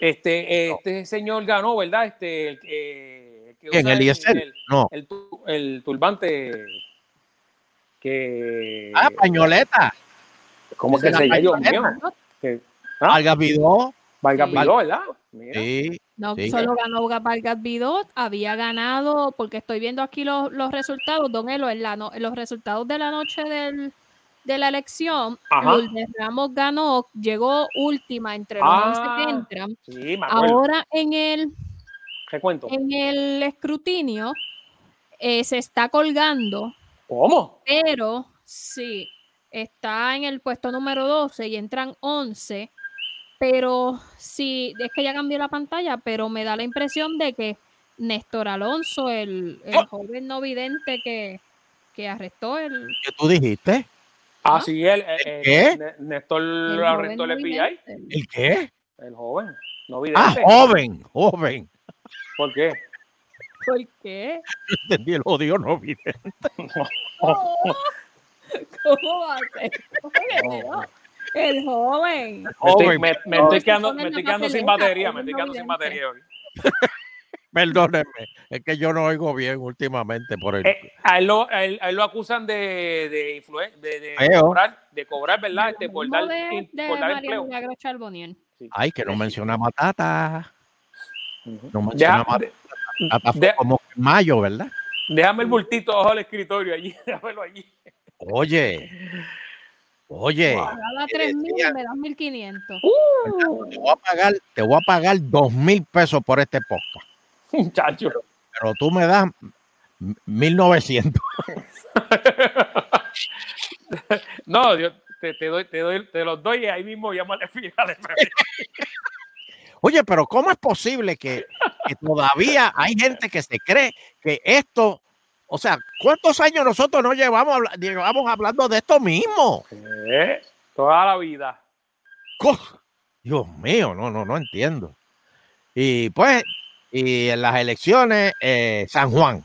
Speaker 5: Este, este señor ganó, ¿verdad? Este, el, que- el que
Speaker 3: ¿Quién?
Speaker 5: usa
Speaker 3: ¿Eliezer?
Speaker 5: el,
Speaker 3: No.
Speaker 5: el tu- el turbante que.
Speaker 3: Ah, pañoleta.
Speaker 5: ¿Cómo
Speaker 3: esa
Speaker 5: que
Speaker 3: es
Speaker 5: se
Speaker 3: la
Speaker 5: llama? Dios mío.
Speaker 3: pañoleta.
Speaker 5: Que- ¿Ah?
Speaker 3: Vargas Vidó.
Speaker 5: Vargas
Speaker 4: Sí.
Speaker 5: Vidó, ¿verdad? Mira.
Speaker 3: Sí.
Speaker 4: No
Speaker 3: Sí.
Speaker 4: solo ganó Ga- Vargas Vidot, había ganado, porque estoy viendo aquí los, los resultados, Don Elo, en la no- en los resultados de la noche del- de la elección,
Speaker 5: Ajá.
Speaker 4: Lourdes Ramos ganó, llegó última entre los
Speaker 5: Ah.
Speaker 4: 11 que entran.
Speaker 5: Sí, me acuerdo.
Speaker 4: Ahora en el,
Speaker 5: Te cuento.
Speaker 4: en el escrutinio eh, se está colgando
Speaker 5: ¿Cómo?
Speaker 4: pero sí, está en el puesto número 12 y entran 11. Pero sí, es que ya cambié la pantalla, pero me da la impresión de que Néstor Alonso, el, el
Speaker 5: ¡Ah!
Speaker 4: joven no vidente que, que arrestó el,
Speaker 3: ¿Qué tú dijiste?
Speaker 5: Ah, sí, el, el- el-
Speaker 3: ¿Qué?
Speaker 5: Ne- Néstor
Speaker 4: el
Speaker 5: lo
Speaker 4: joven
Speaker 5: arrestó el
Speaker 4: no
Speaker 5: FBI,
Speaker 4: vidente.
Speaker 3: ¿El qué?
Speaker 5: el joven. No
Speaker 3: Ah,
Speaker 5: vidente.
Speaker 3: joven, joven.
Speaker 5: ¿Por qué?
Speaker 4: ¿Por qué?
Speaker 3: Entendí el odio, no vine.
Speaker 4: No. ¿Cómo va a ser?
Speaker 5: No.
Speaker 4: El joven.
Speaker 5: Me estoy,
Speaker 3: Joven.
Speaker 5: me- me
Speaker 3: No,
Speaker 5: estoy
Speaker 4: eso
Speaker 5: quedando,
Speaker 4: pone
Speaker 5: me estoy
Speaker 4: la
Speaker 5: quedando sin
Speaker 4: papeleta,
Speaker 5: batería, me
Speaker 4: joven
Speaker 5: estoy
Speaker 4: no
Speaker 5: quedando sin
Speaker 4: vidente.
Speaker 5: batería. hoy.
Speaker 3: Perdóneme, es que yo no oigo bien últimamente por el.
Speaker 5: Eh, a, él lo, a él- a él lo acusan de, de, influen- de, de
Speaker 3: Feo.
Speaker 5: cobrar, de cobrar, ¿verdad? Este, por
Speaker 4: Mismo
Speaker 5: dar,
Speaker 4: de, de
Speaker 5: por dar
Speaker 4: María
Speaker 5: empleo.
Speaker 4: Milagro Charbonnier.
Speaker 3: Ay, que
Speaker 5: eh,
Speaker 3: no menciona Matata. No menciona
Speaker 5: Deja-
Speaker 3: Matata.
Speaker 5: de-
Speaker 3: Matata fue
Speaker 5: de-
Speaker 3: como en mayo, ¿verdad?
Speaker 5: déjame el bultito abajo del escritorio allí, déjamelo allí.
Speaker 3: Oye. Oye.
Speaker 5: Wow.
Speaker 4: Me daba
Speaker 3: Sí,
Speaker 4: 3.000,
Speaker 3: decía-
Speaker 4: me das 1.500.
Speaker 3: Te voy a pagar, te voy a pagar dos mil pesos por este podcast.
Speaker 5: Muchacho.
Speaker 3: Pero tú me das mil novecientos.
Speaker 5: No, yo te, te doy, te doy, te los doy y ahí mismo llámale fíjale.
Speaker 3: Oye, pero ¿cómo es posible que, que todavía hay gente que se cree que esto, o sea, ¿cuántos años nosotros no llevamos, habla- llevamos hablando de esto mismo?
Speaker 5: Eh, Toda la vida.
Speaker 3: Co- Dios mío, no, no, no entiendo. Y pues, y en las elecciones, eh, San Juan.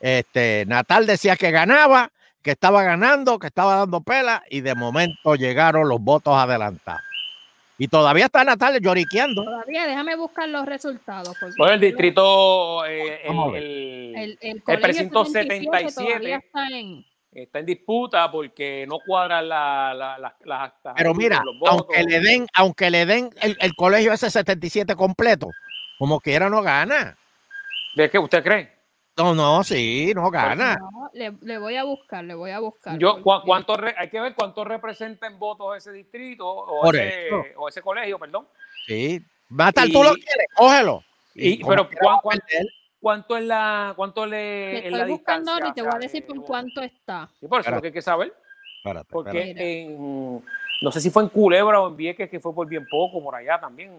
Speaker 3: Este, Natal decía que ganaba, que estaba ganando, que estaba dando pela, y de momento llegaron los votos adelantados. Y todavía está Natal lloriqueando.
Speaker 4: Todavía déjame buscar los resultados. porque
Speaker 5: Bueno, el distrito, eh,
Speaker 3: Vamos a ver.
Speaker 5: el-
Speaker 4: El, el colegio
Speaker 5: precinto
Speaker 4: 77
Speaker 5: 77.
Speaker 4: todavía está en.
Speaker 5: está en disputa porque no cuadran la- la- la- las actas.
Speaker 3: Pero mira,
Speaker 5: Ah, los votos.
Speaker 3: aunque le den, aunque le den el, el colegio ese 77 completo, como quiera no gana.
Speaker 5: ¿De qué usted cree?
Speaker 3: No, no, sí, no gana.
Speaker 4: No, le, le voy a buscar, le voy a buscar.
Speaker 5: Yo,
Speaker 4: porque-
Speaker 5: cua- cuánto re- hay que ver cuánto representa en votos ese distrito o,
Speaker 3: Por
Speaker 5: ese,
Speaker 3: eso.
Speaker 5: o ese colegio, perdón.
Speaker 3: Sí. Natal,
Speaker 5: Y-
Speaker 3: tú lo quieres, cógelo.
Speaker 5: Y,
Speaker 3: como
Speaker 5: pero
Speaker 3: quiera va
Speaker 5: ¿cuán-
Speaker 3: a
Speaker 5: cuán-
Speaker 3: perder.
Speaker 5: cuánto es la cuánto le
Speaker 4: le
Speaker 5: es
Speaker 4: estoy
Speaker 5: la
Speaker 4: buscando ahora
Speaker 5: distancia, eh,
Speaker 4: y te
Speaker 5: o
Speaker 4: voy a
Speaker 5: sea,
Speaker 4: decir
Speaker 5: de
Speaker 4: por
Speaker 5: voto?
Speaker 4: cuánto está.
Speaker 5: Sí, por eso es lo
Speaker 3: Espérate.
Speaker 5: que hay que saber,
Speaker 3: Espérate, espérate.
Speaker 5: porque
Speaker 4: Mira.
Speaker 5: en, no sé si fue en Culebra o en Vieques que fue por bien poco por allá también,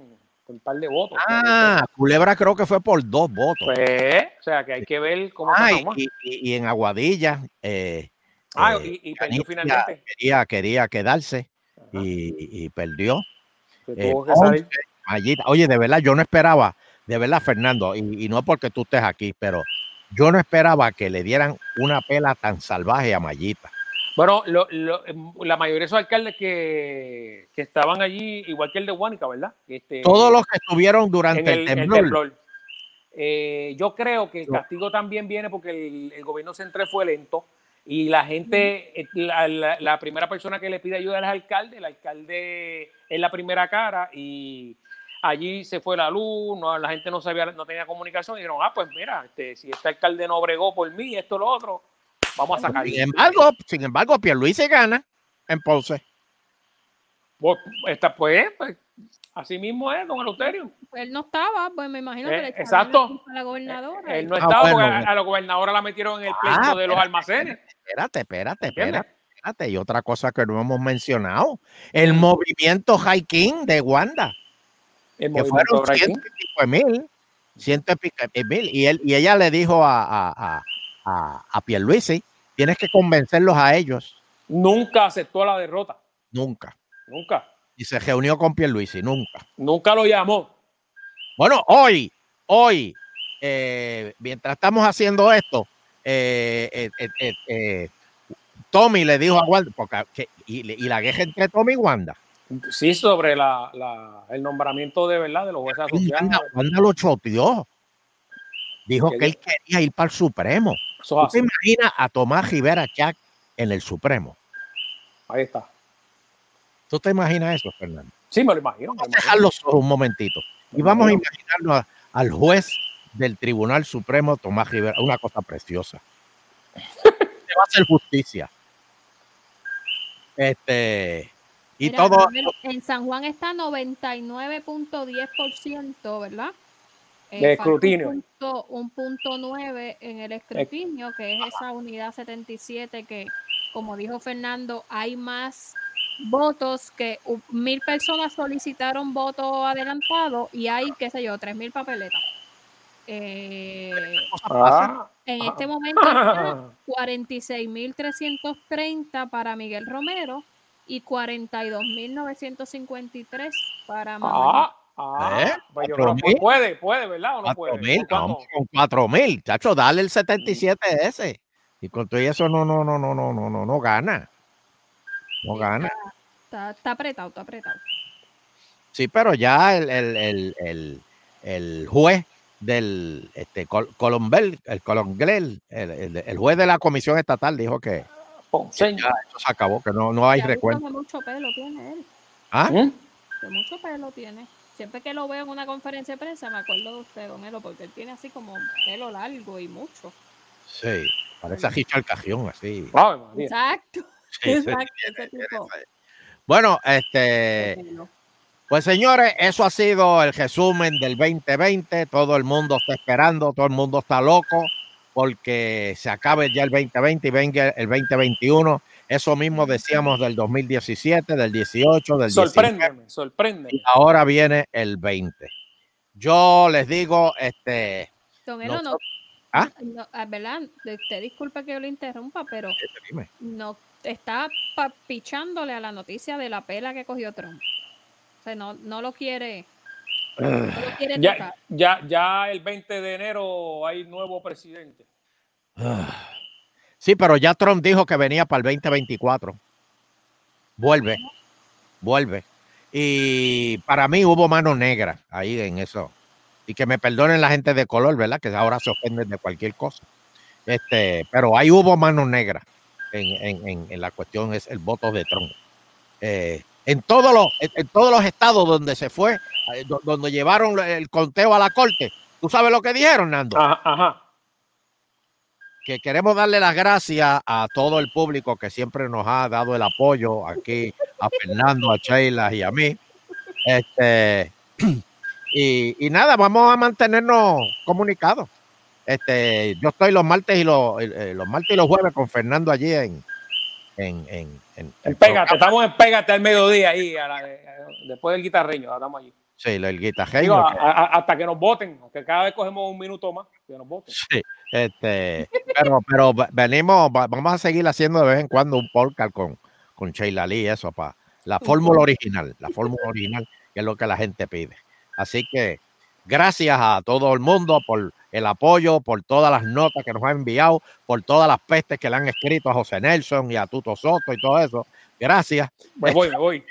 Speaker 5: por un par de votos. o sea,
Speaker 3: Ah, Culebra creo que fue por dos votos.
Speaker 5: Pues, o sea, que hay que ver cómo
Speaker 3: Ah,
Speaker 5: está
Speaker 3: y,
Speaker 5: San Juan.
Speaker 3: y- y en Aguadilla eh,
Speaker 5: Ah,
Speaker 3: eh,
Speaker 5: y, y perdió
Speaker 3: Canicia
Speaker 5: finalmente.
Speaker 3: quería, quería quedarse
Speaker 5: Ajá.
Speaker 3: y, y perdió.
Speaker 5: Que
Speaker 3: eh,
Speaker 5: tuvo que salir.
Speaker 3: Allí, oye, de verdad, yo no esperaba, de verdad, Fernando, y, y no porque tú estés aquí, pero yo no esperaba que le dieran una pela tan salvaje a Mayita.
Speaker 5: Bueno, lo- lo- em, la mayoría de esos alcaldes que, que estaban allí, igual que el de Huánica, ¿verdad? Este,
Speaker 3: Todos los que estuvieron durante
Speaker 5: en
Speaker 3: el,
Speaker 5: el- el
Speaker 3: temblor,
Speaker 5: temblor. Eh, yo creo que el
Speaker 3: Yo-
Speaker 5: castigo también viene porque el, el gobierno central fue lento y la gente, eh, la, la- la primera persona que le pide ayuda es el alcalde, el alcalde es la primera cara y allí se fue la luz, no, la gente no sabía, no tenía comunicación y dijeron, ah, pues mira, este, si este alcalde no bregó por mí, esto, lo otro, vamos a sacarlo.
Speaker 3: Sin embargo, sin embargo, Pierluisi gana en Ponce.
Speaker 5: Pues, esta, pues, pues, así mismo es, don Eleuterio.
Speaker 4: Él no estaba, pues me imagino
Speaker 5: Eh,
Speaker 4: que le echaron
Speaker 5: exacto.
Speaker 4: la
Speaker 5: Eh,
Speaker 4: culpa a la gobernadora.
Speaker 5: Él no
Speaker 3: Ah,
Speaker 5: estaba porque
Speaker 3: bueno,
Speaker 5: a-
Speaker 3: bueno.
Speaker 5: a la gobernadora la metieron en el
Speaker 3: Ah,
Speaker 5: pleito de los
Speaker 3: espérate,
Speaker 5: almacenes.
Speaker 3: Espérate, espérate,
Speaker 5: ¿entiendes?
Speaker 3: espérate, espérate. Y otra cosa que no hemos mencionado, el movimiento Haikin de Wanda,
Speaker 5: El
Speaker 3: que
Speaker 5: movimiento
Speaker 3: fueron
Speaker 5: de Brian
Speaker 3: ciento y pico de mil, ciento y pico de mil. Y, él, y ella le dijo a, a, a, a, a Pierluisi, tienes que convencerlos a ellos.
Speaker 5: King. Nunca aceptó la derrota.
Speaker 3: Nunca.
Speaker 5: Nunca.
Speaker 3: y se reunió con Pierluisi, nunca.
Speaker 5: Nunca lo llamó.
Speaker 3: Bueno, hoy, hoy, eh, mientras estamos haciendo esto, eh, eh, eh, eh, eh, Tommy le dijo a Wanda, porque, que- y, le- y la guerra entre Tommy y Wanda.
Speaker 5: Sí, sobre la, la- el nombramiento de verdad de los jueces
Speaker 3: Wanda,
Speaker 5: asociados.
Speaker 3: Wanda lo choteó. Dijo
Speaker 5: ¿Qué
Speaker 3: que él quería ir para el Supremo.
Speaker 5: Eso
Speaker 3: ¿Tú
Speaker 5: es
Speaker 3: te
Speaker 5: así.
Speaker 3: imaginas a Tomás Rivera Jack en el Supremo?
Speaker 5: Ahí está.
Speaker 3: ¿Tú te imaginas eso, Fernando?
Speaker 5: Sí, me lo imagino. me lo
Speaker 3: Vamos a
Speaker 5: imagino.
Speaker 3: dejar los ojos un momentito y vamos a
Speaker 5: Bueno.
Speaker 3: imaginarnos a- al juez del Tribunal Supremo, Tomás Rivera, una cosa preciosa. Se va a hacer justicia. Este, y
Speaker 4: Mira,
Speaker 3: todo,
Speaker 4: Manuel, en San Juan está 99.10%, ¿verdad? Eh,
Speaker 5: De
Speaker 4: falta un
Speaker 5: escrutinio.
Speaker 4: punto- Un punto nueve en el escrutinio, que es esa unidad 77 que, como dijo Fernando, hay más votos que u- mil personas solicitaron voto adelantado y hay, qué sé yo, tres mil papeletas. Eh,
Speaker 5: Ah,
Speaker 4: en
Speaker 5: Ah.
Speaker 4: este momento está 46.330 para Miguel Romero y 42.953 para Manuel.
Speaker 5: ah, ah.
Speaker 3: ¿Eh?
Speaker 5: Pues yo
Speaker 3: Cuatro
Speaker 5: creo que
Speaker 3: mil.
Speaker 5: puede, puede, ¿verdad? ¿O no puede?
Speaker 3: cuatro mil,
Speaker 5: ¿Cuánto?
Speaker 3: vamos con cuatro mil, chacho, dale el 77 ese. Y con todo eso no, no, no, no, no, no, no, no gana. No gana.
Speaker 4: Está, está apretado, está apretado.
Speaker 3: Sí, pero ya el, el, el, el, el juez del este, Col- Colombel, el Colonglel, el, el- el juez de la comisión estatal dijo que
Speaker 5: Ponceño.
Speaker 3: ya eso se acabó, que no, no hay
Speaker 4: Ya viste
Speaker 3: recuento.
Speaker 4: que mucho pelo tiene él,
Speaker 3: ¿Ah?
Speaker 5: ¿Mm?
Speaker 4: que mucho pelo tiene. Siempre que lo veo en una conferencia de prensa me acuerdo de usted, don Elo, porque él tiene así como pelo largo y mucho.
Speaker 3: Sí, parece a Richard Cajión, así.
Speaker 5: Ave María.
Speaker 4: Exacto,
Speaker 3: Sí, sí.
Speaker 4: exacto, ese tipo de
Speaker 3: Bueno, este...
Speaker 4: pelo.
Speaker 3: Pues señores, eso ha sido el resumen del 2020. Todo el mundo está esperando, todo el mundo está loco porque se acabe ya el 2020 y venga el 2021. Eso mismo decíamos del 2017, del 18, del 19
Speaker 5: Sorpréndeme,
Speaker 3: y
Speaker 5: sorpréndeme.
Speaker 3: ahora viene el 20. Yo les digo, este,
Speaker 4: Don Elo, no,
Speaker 3: Nosotros- ¿Ah?
Speaker 4: no, ah, ¿verdad? De- Usted disculpa que yo le interrumpa, pero
Speaker 3: dime.
Speaker 4: no está pa- pichándole a la noticia de la pela que cogió Trump. O sea, no, no lo quiere. No
Speaker 3: Ah,
Speaker 4: lo quiere
Speaker 5: Ya,
Speaker 4: tocar.
Speaker 5: ya, ya el 20 de enero hay nuevo presidente.
Speaker 3: sí, pero ya Trump dijo que venía para el 2024. Vuelve, vuelve. Y para mí hubo mano negra ahí en eso. Y que me perdonen la gente de color, ¿verdad? Que ahora se ofenden de cualquier cosa. Este, pero ahí hubo mano negra en, en- en- en la cuestión, es el voto de Trump. Eh, en, todos los, en, en todos los estados donde se fue, eh, do- donde llevaron el conteo a la corte, ¿tú sabes lo que dijeron, Nando?
Speaker 5: Ajá, Ah, ajá.
Speaker 3: que queremos darle las gracias a todo el público que siempre nos ha dado el apoyo aquí, a Fernando, a Sheila y a mí. Este, y, y nada, vamos a mantenernos comunicados. Este, yo estoy los martes y los, eh, los martes y los jueves con Fernando allí en en, en, en-
Speaker 5: En Pégate, estamos en Pégate al mediodía ahí, a la- eh, después del guitarreño, ahora estamos allí.
Speaker 3: Sí, el
Speaker 5: Digo,
Speaker 3: guitarreño.
Speaker 5: a- a- hasta que nos voten, que cada vez cogemos un minuto más, que nos voten.
Speaker 3: Sí, este, pero, pero va- venimos, va- vamos a seguir haciendo de vez en cuando un podcast con, con Sheila Lee, eso, para la fórmula original, la fórmula original, que es lo que la gente pide. Así que gracias a todo el mundo por el apoyo, por todas las notas que nos han enviado, por todas las pestes que le han escrito a José Nelson y a Tuto Soto y todo eso. Gracias,
Speaker 5: Me voy, me voy.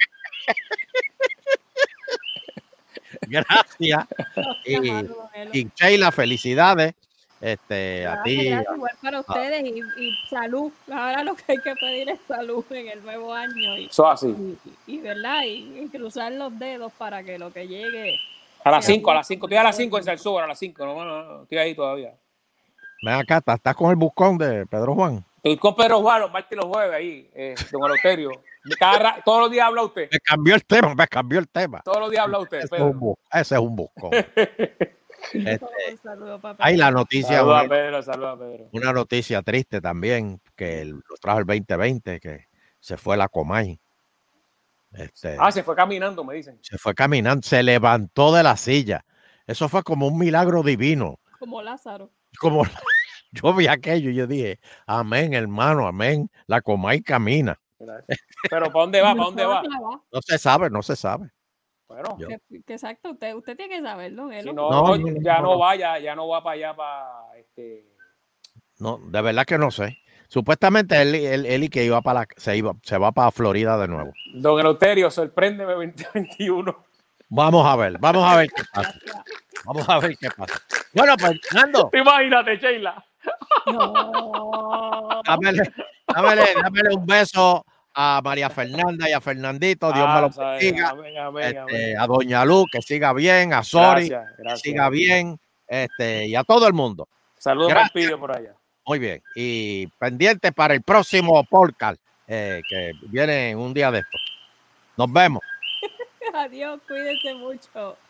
Speaker 3: gracias.
Speaker 4: No está
Speaker 3: Y-
Speaker 4: malo, don Elo.
Speaker 3: Y Sheila, felicidades este, a
Speaker 4: Gracias,
Speaker 3: ti.
Speaker 4: gracias, igual
Speaker 3: Ah.
Speaker 4: para ustedes y, y salud. Ahora lo que hay que pedir es salud en el nuevo año y,
Speaker 5: Eso es así.
Speaker 4: y, y- ¿verdad? Y, y cruzar los dedos para que lo que llegue.
Speaker 5: A las 5, a las 5. Estoy a las 5 en Salsora, a las 5. No, no, no, estoy ahí todavía.
Speaker 3: Ven acá, estás estás con el buscón de Pedro Juan.
Speaker 5: Estoy con Pedro Juan los martes y los jueves ahí, eh, don Eleuterio. Cada ra- todos los días habla usted.
Speaker 3: Me cambió el tema, me cambió el tema.
Speaker 5: Todos los días habla usted,
Speaker 3: Ese es un,
Speaker 5: Pedro.
Speaker 3: bu- ese es un buscón. Este,
Speaker 4: Un saludo, papá.
Speaker 3: hay la noticia,
Speaker 5: Saluda a
Speaker 3: una,
Speaker 5: Pedro, saluda a Pedro.
Speaker 3: una noticia triste también, que el- lo trajo el 2020, que se fue la Comay. Este,
Speaker 5: Ah, se fue caminando, me dicen.
Speaker 3: se fue caminando, se levantó de la silla. Eso fue como un milagro divino.
Speaker 4: Como Lázaro.
Speaker 3: Como yo vi aquello y yo dije, amén, hermano, amén. La Comay camina.
Speaker 5: Pero ¿para dónde va?
Speaker 4: No
Speaker 5: ¿Para dónde
Speaker 4: sabe
Speaker 5: va?
Speaker 4: que va.
Speaker 3: No se sabe, no se sabe.
Speaker 5: Bueno,
Speaker 3: Yo-
Speaker 4: Que- que Exacto, usted, usted tiene que saberlo.
Speaker 5: si
Speaker 4: Elo.
Speaker 5: no,
Speaker 3: No,
Speaker 5: no,
Speaker 3: no,
Speaker 5: ya
Speaker 3: no.
Speaker 5: no va, ya, ya no va para allá, para este...
Speaker 3: No, de verdad que no sé. Supuestamente él, él, él y que iba para la- se iba, se va para Florida de nuevo.
Speaker 5: Don Eleuterio, sorpréndeme 2021.
Speaker 3: Vamos a ver, vamos a ver qué pasa. Vamos a ver qué pasa. Bueno, pues Nando,
Speaker 5: Imagínate, Sheila.
Speaker 4: No.
Speaker 3: dámele, dámele- dámele un beso a María Fernanda y a Fernandito. Dios me
Speaker 5: Ah,
Speaker 3: lo
Speaker 5: sabe,
Speaker 3: bendiga.
Speaker 5: amén, amén, amén.
Speaker 3: Este, a Doña Luz, que siga bien, a Sori,
Speaker 5: Gracias,
Speaker 3: que
Speaker 5: gracias.
Speaker 3: siga bien, este, y a todo el mundo.
Speaker 5: Saludos
Speaker 3: Gracias.
Speaker 5: para Pidio por allá.
Speaker 3: Muy bien. Y pendiente para el próximo podcast, eh, que viene en un día de estos. Nos vemos.
Speaker 4: Adiós, cuídense mucho.